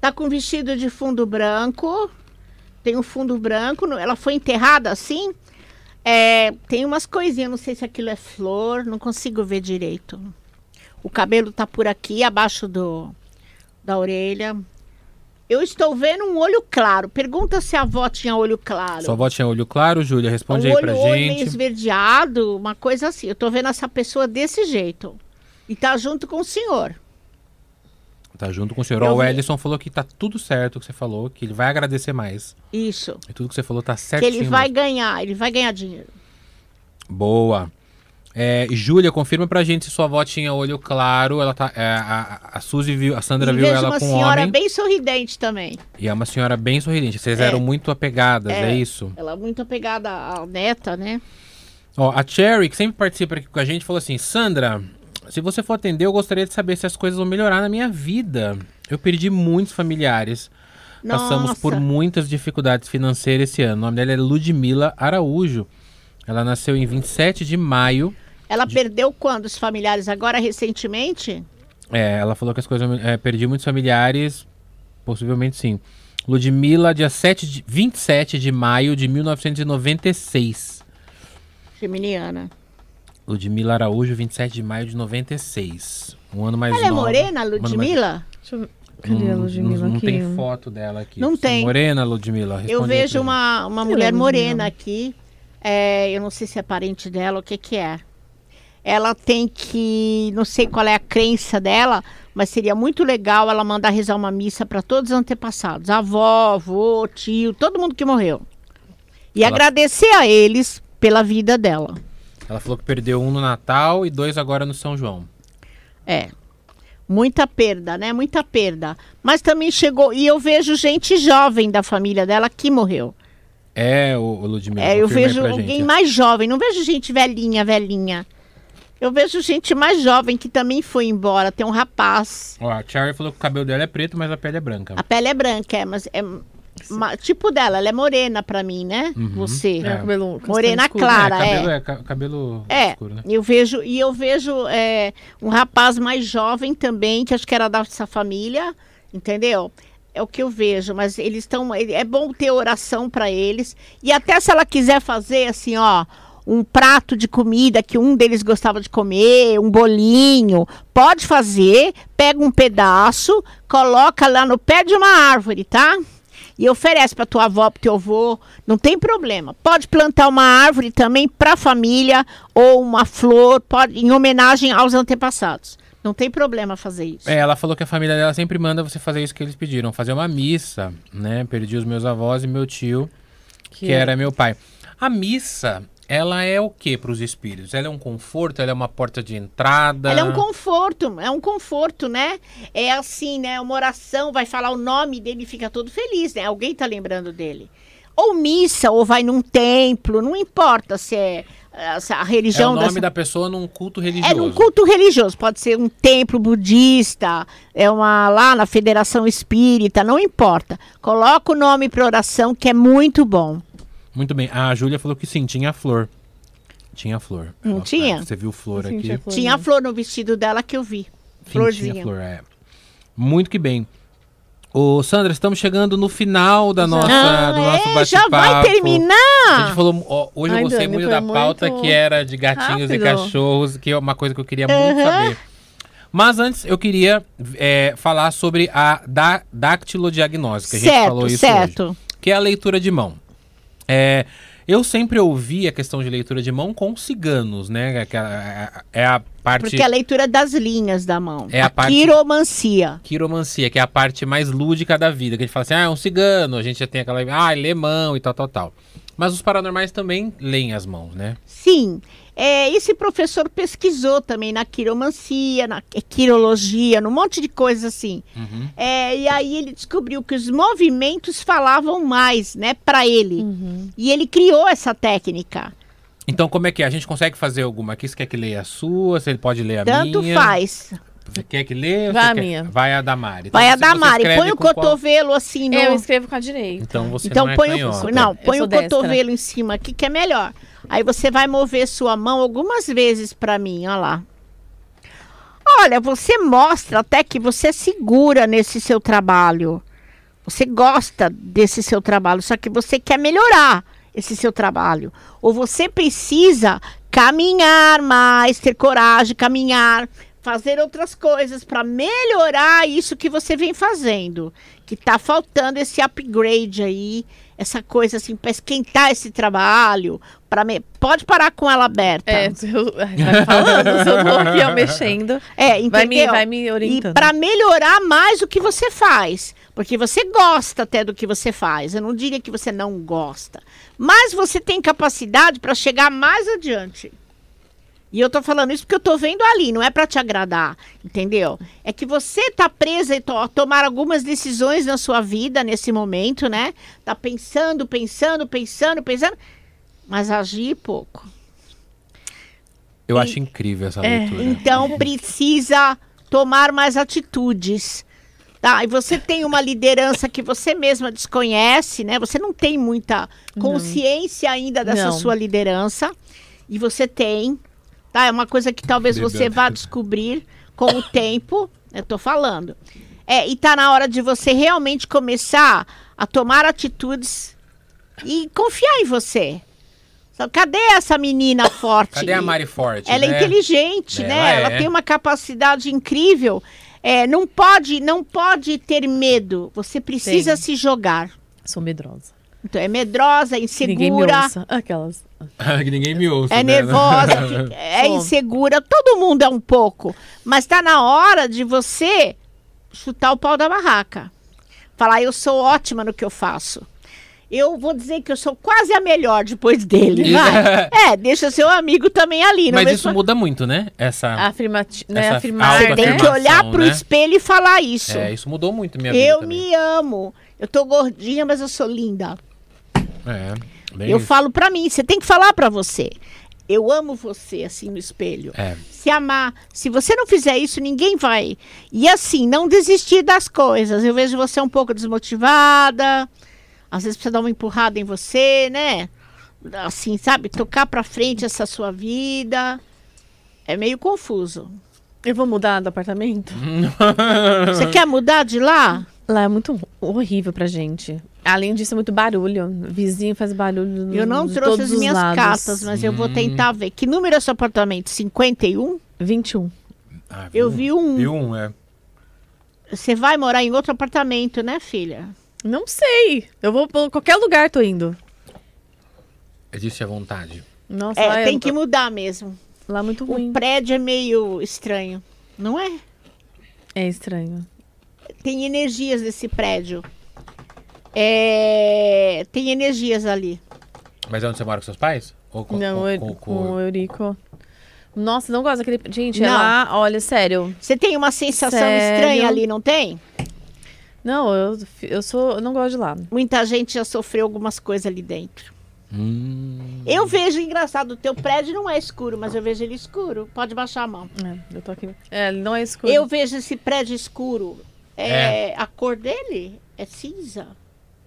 Speaker 3: Tá com vestido de fundo branco. Tem um fundo branco. no- Ela foi enterrada assim. É, tem umas coisinhas, não sei se aquilo é flor, não consigo ver direito. O cabelo tá por aqui, abaixo do da orelha. Eu estou vendo um olho claro. Pergunta se a avó tinha olho claro. É
Speaker 1: Sua avó tinha olho claro, Júlia?
Speaker 3: um
Speaker 1: Responde
Speaker 3: olho,
Speaker 1: aí pra
Speaker 3: olho meio
Speaker 1: gente.
Speaker 3: esverdeado, uma coisa assim. Eu tô vendo essa pessoa desse jeito. E tá junto com o senhor.
Speaker 1: Tá junto com o senhor.
Speaker 3: Eu
Speaker 1: Ó, o
Speaker 3: vi.
Speaker 1: Ellison falou que tá tudo certo o que você falou, que ele vai agradecer mais.
Speaker 3: Isso.
Speaker 1: E tudo que você falou tá
Speaker 3: Que
Speaker 1: certinho.
Speaker 3: ele vai ganhar, ele vai ganhar dinheiro.
Speaker 1: Boa. É, Júlia, confirma pra gente se sua avó tinha olho claro. Ela tá, é, a, a- a Suzy viu, a Sandra
Speaker 3: e
Speaker 1: viu
Speaker 3: vejo
Speaker 1: ela
Speaker 3: uma
Speaker 1: com um
Speaker 3: senhora
Speaker 1: homem.
Speaker 3: bem sorridente também.
Speaker 1: E é uma senhora bem sorridente. Vocês
Speaker 3: É.
Speaker 1: eram muito apegadas, é, isso?
Speaker 3: Ela é muito apegada à neta, né?
Speaker 1: Ó, a Cherry, que sempre participa aqui com a gente, falou assim: Sandra, se você for atender, eu gostaria de saber se as coisas vão melhorar na minha vida. Eu perdi muitos familiares. Passamos por
Speaker 3: Nossa.
Speaker 1: muitas dificuldades financeiras esse ano. O nome dela é Ludmila Araújo. Ela nasceu em 27 de maio
Speaker 3: Ela perdeu quando os familiares agora recentemente?
Speaker 1: É, ela falou que as coisas. É, perdi muitos familiares. Possivelmente sim. Ludmilla, dia 7 de, 27 de maio de 1996.
Speaker 3: Geminiana.
Speaker 1: Ludmilla Araújo, 27 de maio de 96. Um ano mais
Speaker 3: Ela é
Speaker 1: nova.
Speaker 3: morena,
Speaker 1: Um ano mais-
Speaker 3: Ludmilla?
Speaker 2: Deixa eu ver.
Speaker 1: Não-
Speaker 2: Cadê a Ludmilla
Speaker 1: não, não
Speaker 2: aqui?
Speaker 1: tem foto dela aqui.
Speaker 3: Não
Speaker 1: Você é
Speaker 3: tem.
Speaker 1: Morena, Ludmilla.
Speaker 3: Eu
Speaker 1: responde aí
Speaker 3: vejo
Speaker 1: pra mim.
Speaker 3: uma, uma
Speaker 2: Ela é
Speaker 3: mulher
Speaker 2: Ludmilla.
Speaker 3: morena aqui. É, eu não sei se é parente dela, o que que é. Ela tem que, não sei qual é a crença dela, mas seria muito legal ela mandar rezar uma missa para todos os antepassados, avó, avô, tio, todo mundo que morreu. E
Speaker 1: Ela-
Speaker 3: agradecer a eles pela vida dela.
Speaker 1: Ela falou que perdeu um no Natal e dois agora no São João.
Speaker 3: É. Muita perda, né? Muita perda. Mas também chegou. E eu vejo gente jovem da família dela que morreu.
Speaker 1: É, o, o Ludmilla.
Speaker 3: É, eu
Speaker 1: confirma aí
Speaker 3: vejo
Speaker 1: pra
Speaker 3: alguém
Speaker 1: gente.
Speaker 3: mais jovem, não vejo gente velhinha, velhinha. Eu vejo gente mais jovem que também foi embora. Tem um rapaz.
Speaker 1: Ó, a Charlie falou que o cabelo dela é preto, mas a pele é branca.
Speaker 3: A pele é branca, é, mas é ma- tipo dela, ela é morena pra mim, né?
Speaker 1: Uhum.
Speaker 3: Você.
Speaker 1: É.
Speaker 2: Tá cabelo castanho
Speaker 3: Morena
Speaker 2: escuro.
Speaker 3: clara,
Speaker 1: é, cabelo,
Speaker 3: é.
Speaker 1: é. ca- cabelo
Speaker 3: É,
Speaker 1: escuro, né?
Speaker 3: eu vejo, e eu vejo é, um rapaz mais jovem também, que acho que era dessa família, entendeu? É o que eu vejo, mas eles estão. ele- É bom ter oração pra eles. E até se ela quiser fazer assim, ó, um prato de comida que um deles gostava de comer, um bolinho, pode fazer, pega um pedaço, coloca lá no pé de uma árvore, tá? E oferece para tua avó, pro teu avô, não tem problema. Pode plantar uma árvore também para a família ou uma flor, pode em homenagem aos antepassados. Não tem problema fazer isso.
Speaker 1: É, ela falou que a família dela sempre manda você fazer isso que eles pediram, fazer uma missa, né? Perdi os meus avós e meu tio, que,
Speaker 3: é?
Speaker 1: era meu pai. A missa, ela é o que para os espíritos? Ela é um conforto? Ela é uma porta de entrada?
Speaker 3: Ela é um conforto, é um conforto, né? É assim, né? Uma oração, vai falar o nome dele e fica todo feliz, né? Alguém tá lembrando dele. Ou missa, ou vai num templo, não importa se é ah, se a
Speaker 1: É o
Speaker 3: religião
Speaker 1: nome
Speaker 3: dessa
Speaker 1: da pessoa num culto religioso.
Speaker 3: É num culto religioso, pode ser um templo budista, é uma lá na Federação Espírita, não importa. Coloca o nome para oração, que é muito bom.
Speaker 1: Muito bem. Ah, A Júlia falou que sim, tinha flor. Tinha flor.
Speaker 3: Não
Speaker 1: Ela-
Speaker 3: tinha?
Speaker 1: ah, Você viu flor
Speaker 2: Sim,
Speaker 1: aqui?
Speaker 2: tinha flor,
Speaker 3: Tinha a
Speaker 2: né?
Speaker 3: flor no vestido dela que eu vi.
Speaker 1: Sim,
Speaker 3: Florzinha.
Speaker 1: Tinha flor, é. Muito que bem. Ô, Sandra, estamos chegando no final da nossa,
Speaker 3: Ah,
Speaker 1: do nosso
Speaker 3: é,
Speaker 1: bate-papo.
Speaker 3: já vai
Speaker 1: A
Speaker 3: terminar?
Speaker 1: gente falou, ó, hoje
Speaker 2: Ai,
Speaker 1: eu gostei
Speaker 2: Dani,
Speaker 1: muito
Speaker 2: foi
Speaker 1: da pauta
Speaker 2: muito
Speaker 1: que era de gatinhos e
Speaker 2: rápido.
Speaker 1: cachorros, que é uma coisa que eu queria muito
Speaker 3: Aham.
Speaker 1: saber. Mas antes, eu queria é, falar sobre a da dactilodiagnóstica. A gente falou
Speaker 3: Certo,
Speaker 1: isso
Speaker 3: certo.
Speaker 1: hoje, que é a leitura de mão. É, eu sempre ouvi a questão de leitura de mão com ciganos, né? Que a- é a parte...
Speaker 3: Porque a leitura das linhas da mão.
Speaker 1: É a parte-
Speaker 3: Quiromancia.
Speaker 1: quiromancia, que é a parte mais lúdica da vida, que a gente fala assim, ah, é um cigano, a gente já tem aquela, ah, ele é mão e tal, tal, tal. Mas os paranormais também leem as mãos, né?
Speaker 3: Sim. É, esse professor pesquisou também na quiromancia, na quirologia, num monte de coisa assim.
Speaker 1: Uhum.
Speaker 3: É, e aí ele descobriu que os movimentos falavam mais, né, para ele.
Speaker 2: Uhum.
Speaker 3: E ele criou essa técnica.
Speaker 1: Então, como é que é? A gente consegue fazer alguma aqui? Você quer que leia a sua? Você pode ler a
Speaker 3: Tanto
Speaker 1: minha?
Speaker 3: faz.
Speaker 1: Você quer que leia?
Speaker 2: Vai
Speaker 1: Você
Speaker 2: a
Speaker 1: quer-
Speaker 2: minha.
Speaker 1: Vai a da Mari.
Speaker 3: Vai a
Speaker 1: Então, você- você
Speaker 3: Damari,
Speaker 1: escreve
Speaker 3: põe o
Speaker 1: com qual-
Speaker 3: cotovelo assim no.
Speaker 2: É, Eu escrevo com a direita.
Speaker 1: Então você
Speaker 3: Então
Speaker 1: não é
Speaker 3: põe
Speaker 1: canhota.
Speaker 3: o não, põe
Speaker 2: sou
Speaker 3: o
Speaker 2: destra.
Speaker 3: cotovelo em cima aqui que é melhor. Aí você vai mover sua mão algumas vezes para mim, olha lá. Olha, você mostra até que você é segura nesse seu trabalho. Você gosta desse seu trabalho, só que você quer melhorar esse seu trabalho. Ou você precisa caminhar mais, ter coragem, caminhar, fazer outras coisas para melhorar isso que você vem fazendo. Que tá faltando esse upgrade aí, essa coisa assim, para esquentar esse trabalho. Pra me... Pode parar com ela
Speaker 1: tá.
Speaker 3: aberta.
Speaker 2: É, eu, ai, vai falando, se eu tô aqui ó, mexendo.
Speaker 3: É,
Speaker 2: Vai me,
Speaker 3: entendeu?
Speaker 2: vai me
Speaker 3: E
Speaker 2: orientando.
Speaker 3: para melhorar mais o que você faz. Porque você gosta até do que você faz. Eu não diria que você não gosta. Mas você tem capacidade para chegar mais adiante. E eu tô falando isso porque eu tô vendo ali, não é para te agradar, entendeu? É que você tá presa e to- a tomar algumas decisões na sua vida nesse momento, né? Tá pensando, pensando, pensando, pensando, mas agir pouco.
Speaker 1: Eu acho incrível essa
Speaker 2: É.
Speaker 1: leitura.
Speaker 3: Então precisa tomar mais atitudes. Tá, e você tem uma liderança que você mesma desconhece, né? Você não tem muita consciência ainda dessa
Speaker 2: Não.
Speaker 3: sua liderança. E você tem, tá? É uma coisa que talvez
Speaker 1: Bebeu.
Speaker 3: você vá descobrir com o tempo, eu tô falando. É, e tá na hora de você realmente começar a tomar atitudes e confiar em você. Sabe, Cadê essa menina forte?
Speaker 1: Cadê a Mari Forte,
Speaker 3: Ela é
Speaker 1: né?
Speaker 3: inteligente,
Speaker 1: Ela
Speaker 3: né? Ela
Speaker 1: é.
Speaker 3: tem uma capacidade incrível. É, não pode, não pode ter medo. Você precisa se jogar.
Speaker 2: Sou medrosa.
Speaker 3: Então é medrosa,
Speaker 2: Que Ninguém me
Speaker 3: insegura,
Speaker 2: ouça. Aquelas.
Speaker 1: que ninguém me ouça,
Speaker 3: é
Speaker 1: né?
Speaker 3: nervosa, fica- é
Speaker 2: Sou.
Speaker 3: insegura. Todo mundo é um pouco, mas tá na hora de você chutar o pau da barraca. Falar eu sou ótima no que eu faço. Eu vou dizer que eu sou quase a melhor depois dele. vai. é, deixa seu amigo também ali. não
Speaker 1: Mas
Speaker 3: vem
Speaker 1: isso
Speaker 3: com-
Speaker 1: muda muito, né? Essa...
Speaker 2: Afirmati... Né,
Speaker 1: Essa
Speaker 2: afirmar.
Speaker 1: autoafirmação,
Speaker 2: né?
Speaker 3: Tem que olhar pro
Speaker 1: né?
Speaker 3: espelho e falar isso.
Speaker 1: É, isso mudou muito minha vida
Speaker 3: eu
Speaker 1: também.
Speaker 3: me amo. Eu tô gordinha, mas eu sou linda.
Speaker 1: É. bem
Speaker 3: Eu
Speaker 1: isso.
Speaker 3: falo pra mim, você tem que falar pra você. Eu amo você, assim, no espelho.
Speaker 1: É.
Speaker 3: Se amar. Se você não fizer isso, ninguém vai. E assim, não desistir das coisas. Eu vejo você um pouco desmotivada. Às vezes precisa dar uma empurrada em você, né? Assim, sabe? Tocar pra frente essa sua vida. É meio confuso.
Speaker 2: Eu vou mudar do apartamento?
Speaker 3: Você quer mudar de lá?
Speaker 2: Lá é muito horrível pra gente. Além disso, é muito barulho. Vizinho faz barulho.
Speaker 3: Eu não
Speaker 2: Hum, de
Speaker 3: trouxe
Speaker 2: todos
Speaker 3: as
Speaker 2: os
Speaker 3: minhas
Speaker 2: lados.
Speaker 3: cartas, mas eu vou tentar ver. Que número é seu apartamento? 51?
Speaker 2: 21.
Speaker 1: Ah,
Speaker 3: Eu vi um.
Speaker 1: Vi um, é.
Speaker 3: Você vai morar em outro apartamento, né, filha?
Speaker 2: Não sei. Eu vou pra qualquer lugar, tô indo.
Speaker 1: Existe a vontade.
Speaker 2: Nossa, lá
Speaker 3: É,
Speaker 2: é,
Speaker 3: tem que mudar mesmo.
Speaker 2: lá é muito
Speaker 3: O
Speaker 2: ruim.
Speaker 3: prédio é meio estranho, não é?
Speaker 2: É estranho.
Speaker 3: Tem energias nesse prédio. É, tem energias ali.
Speaker 1: Mas é onde você mora com seus pais? Ou com,
Speaker 2: não, eu-
Speaker 1: com- com-
Speaker 2: com o Eurico. Nossa, não gosto daquele. Gente, é
Speaker 3: Não.
Speaker 2: lá, olha, sério.
Speaker 3: Você tem uma sensação
Speaker 2: Sério?
Speaker 3: estranha ali, não tem?
Speaker 2: Não, eu, eu sou. Eu não gosto de lá.
Speaker 3: Muita gente já sofreu algumas coisas ali dentro.
Speaker 1: Hum.
Speaker 3: Eu vejo engraçado, o teu prédio não é escuro, mas eu vejo ele escuro. Pode baixar a mão.
Speaker 2: É, eu tô aqui. É, não é escuro.
Speaker 3: Eu vejo esse prédio escuro. É, A cor dele é cinza.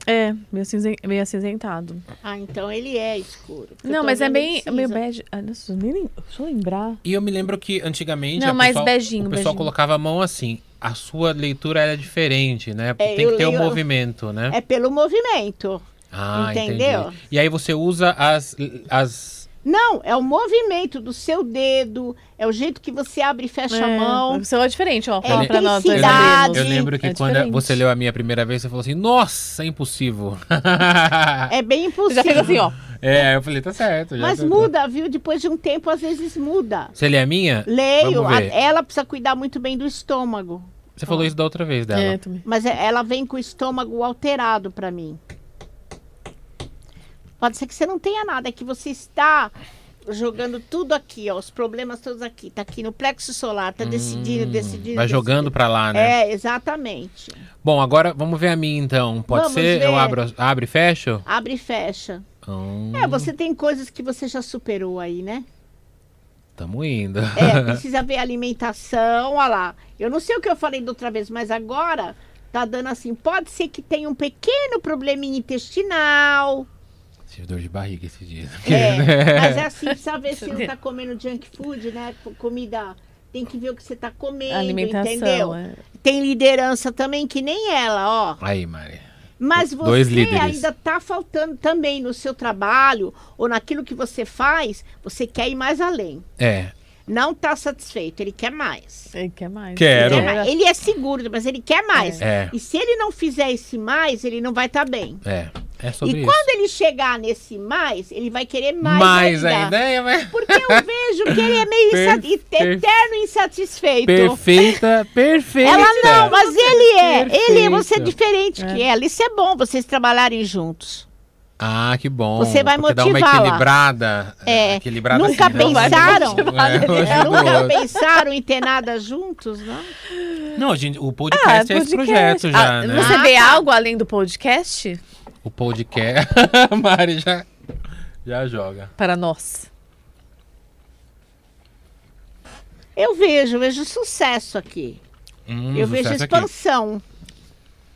Speaker 2: É, meio, cinzen... meio acinzentado.
Speaker 3: Ah, então ele é escuro. Eu
Speaker 2: não,
Speaker 3: tô
Speaker 2: mas é
Speaker 3: vendo ele
Speaker 2: bem.
Speaker 3: cinza.
Speaker 2: Meio bege. Ah, nossa, nem... lem- deixa eu lembrar.
Speaker 1: E eu me lembro que antigamente.
Speaker 2: Não,
Speaker 1: a
Speaker 2: mas
Speaker 1: pessoal-
Speaker 2: beijinho,
Speaker 1: O pessoal
Speaker 2: beijinho.
Speaker 1: colocava a mão assim. A sua leitura era diferente, né? Porque
Speaker 3: É,
Speaker 1: tem
Speaker 3: eu
Speaker 1: que ter o
Speaker 3: leio-
Speaker 1: movimento, né?
Speaker 3: É pelo movimento.
Speaker 1: Ah,
Speaker 3: Entendeu?
Speaker 1: entendi. E aí você usa as. as...
Speaker 3: Não, é o movimento do seu dedo, é o jeito que você abre e fecha a
Speaker 2: É,
Speaker 3: mão.
Speaker 2: O seu é diferente, ó. Fala
Speaker 1: le-
Speaker 2: pra nós.
Speaker 1: Eu,
Speaker 2: dois
Speaker 3: Cidade.
Speaker 1: lembro,
Speaker 2: amigos.
Speaker 1: eu lembro que
Speaker 2: É
Speaker 1: quando
Speaker 2: diferente.
Speaker 1: você leu a minha primeira vez, você falou assim: Nossa, é impossível.
Speaker 3: É bem
Speaker 2: Você já
Speaker 3: impossível.
Speaker 2: fez assim, ó.
Speaker 1: é, eu falei: Tá certo. já
Speaker 3: Mas
Speaker 1: tô-
Speaker 3: muda, viu? Depois de um tempo, às vezes muda.
Speaker 1: Você lê a minha?
Speaker 3: Leio,
Speaker 1: Vamos
Speaker 3: a-
Speaker 1: ver.
Speaker 3: ela precisa cuidar muito bem do estômago.
Speaker 1: Você falou isso da outra vez dela.
Speaker 2: É, também.
Speaker 3: Mas é- ela vem com o estômago alterado pra mim. Pode ser que você não tenha nada, é que você está jogando tudo aqui, ó. Os problemas todos aqui. Tá aqui no plexo solar, tá decidindo,
Speaker 1: Hum,
Speaker 3: decidindo.
Speaker 1: Vai jogando pra lá, né?
Speaker 3: É, exatamente.
Speaker 1: Bom, agora vamos ver a minha então. Pode
Speaker 3: Vamos
Speaker 1: ser?
Speaker 3: ver.
Speaker 1: Eu abro, abro e fecho?
Speaker 3: Abre e fecha.
Speaker 1: Hum,
Speaker 3: É, você tem coisas que você já superou aí, né?
Speaker 1: Tamo indo.
Speaker 3: É, precisa ver alimentação, olha lá. Eu não sei o que eu falei da outra vez, mas agora tá dando assim. Pode ser que tenha um pequeno probleminha intestinal.
Speaker 1: Tive dor de barriga esse dia. né?
Speaker 3: É, mas é assim, precisa ver se não tá comendo junk food, né? Com- Comida. Tem que ver o que você tá comendo,
Speaker 2: Alimentação.
Speaker 3: entendeu?
Speaker 2: é.
Speaker 3: Tem liderança também, que nem ela, ó.
Speaker 1: Aí, Mari.
Speaker 3: Mas você
Speaker 1: Dois líderes.
Speaker 3: ainda tá faltando também no seu trabalho ou naquilo que você faz, você quer ir mais além.
Speaker 1: É.
Speaker 3: não está satisfeito, ele quer mais.
Speaker 2: Ele quer mais. né?
Speaker 1: Quero.
Speaker 3: Ele,
Speaker 2: Ele
Speaker 3: quer mais. Ele é seguro, mas ele quer mais.
Speaker 1: É.
Speaker 3: E se ele não fizer esse mais, ele não vai estar bem.
Speaker 1: É. É sobre
Speaker 3: e
Speaker 1: isso.
Speaker 3: quando ele chegar nesse mais, ele vai querer mais,
Speaker 1: Mais
Speaker 3: ainda.
Speaker 1: ainda. É, mas...
Speaker 3: Porque eu vejo que ele é meio insa-
Speaker 1: Perfe-
Speaker 3: eterno insatisfeito.
Speaker 1: Perfeita, perfeita.
Speaker 3: Ela não, mas ele é. Ele,
Speaker 1: Perfeito.
Speaker 3: você é diferente
Speaker 2: É.
Speaker 3: que ela. Isso é bom, vocês trabalharem juntos.
Speaker 1: Ah, que bom.
Speaker 3: Você vai
Speaker 1: porque Dá uma
Speaker 3: motivá-la.
Speaker 1: equilibrada.
Speaker 3: É.
Speaker 1: Equilibrada
Speaker 3: Nunca
Speaker 1: assim, né?
Speaker 3: pensaram?
Speaker 1: É, hoje do
Speaker 3: Nunca
Speaker 1: outro.
Speaker 3: pensaram em ter nada juntos, não?
Speaker 1: Não, gente, o podcast é esse projeto já,
Speaker 2: Ah,
Speaker 1: né?
Speaker 2: Você
Speaker 3: Ah,
Speaker 2: vê
Speaker 3: tá.
Speaker 2: algo além do podcast?
Speaker 1: O podcast. A Mari já, já joga.
Speaker 2: Para nós.
Speaker 3: Eu vejo, eu vejo sucesso aqui.
Speaker 1: Hum,
Speaker 3: eu vejo
Speaker 1: sucesso aqui.
Speaker 3: expansão.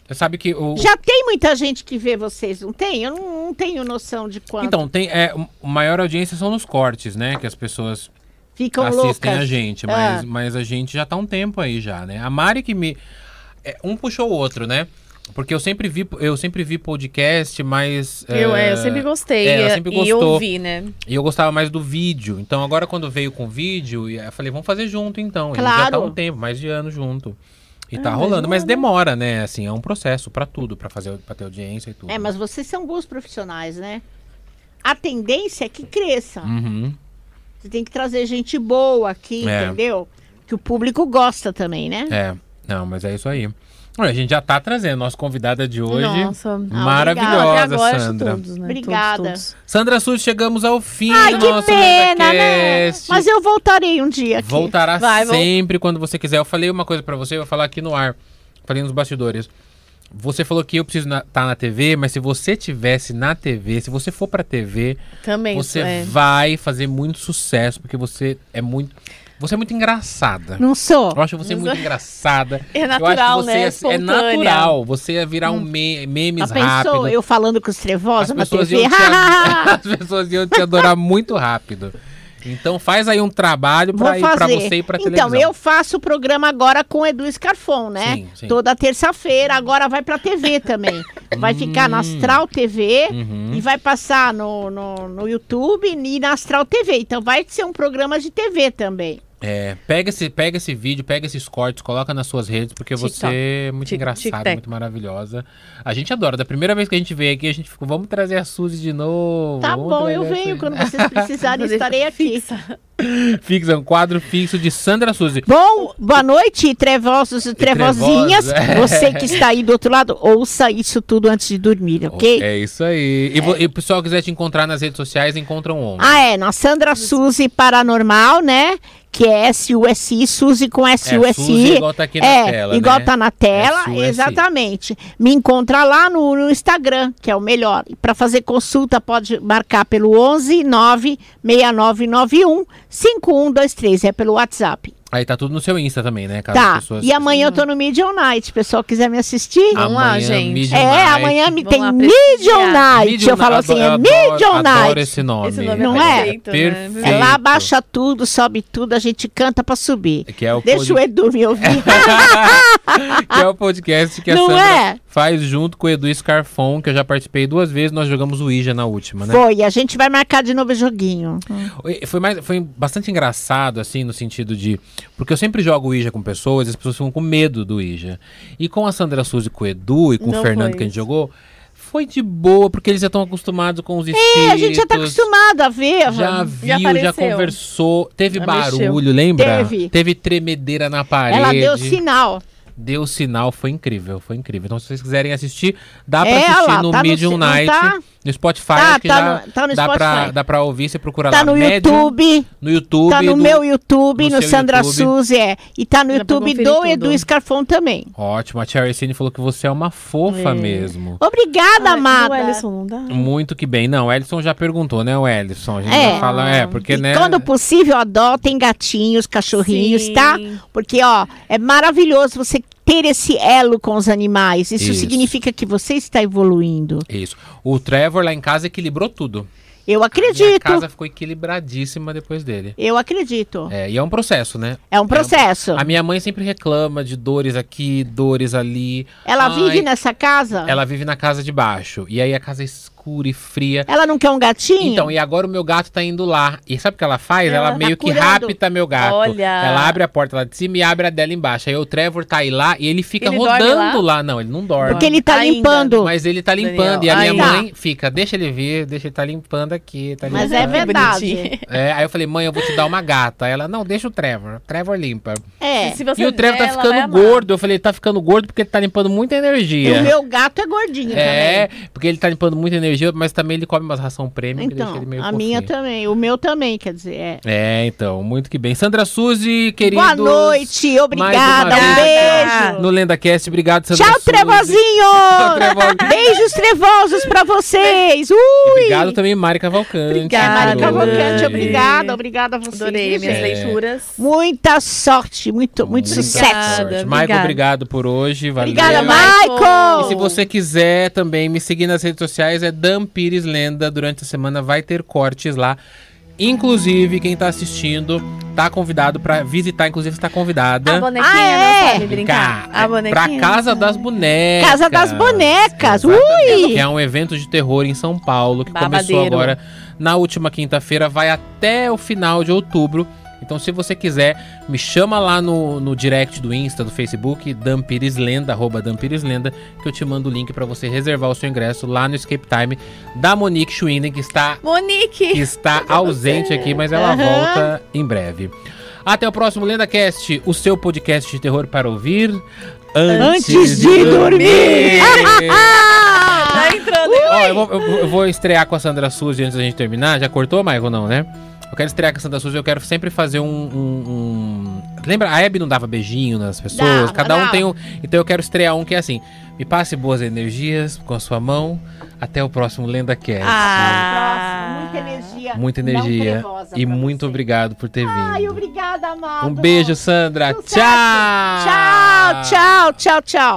Speaker 1: Você sabe que o,
Speaker 3: Já tem muita gente que vê vocês, não tem? Eu não, não tenho noção de quanto.
Speaker 1: Então, tem, é, a maior audiência são nos cortes, né? Que as pessoas
Speaker 3: Ficam
Speaker 1: assistem
Speaker 3: loucas. Ah.
Speaker 1: a gente. Mas, mas a gente já tá um tempo aí já, né? A Mari que me... é, um puxou o outro, né? Porque eu sempre vi, eu sempre vi podcast, mas...
Speaker 2: Eu,
Speaker 1: é,
Speaker 2: é, eu sempre gostei.
Speaker 1: é, ela
Speaker 2: e-
Speaker 1: sempre
Speaker 2: E
Speaker 1: gostou.
Speaker 2: ouvi, né?
Speaker 1: E eu gostava mais do vídeo. Então, agora quando veio com vídeo, eu falei, vamos fazer junto então. E já tá
Speaker 3: Claro.
Speaker 1: um tempo, mais de ano junto. E
Speaker 2: Ah,
Speaker 1: tá
Speaker 2: mas
Speaker 3: um
Speaker 1: rolando, mas
Speaker 2: não, né?
Speaker 1: demora, né? Assim, é um processo pra tudo, pra fazer, para ter audiência e tudo.
Speaker 3: É, mas vocês são bons profissionais, né? A tendência é que cresça.
Speaker 1: Uhum.
Speaker 3: Você tem que trazer gente boa aqui,
Speaker 1: É.
Speaker 3: entendeu? Que o público gosta também, né?
Speaker 1: É, não, mas é isso aí. Olha, a gente já tá trazendo nossa convidada de hoje.
Speaker 2: Nossa.
Speaker 3: Ah,
Speaker 2: Não, até
Speaker 1: Maravilhosa,
Speaker 2: agora acho
Speaker 1: Sandra.
Speaker 2: todos, né?
Speaker 3: Obrigada.
Speaker 2: Todos, todos.
Speaker 1: Sandra Sus, chegamos ao fim
Speaker 3: Ai,
Speaker 1: do
Speaker 3: que
Speaker 1: nosso
Speaker 3: pena, né?
Speaker 1: MesaCast.
Speaker 3: Mas eu voltarei um dia aqui.
Speaker 1: Voltará
Speaker 2: Vai, vol-
Speaker 1: sempre quando você quiser. Eu falei uma coisa pra você, eu vou falar aqui no ar. Falei nos bastidores. Você falou que eu preciso estar na, tá na TV, mas se você tivesse na TV, se você for pra TV,
Speaker 2: Também
Speaker 1: você
Speaker 2: é.
Speaker 1: vai fazer muito sucesso, porque você é muito. Você é muito engraçada.
Speaker 3: Não sou.
Speaker 1: Eu acho você
Speaker 2: Não
Speaker 1: muito
Speaker 2: sou.
Speaker 1: engraçada.
Speaker 2: É
Speaker 1: eu acho
Speaker 2: natural,
Speaker 1: que você
Speaker 2: né?
Speaker 1: ia- é
Speaker 2: Espontânea.
Speaker 1: natural. Você ia virar um me memes
Speaker 3: Hum. Já pensou
Speaker 1: rápido.
Speaker 3: eu falando com os
Speaker 1: As
Speaker 3: trevosos na
Speaker 1: pessoas,
Speaker 3: TV?
Speaker 1: iam te ad- as pessoas iam te adorar muito rápido. Então faz aí um trabalho
Speaker 3: Vou
Speaker 1: pra, ir, pra
Speaker 3: fazer.
Speaker 1: você e pra televisão.
Speaker 3: então, eu faço o programa agora com o Edu Scarfon, né?
Speaker 1: Sim, sim.
Speaker 3: Toda terça-feira. Agora vai pra TV também. Vai ficar
Speaker 1: Hum.
Speaker 3: na Astral TV
Speaker 1: Uhum.
Speaker 3: e vai passar no, no, no YouTube e na Astral TV. Então vai ser um programa de TV também.
Speaker 1: É, pega, esse, pega esse vídeo, pega esses cortes, coloca nas suas redes, porque
Speaker 2: TikTok.
Speaker 1: você é muito
Speaker 2: Tic-
Speaker 1: engraçada,
Speaker 2: tic-tac.
Speaker 1: muito maravilhosa. A gente adora. Da primeira vez que a gente veio aqui, a gente ficou, vamos trazer a Suzy de novo.
Speaker 3: Tá
Speaker 1: vamos
Speaker 3: bom,
Speaker 1: trazer
Speaker 3: eu
Speaker 1: a
Speaker 3: venho.
Speaker 1: Suzy."
Speaker 3: Quando vocês precisarem, estarei aqui.
Speaker 1: Fixa, um quadro fixo de Sandra Suzy.
Speaker 3: Bom, boa noite, trevosos e trevosinhas.
Speaker 1: trevosos, é.
Speaker 3: Você que está aí do outro lado, ouça isso tudo antes de dormir, ok?
Speaker 1: É isso aí. E, vo- e o pessoal quiser te encontrar nas redes sociais, um encontram onde?
Speaker 3: Ah, é, na Sandra Suzy Paranormal, né? Que é S-U-S-I, Suzy com
Speaker 1: é, Suzy,
Speaker 3: S-U-S-I.
Speaker 1: igual tá aqui na
Speaker 3: É,
Speaker 1: tela,
Speaker 3: igual
Speaker 1: né?
Speaker 3: tá na tela,
Speaker 1: SUSI.
Speaker 3: exatamente. Me encontra lá no, no Instagram, que é o melhor. E Para fazer consulta, pode marcar pelo 11 96991 5123, é pelo WhatsApp.
Speaker 1: Aí tá tudo no seu Insta também, né? Caso
Speaker 3: tá,
Speaker 1: as pessoas...
Speaker 3: e amanhã eu tô no Medium Night, se o pessoal quiser me assistir.
Speaker 2: Vamos lá, gente.
Speaker 1: Midnight.
Speaker 3: é, amanhã me
Speaker 2: Vamos
Speaker 3: tem
Speaker 2: lá
Speaker 3: Medium
Speaker 2: prestigiar.
Speaker 3: Night.
Speaker 1: Midnight,
Speaker 3: eu falo assim, é
Speaker 1: adoro-
Speaker 3: Medium
Speaker 1: adoro, adoro
Speaker 3: Night.
Speaker 1: esse nome.
Speaker 2: Esse nome
Speaker 3: é Não é?
Speaker 1: perfeito,
Speaker 2: perfeito,
Speaker 1: né?
Speaker 2: né?
Speaker 3: É lá abaixa tudo, sobe tudo, a gente canta pra subir.
Speaker 1: Que é o
Speaker 3: Deixa o
Speaker 1: pod-
Speaker 3: Edu me ouvir.
Speaker 1: que é o podcast que a
Speaker 3: Não
Speaker 1: Sandra
Speaker 3: é?
Speaker 1: faz junto com o Edu Scarfon, que eu já participei duas vezes, nós jogamos o Ija na última, né?
Speaker 3: Foi, a gente vai marcar de novo o joguinho.
Speaker 1: E Foi, mais, foi bastante engraçado, assim, no sentido de. Porque eu sempre jogo o Ija com pessoas, e as pessoas ficam com medo do Ija. E com a Sandra Suzy, com o Edu e com o
Speaker 2: Não
Speaker 1: Fernando
Speaker 2: foi
Speaker 1: que a gente jogou, foi de boa, porque eles já estão acostumados com os espíritos.
Speaker 3: É, a gente já tá acostumado a ver.
Speaker 1: Já viu, já,
Speaker 2: apareceu.
Speaker 1: conversou. Teve
Speaker 2: Já
Speaker 1: barulho,
Speaker 2: mexeu.
Speaker 1: lembra?
Speaker 3: Teve.
Speaker 1: tremedeira na parede.
Speaker 3: Ela deu sinal.
Speaker 1: deu sinal, foi incrível, foi incrível. Então, se vocês quiserem assistir, dá pra
Speaker 3: É,
Speaker 1: assistir
Speaker 3: olha lá,
Speaker 1: no
Speaker 3: tá no
Speaker 1: Medium
Speaker 3: si- não
Speaker 1: Night,
Speaker 3: tá?
Speaker 1: no Spotify,
Speaker 3: Tá,
Speaker 1: acho que
Speaker 3: tá
Speaker 1: já
Speaker 3: no- tá no
Speaker 1: dá, Pra,
Speaker 3: Spotify.
Speaker 1: dá pra ouvir, você procura
Speaker 3: Tá
Speaker 1: lá,
Speaker 3: no
Speaker 1: Medium,
Speaker 3: YouTube.
Speaker 1: no YouTube,
Speaker 3: Tá no
Speaker 1: do-
Speaker 3: meu YouTube,
Speaker 1: no
Speaker 3: no
Speaker 1: seu
Speaker 3: Sandra
Speaker 1: YouTube.
Speaker 3: Suzy, é. E tá no
Speaker 2: Dá pra
Speaker 3: YouTube do
Speaker 2: conferir tudo.
Speaker 3: Edu Scarfon também.
Speaker 1: Ótimo, a Cherry Cine falou que você é uma fofa
Speaker 2: É.
Speaker 1: mesmo.
Speaker 3: Obrigada, amada.
Speaker 2: Ah, Ellison, não é, dá?
Speaker 1: Muito que bem. Não, o Ellison já perguntou, né, o Ellison? A gente
Speaker 3: É.
Speaker 1: já fala, é, porque,
Speaker 3: E
Speaker 1: né...
Speaker 3: quando possível, adotem gatinhos, cachorrinhos,
Speaker 2: Sim.
Speaker 3: tá? Porque, ó, é maravilhoso você ter esse elo com os animais. Isso,
Speaker 1: Isso.
Speaker 3: significa que você está evoluindo.
Speaker 1: Isso. O Trevor lá em casa equilibrou tudo.
Speaker 3: Eu
Speaker 1: Minha
Speaker 3: acredito.
Speaker 1: casa ficou equilibradíssima depois dele.
Speaker 3: Eu acredito.
Speaker 1: É, e é um processo, né?
Speaker 3: É, um processo.
Speaker 1: A minha mãe sempre reclama de dores aqui, dores ali.
Speaker 3: Ela
Speaker 1: Ai,
Speaker 3: vive nessa casa? Ela...
Speaker 1: Ela vive na casa de baixo. E aí a casa é escura e fria.
Speaker 3: não quer um gatinho?
Speaker 1: Então, e agora o meu gato tá indo lá. E sabe o que ela faz? Ela,
Speaker 2: Ela
Speaker 1: meio
Speaker 3: tá
Speaker 1: que
Speaker 3: curando.
Speaker 1: rapta meu gato.
Speaker 2: Olha.
Speaker 1: Ela abre a porta lá de cima e abre a dela embaixo. Aí o Trevor tá aí lá e ele fica
Speaker 2: Ele dorme
Speaker 1: rodando lá? Não, ele não dorme.
Speaker 3: Porque ele tá
Speaker 2: Ainda.
Speaker 3: limpando.
Speaker 1: Mas ele tá limpando.
Speaker 2: Daniel,
Speaker 1: e a minha
Speaker 2: ainda.
Speaker 1: mãe fica, deixa ele vir, deixa ele tá limpando aqui. Tá
Speaker 3: Mas é
Speaker 1: limpando.
Speaker 3: verdade.
Speaker 1: É, aí eu falei, mãe, eu vou te dar uma gata. Aí Ela, não, deixa o Trevor. Trevor limpa.
Speaker 3: É.
Speaker 2: Se você
Speaker 1: E o Trevor tá
Speaker 2: der, Então, assim, ela vai
Speaker 1: ficando
Speaker 2: amar.
Speaker 1: gordo. Eu falei, tá ficando gordo porque ele tá limpando muita
Speaker 3: E
Speaker 1: energia.
Speaker 3: o meu gato é gordinho
Speaker 1: É,
Speaker 3: também.
Speaker 1: porque ele tá limpando muita energia, mas também ele come umas ração premium que deixa
Speaker 3: Então,
Speaker 1: ele meio
Speaker 3: a
Speaker 1: fofinho.
Speaker 3: minha também. O meu também, quer dizer. é.
Speaker 1: É, então, muito que bem. Sandra Suzy, queridos.
Speaker 3: Boa noite, obrigada.
Speaker 1: mais uma
Speaker 3: Um
Speaker 1: vez, tá?
Speaker 3: beijo.
Speaker 1: No LendaCast, obrigado, Sandra
Speaker 3: Tchau,
Speaker 1: Suzy. Tchau,
Speaker 3: trevozinho!
Speaker 1: Trevozinho.
Speaker 3: Beijos trevosos pra vocês! Ui!
Speaker 1: Obrigado tá? também, Mari Cavalcante.
Speaker 3: É,
Speaker 2: Obrigada,
Speaker 3: Mari Cavalcante,
Speaker 2: Adorei.
Speaker 3: obrigada, obrigada a vocês.
Speaker 2: Adorei
Speaker 3: viu,
Speaker 2: minhas
Speaker 3: gente?
Speaker 2: leituras.
Speaker 3: Muita sorte, muito, muito
Speaker 2: Obrigada.
Speaker 3: sucesso.
Speaker 1: Michael,
Speaker 2: obrigada.
Speaker 1: obrigado por hoje. Valeu.
Speaker 3: Obrigada,
Speaker 2: Michael.
Speaker 3: Michael!
Speaker 2: Oh.
Speaker 1: E se você quiser também me seguir nas redes sociais, é Dan Pires Lenda. Durante a semana vai ter cortes lá. Inclusive, quem tá assistindo tá convidado pra visitar, inclusive está
Speaker 2: A
Speaker 1: convidada.
Speaker 2: bonequinha
Speaker 3: Ah, é?
Speaker 2: não sabe brincar. A bonequinha. né?
Speaker 1: Pra Casa das Bonecas.
Speaker 3: Casa das Bonecas, Uh!
Speaker 1: Exatamente,
Speaker 3: ui!
Speaker 1: Que é um evento de terror em São Paulo que começou
Speaker 2: Babadeiro.
Speaker 1: agora na última quinta-feira, vai até o final de outubro. Então, se você quiser, me chama lá no, no direct do Insta, do Facebook, Dampireslenda, arroba Dampireslenda, que eu te mando o link pra você reservar o seu ingresso lá no Escape Time da Monique Schwinden, que está, que
Speaker 2: Monique!
Speaker 1: está ausente aqui, mas ela
Speaker 3: Aham.
Speaker 1: volta em breve. Até o próximo LendaCast, o seu podcast de terror para ouvir antes,
Speaker 3: Antes de
Speaker 1: dormir. Ah.
Speaker 2: Tá entrando.
Speaker 1: Ó, eu vou, eu vou- eu vou estrear com a Sandra Suzy antes da gente terminar. Já cortou, Michael? Não, né? Eu quero estrear com a Sandra Suzy. Eu quero sempre fazer um, um- um Lembra? A Hebe não dava beijinho nas pessoas.
Speaker 3: Dava,
Speaker 1: Cada um
Speaker 3: dava.
Speaker 1: tem um. Então eu quero estrear um que é assim. Me passe boas energias com a sua mão. Até o próximo Lenda Cast.
Speaker 2: Ah,
Speaker 3: Nossa, muita energia.
Speaker 1: Muita
Speaker 3: não
Speaker 1: energia.
Speaker 3: trevosa
Speaker 1: E
Speaker 3: pra
Speaker 1: muito
Speaker 3: você.
Speaker 1: obrigado por ter
Speaker 3: Ai,
Speaker 1: vindo.
Speaker 3: obrigada, amado.
Speaker 1: Um beijo, Sandra.
Speaker 3: Sucesso.
Speaker 1: Tchau.
Speaker 3: Tchau, tchau, tchau, tchau.